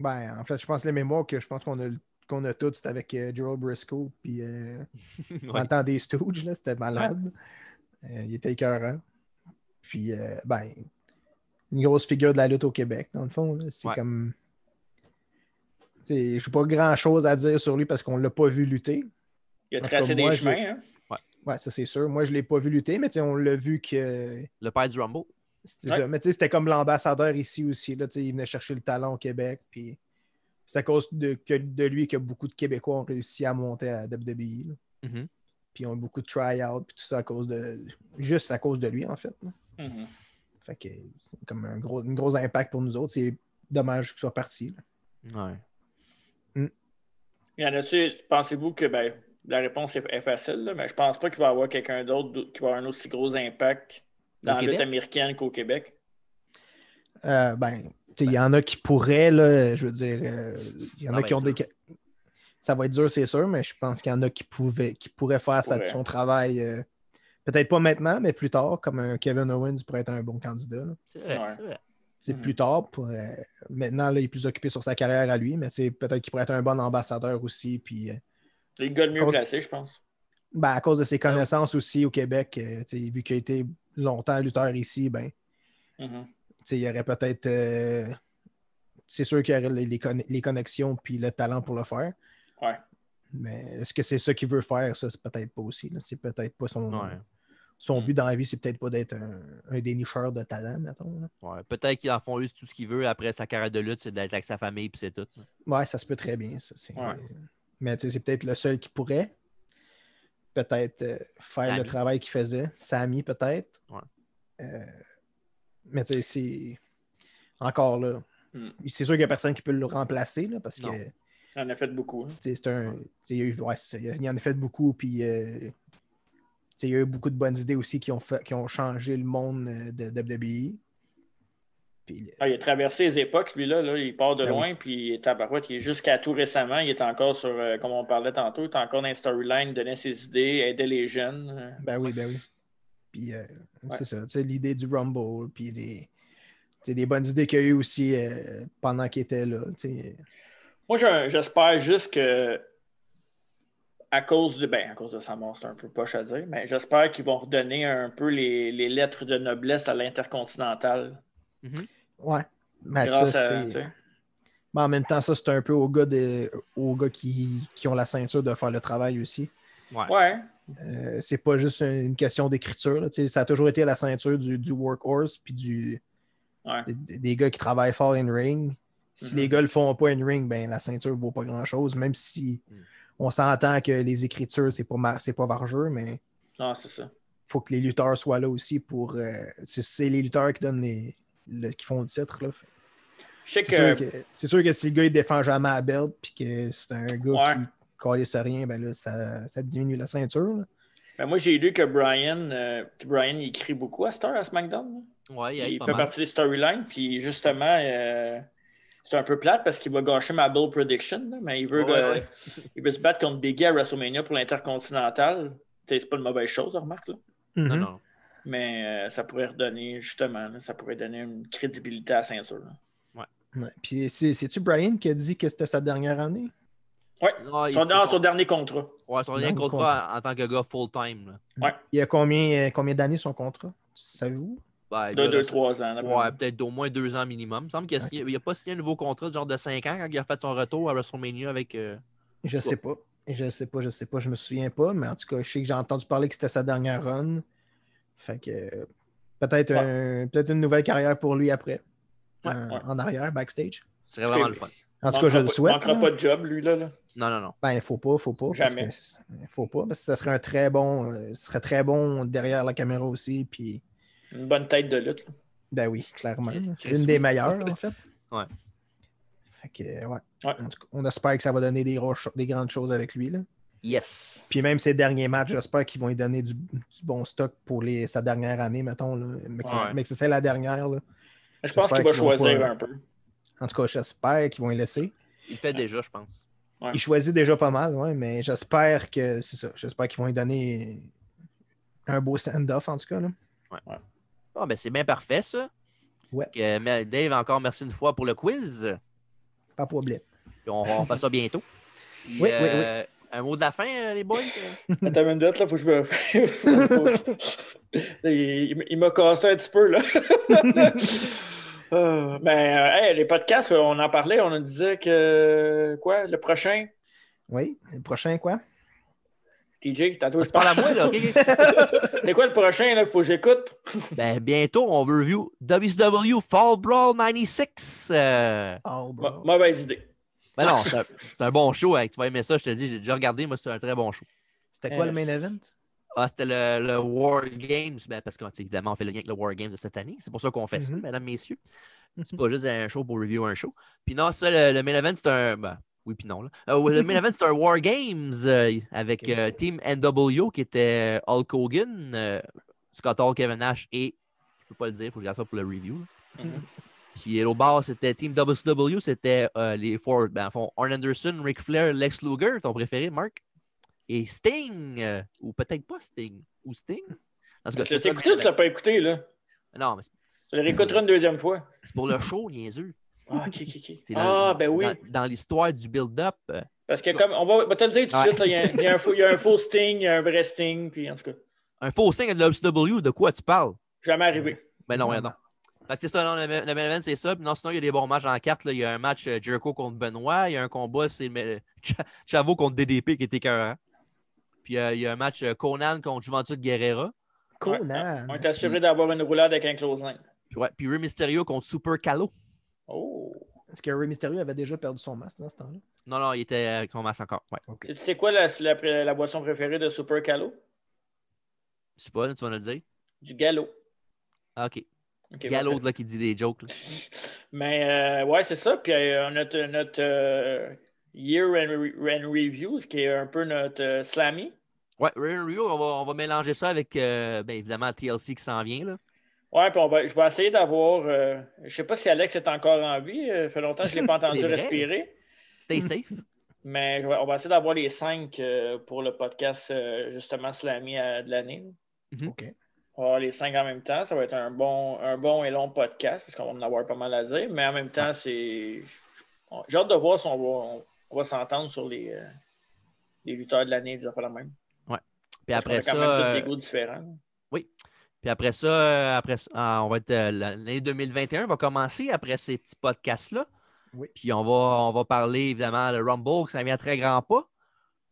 S3: Ben, en fait, je pense que les mémoires que je pense qu'on a, qu'on a toutes, c'était avec euh, Gerald Briscoe, puis euh, dans
S1: Ouais.
S3: le temps des Stooges, là, c'était malade. Euh, il était écœurant. Puis, euh, ben, une grosse figure de la lutte au Québec, dans le fond. là. C'est
S1: Ouais.
S3: comme. Je n'ai pas grand-chose à dire sur lui parce qu'on ne l'a pas vu lutter.
S2: Il a
S3: En tout
S2: tracé
S3: cas,
S2: des
S3: moi,
S2: chemins. Hein?
S3: Ouais, ça, c'est sûr. Moi, je ne l'ai pas vu lutter, mais tu sais, on l'a vu que.
S1: Le père du Rumble?
S3: C'était
S2: Ouais.
S3: ça. Mais tu sais, c'était comme l'ambassadeur ici aussi. Là, tu sais, il venait chercher le talent au Québec. Puis c'est à cause de, que- de lui que beaucoup de Québécois ont réussi à monter à WWE. là.
S1: Mhm.
S3: Puis ils ont eu beaucoup de try-out. Puis tout ça à cause de. Juste à cause de lui, en fait. là.
S2: Mhm.
S3: Fait que c'est comme un gros, un gros impact pour nous autres. C'est dommage qu'il soit parti. là.
S1: Ouais.
S2: Il y en a-tu, pensez-vous que ben, la réponse est, est facile, là, mais je pense pas qu'il va y avoir quelqu'un d'autre d'au- qui va avoir un aussi gros impact dans
S1: Au
S2: la lutte
S1: Québec?
S2: américaine qu'au Québec.
S3: Euh, ben, tu sais, il y en a qui pourraient, là, je veux dire. euh, Il y en
S1: Ça
S3: a
S1: va
S3: qui ont
S1: être
S3: des. Ça va être dur, c'est sûr, mais je pense qu'il y en a qui, pouvaient, qui pourraient faire sa-
S2: Pourraient.
S3: son travail. euh, Peut-être pas maintenant, mais plus tard, comme un Kevin Owens pourrait être un bon candidat. là.
S1: C'est vrai,
S2: Ouais.
S1: c'est vrai.
S3: C'est
S2: Mhm.
S3: plus tard. Pour, euh, maintenant, là, il est plus occupé sur sa carrière à lui, mais tu sais, peut-être qu'il pourrait être un bon ambassadeur aussi. Puis, euh,
S2: C'est le gars le mieux
S3: Contre-
S2: placé, je pense.
S3: ben, à cause de ses connaissances aussi au Québec, euh, tu sais, vu qu'il a été longtemps lutteur ici, ben,
S2: Mhm.
S3: tu sais, il y aurait peut-être. euh, c'est sûr qu'il y aurait les, les conne- les connexions puis le talent pour le faire.
S2: Ouais.
S3: Mais est-ce que c'est ça qu'il veut faire? Ça, c'est peut-être pas aussi. là. C'est peut-être pas son,
S1: Ouais.
S3: son
S2: Mm.
S3: but dans la vie, c'est peut-être pas d'être un, un dénicheur de talent, mettons. là.
S1: Ouais. Peut-être qu'il en font juste tout ce qu'il veut après sa carrière de lutte, c'est d'être avec sa famille, puis c'est tout.
S3: Ouais, ça se peut très bien. ça, c'est-
S2: Ouais.
S3: Mais tu sais, c'est peut-être le seul qui pourrait. Peut-être euh, faire
S1: Sammy.
S3: le travail qu'il faisait. Samy, peut-être.
S1: Ouais.
S3: Euh, mais tu sais, c'est. Encore là.
S2: Mm.
S3: C'est sûr qu'il n'y a personne qui peut le remplacer là, parce
S1: Non.
S3: que.
S2: Il en a fait beaucoup. hein.
S3: Tu sais, c'est un. tu sais, Il y, a eu- ouais, c'est ça, il y a- il y en a fait beaucoup, puis euh, tu sais, il y a eu beaucoup de bonnes idées aussi qui ont, fait, qui ont changé le monde euh, de WWE. Puis,
S2: Ah, il a traversé les époques, lui-là. là. Il part de
S3: Ben oui.
S2: loin, puis il est tabarouette. Il est jusqu'à tout récemment. Il est encore sur, euh, comme on parlait tantôt, il est encore dans les storylines, donnait ses idées, aidait les jeunes. euh,
S3: ben oui, ben oui. Puis euh,
S2: Ouais.
S3: c'est ça, tu sais, l'idée du Rumble, puis des, tu sais, des bonnes idées qu'il y a eu aussi euh, pendant qu'il était là. tu sais.
S2: Moi, je- j'espère juste que, à cause de, ben, à cause de sa mort, c'est un peu poche à dire, mais j'espère qu'ils vont redonner un peu les, les lettres de noblesse à l'intercontinental.
S3: Ouais. Mais Ah, ça,
S2: grâce à- tu
S3: c'est.
S2: sais.
S3: Mais en même temps, ça, c'est un peu aux gars, de, aux gars qui, qui ont la ceinture de faire le travail aussi.
S2: Ouais.
S3: Euh, c'est pas juste un- une question d'écriture. là, tu sais, Ça a toujours été à la ceinture du, du workhorse puis du,
S2: Ouais.
S3: des, des gars qui travaillent fort in ring. Si
S2: Mhm.
S3: les gars le font pas in ring, ben la ceinture vaut pas grand chose, même si
S1: Mm.
S3: on s'entend que les écritures, c'est pas, mar- c'est pas vargeux, mais
S2: Non, c'est ça.
S3: faut que les lutteurs soient là aussi pour. euh, c'est- c'est les lutteurs qui donnent les. le- qui font le titre. là.
S2: Je sais
S3: C'est sûr,
S2: que,
S3: que- c'est sûr que si le gars il défend jamais la belt puis que c'est un gars
S2: Ouais.
S3: qui calisse rien, ben là, ça, ça diminue la ceinture. là.
S2: ben, moi, j'ai lu que Brian, euh, que Brian il écrit beaucoup à cette heure à SmackDown. là.
S1: Ouais, il y a
S2: il
S1: eu pas
S2: fait
S1: mal.
S2: partie des storylines, puis justement, euh, c'est un peu plate parce qu'il va gâcher ma Bull Prediction, là, mais il veut,
S1: Ouais,
S2: euh,
S1: ouais.
S2: il veut se battre contre Biggie à WrestleMania pour l'intercontinental. Tu sais, C'est pas une mauvaise chose, remarque. Là.
S1: Non,
S3: Mhm.
S1: non.
S2: Mais euh, ça pourrait redonner, justement, là, ça pourrait donner une crédibilité à la ceinture. là.
S3: Ouais. Puis c'est- c'est-tu Brian qui a dit que c'était sa dernière année?
S1: Non, il-
S2: Son,
S1: c'est
S2: non,
S1: son-
S2: son dernier contrat.
S1: ouais, son
S3: Non,
S1: lien
S3: au
S1: contrat
S3: contraire.
S1: en, en tant que gars full-time. là.
S3: Il y a combien, euh, combien d'années son contrat? Savez-vous?
S1: Ben,
S2: De
S1: gars, là,
S2: 2-3 ans. d'après
S1: Ouais,
S2: moi.
S1: peut-être d'au moins deux ans minimum. Il me semble qu'il a, signé- il a pas signé un nouveau contrat de genre de 5 ans quand il a fait son retour à WrestleMania avec. euh,
S3: Je sais pas. Je sais pas, je sais pas, je me souviens pas, mais en tout cas, je sais que j'ai entendu parler que c'était sa dernière run. Fait que euh, peut-être un- peut-être une nouvelle carrière pour lui après.
S1: Ouais,
S3: en,
S2: ouais.
S3: en arrière, backstage.
S1: Ce serait vraiment
S2: Ok.
S1: le fun.
S3: En tout cas, je
S2: Manquera
S3: le
S2: pas-
S3: souhaite.
S2: manquera
S3: là.
S2: pas de job, lui, là. là.
S1: Non, non, non.
S3: Ben, faut pas, faut pas.
S2: Jamais.
S3: Parce que, c'est- faut pas, parce que ça serait un très bon. euh, ce serait très bon derrière la caméra aussi. Puis,
S2: Une bonne tête de lutte. là.
S3: ben oui, clairement.
S1: Chris- Chris
S3: Une des
S1: oui.
S3: meilleures, en fait.
S1: Ouais.
S3: Fait que, ouais.
S2: Ouais.
S3: En tout cas, on espère que ça va donner des, gros- des grandes choses avec lui. Là.
S1: Yes.
S3: Puis même ses derniers matchs, j'espère qu'ils vont lui donner du, du bon stock pour les, sa dernière année, mettons. là. Mais que ce-
S1: Ouais.
S3: mais que ce soit la dernière. là.
S2: Je pense
S3: J'espère
S2: qu'il va
S3: qu'ils vont
S2: choisir
S3: pas-
S2: un peu.
S3: En tout cas, j'espère qu'ils vont y laisser.
S1: Il le fait déjà, je pense.
S3: Il choisit déjà pas mal, ouais, mais j'espère que c'est ça. J'espère qu'ils vont lui donner un beau send-off, en tout cas. Là.
S1: Ah, ben c'est bien parfait, ça.
S3: Ouais.
S1: Donc, euh, mais Dave, encore merci une fois pour le quiz.
S3: Pas de problème.
S1: Puis on, on fait ça bientôt. Puis,
S3: Oui, oui,
S1: euh, Un mot de la fin, euh, les boys? Euh,
S2: Attends une minute, là, faut que je me. Là, il il- il m'a cassé un petit peu, là. Euh, Mais, euh, hey, les podcasts, on en parlait, on nous disait que. Quoi, le prochain?
S3: Oui, le prochain, quoi?
S2: TJ, tantôt, je
S1: Parle à
S2: parle.
S1: moi, là. ok, ok.
S2: C'est quoi le prochain, là, faut que j'écoute?
S1: ben, bientôt, on veut review WCW Fall Brawl 96. Euh,
S3: Oh, bro.
S2: Mau- Mauvaise idée.
S1: ben non, c'est un, c'est un bon show. hein. Tu vas aimer ça, je te le dis. J'ai déjà regardé, moi, c'est un très bon show.
S3: C'était quoi
S2: Euh,
S3: le main event?
S1: Ah, c'était le, le War Games, ben, parce qu'évidemment, on fait le lien avec le War Games de cette année. C'est pour ça qu'on fait ça,
S3: Mhm.
S1: mesdames, messieurs. C'est pas juste un show pour review un show. Puis non, ça, le, le main event, c'est un. ben, oui, puis non. Là. Euh, le main event, c'est un War Games euh, avec
S3: Ok.
S1: euh, Team NWO qui était Hulk Hogan, euh, Scott Hall, Kevin Nash et. Je peux pas le dire, il faut que je garde ça pour le review. là.
S2: Mhm.
S1: Puis au bar, c'était Team WCW, c'était euh, les four. Ben, en fond, Arn Anderson, Ric Flair, Lex Luger, ton préféré, Marc. Et Sting, euh, ou peut-être pas Sting, ou Sting. En tout cas,
S2: Tu l'as
S1: c'est ça,
S2: écouté
S1: mais-
S2: ou tu l'as pas écouté, là?
S1: Non, mais
S2: Tu le réécouteras une deuxième fois.
S1: c'est pour le show, niaiseux.
S2: Ah, ok, ok, ok.
S1: C'est dans-
S2: Ah, ben oui.
S1: Dans, dans l'histoire du build-up. euh,
S2: Parce que comme on va, on va te le dire tout de
S1: Ouais.
S2: suite, là, il y, a un- il y a un faux- il y a un faux sting, il y a un vrai sting, puis en tout cas,
S1: Un faux signe de l'OCW, de quoi tu parles?
S2: jamais arrivé.
S1: Ben non, ouais,
S3: Non,
S1: non. Fait que c'est ça, non, le, ma- le main event, c'est ça. Puis non, sinon, il y a des bons matchs en carte. là. Il y a un match euh, Jericho contre Benoît. Il y a un combat, c'est mais, Ch- Chavo contre DDP qui était écœurant. Puis euh, il y a un match euh, Conan contre Juventud Guerrera.
S3: Conan.
S2: On est assuré d'avoir une roulade avec un close line.
S1: Puis, ouais, puis Rey Mysterio contre Super Calo.
S2: Oh!
S3: Est-ce que Ray Mysterio avait déjà perdu son masque dans ce temps-là?
S1: Non, non, il était euh, qu'on masse encore. Ouais.
S2: Tu sais quoi la, la- la boisson préférée de Super Calo?
S1: Je sais pas, tu vas nous le dire.
S2: Du galop.
S1: Ah, ok. Il
S2: Ok,
S1: y a
S2: parfait.
S1: l'autre là, qui dit des jokes. là.
S2: Mais euh, ouais, c'est ça. Puis euh, notre, notre euh, Year and, Re- and Review, ce qui est un peu notre euh, slammy.
S1: Ouais, Rey Mysterio, on va, on va mélanger ça avec euh, ben, évidemment TLC qui s'en vient. Là.
S2: Ouais, puis on va, je vais essayer d'avoir. euh, je sais pas si Alex est encore en vie. euh, fait longtemps que je ne l'ai pas entendu
S1: C'est vrai.
S2: respirer.
S1: Stay
S3: Mm.
S1: safe.
S2: Mais je vais- on va essayer d'avoir les cinq euh, pour le podcast, euh, justement, Slammy euh, de l'année.
S3: OK.
S2: On va avoir les cinq en même temps. Ça va être un bon, un bon et long podcast parce qu'on va en avoir pas mal à dire. Mais en même temps, c'est. J'ai hâte de voir si on va, on va s'entendre sur les, euh, les lutteurs de l'année, disons pas la même.
S1: Puis après
S2: Parce qu'on
S1: ça.
S2: a quand même tous
S1: euh,
S2: des goûts différents.
S1: Puis après ça, euh, après ça, ah, on va être euh, l'année 2021 va commencer après ces petits podcasts-là.
S3: Oui.
S1: Puis on va, on va parler évidemment le Rumble, que ça vient à très grand pas.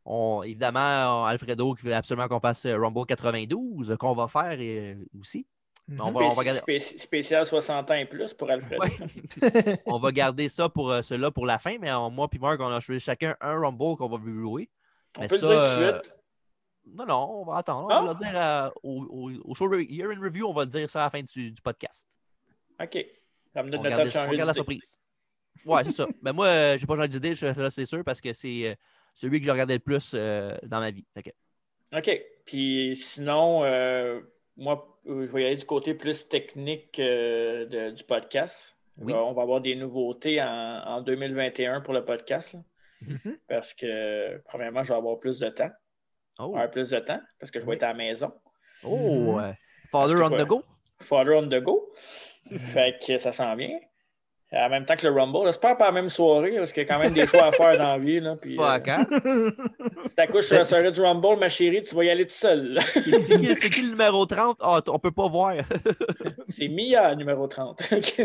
S1: On, évidemment, on- Alfredo qui veut absolument qu'on fasse euh, Rumble 92, euh, qu'on va faire euh, aussi. On va, on va garder,
S2: Spéci- Spécial 60 ans et plus pour Alfred.
S1: Ouais. on va garder ça pour euh, ceux-là pour la fin, mais euh, moi puis Marc, on a choisi chacun un Rumble qu'on va reviewer.
S2: on
S1: mais
S2: peut
S1: ça, euh,
S2: le dire tout de suite.
S1: Non, non, on va attendre. On
S2: Ah.
S1: va le dire euh, au, au- au show re- Year in Review, on va le dire ça à la fin du- du podcast.
S2: OK. Ça me
S1: On
S2: donne le temps
S1: garde,
S2: de changer
S1: la
S2: d'idée.
S1: surprise. Ouais, c'est ça. Mais moi, euh, j'ai pas changé d'idée, je- ça, c'est sûr, parce que c'est euh, celui que j'ai regardé le plus euh, dans ma vie. Fait que,
S2: OK. Puis sinon, euh, moi, euh, je vais y aller du côté plus technique euh, de- du podcast.
S1: Oui.
S2: Euh, on va avoir des nouveautés en, en 2021 pour le podcast. là.
S1: Mm-hmm.
S3: Mhm.
S2: Parce que, premièrement, je vais avoir plus de temps. Je
S1: oh,
S2: vais avoir plus de temps parce que je vais
S3: Oui.
S2: être à la maison.
S1: oh, euh, Father
S2: Parce
S1: on
S2: que
S1: the
S2: quoi?
S1: go.
S2: Father on the go.
S1: Mm-hmm.
S2: Fait que ça s'en vient. En même temps que le Rumble. J'espère pas la même soirée parce qu'il y a quand même des choix à faire dans la vie. Là, puis, euh,
S1: Fuck, hein?
S2: si t'accouches sur la soirée du Rumble, ma chérie, tu vas y aller tout seul.
S1: c'est, qui, c'est qui le numéro 30? Ah, t- on peut pas voir.
S2: C'est Mia, numéro 30. Ok. Ok.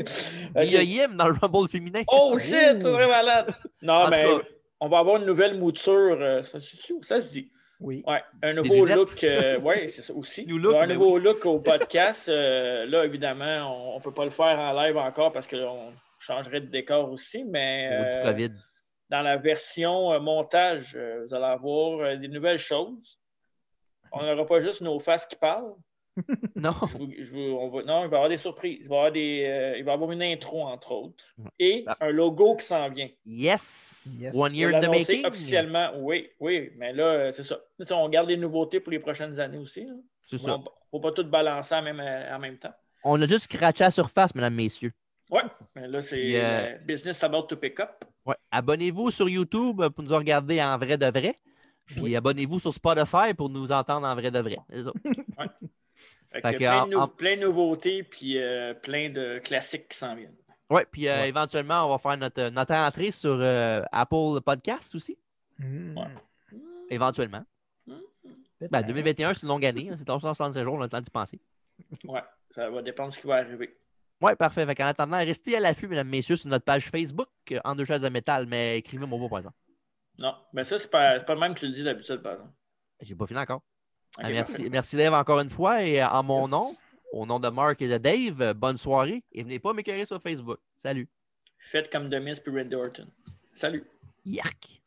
S1: Il y a Yim dans le Rumble féminin.
S2: Oh shit, c'est très malade. Non,
S1: En tout
S2: mais
S1: cas.
S2: on va avoir une nouvelle mouture. euh, ça, se dit où? Ça se dit.
S3: Oui.
S2: Ouais, un nouveau
S1: lunettes.
S2: look. euh, ouais, c'est ça aussi.
S1: New look,
S2: un
S1: mais
S2: nouveau look au podcast. Euh, là, évidemment, on ne peut pas le faire en live encore parce qu'on changerait de décor aussi, mais
S1: Ou du
S2: euh,
S1: COVID.
S2: dans la version euh, montage, euh, vous allez avoir euh, des nouvelles choses. On n'aura pas juste nos faces qui parlent.
S1: Non.
S2: Je vous- je vous- on va- non, il va y avoir des surprises. Il va y avoir, des, euh, il va y avoir une intro, entre autres, et
S1: Ah.
S2: un logo qui s'en vient.
S1: Yes.
S3: Yes.
S1: One year
S2: On
S1: in the
S2: l'annoncer
S1: making.
S2: officiellement, oui, oui, mais là, euh, c'est ça. Tu sais, on garde les nouveautés pour les prochaines années aussi. là.
S1: C'est
S2: On
S1: ça.
S2: ne faut pas tout balancer en même, en même temps.
S1: On a juste scratché la surface, mesdames, messieurs.
S2: Oui, mais là, c'est
S1: Puis, euh,
S2: euh, business about to pick up.
S1: Ouais. Abonnez-vous sur YouTube pour nous regarder en vrai de vrai. Puis
S2: Oui.
S1: abonnez-vous sur Spotify pour nous entendre en vrai de vrai. C'est ça.
S2: Fait
S1: Fait
S2: que
S1: que
S2: plein,
S1: en-
S2: de nou-
S1: en-
S2: plein de nouveautés, puis euh, plein de classiques qui s'en viennent.
S1: Ouais, puis euh,
S3: Ouais.
S1: éventuellement, on va faire notre, notre entrée sur euh, Apple Podcast aussi,
S3: Hmm.
S1: Ben,
S2: Ouais.
S1: éventuellement. Ben, 2021, c'est une longue année. hein. C'est 365 jours, on a le temps d'y penser.
S2: Ouais, ça va dépendre de ce qui va arriver.
S1: Oui, parfait. Fait en attendant, restez à l'affût, mesdames, messieurs, sur notre page Facebook, euh, En deux chaises de métal, mais écrivez-moi pas, par exemple.
S2: Non, mais ça, c'est pas, c'est pas le même que tu le dis d'habitude, par exemple.
S1: J'ai pas fini encore.
S2: Ok,
S1: Ah, merci,
S2: parfait.
S1: merci Dave encore une fois. Et euh, en mon
S3: Yes.
S1: nom, au nom de Marc et de Dave, euh, bonne soirée. Et venez pas m'écœurer sur Facebook. Salut.
S2: Faites comme Demis puis Randy Orton. Salut.
S1: Yark.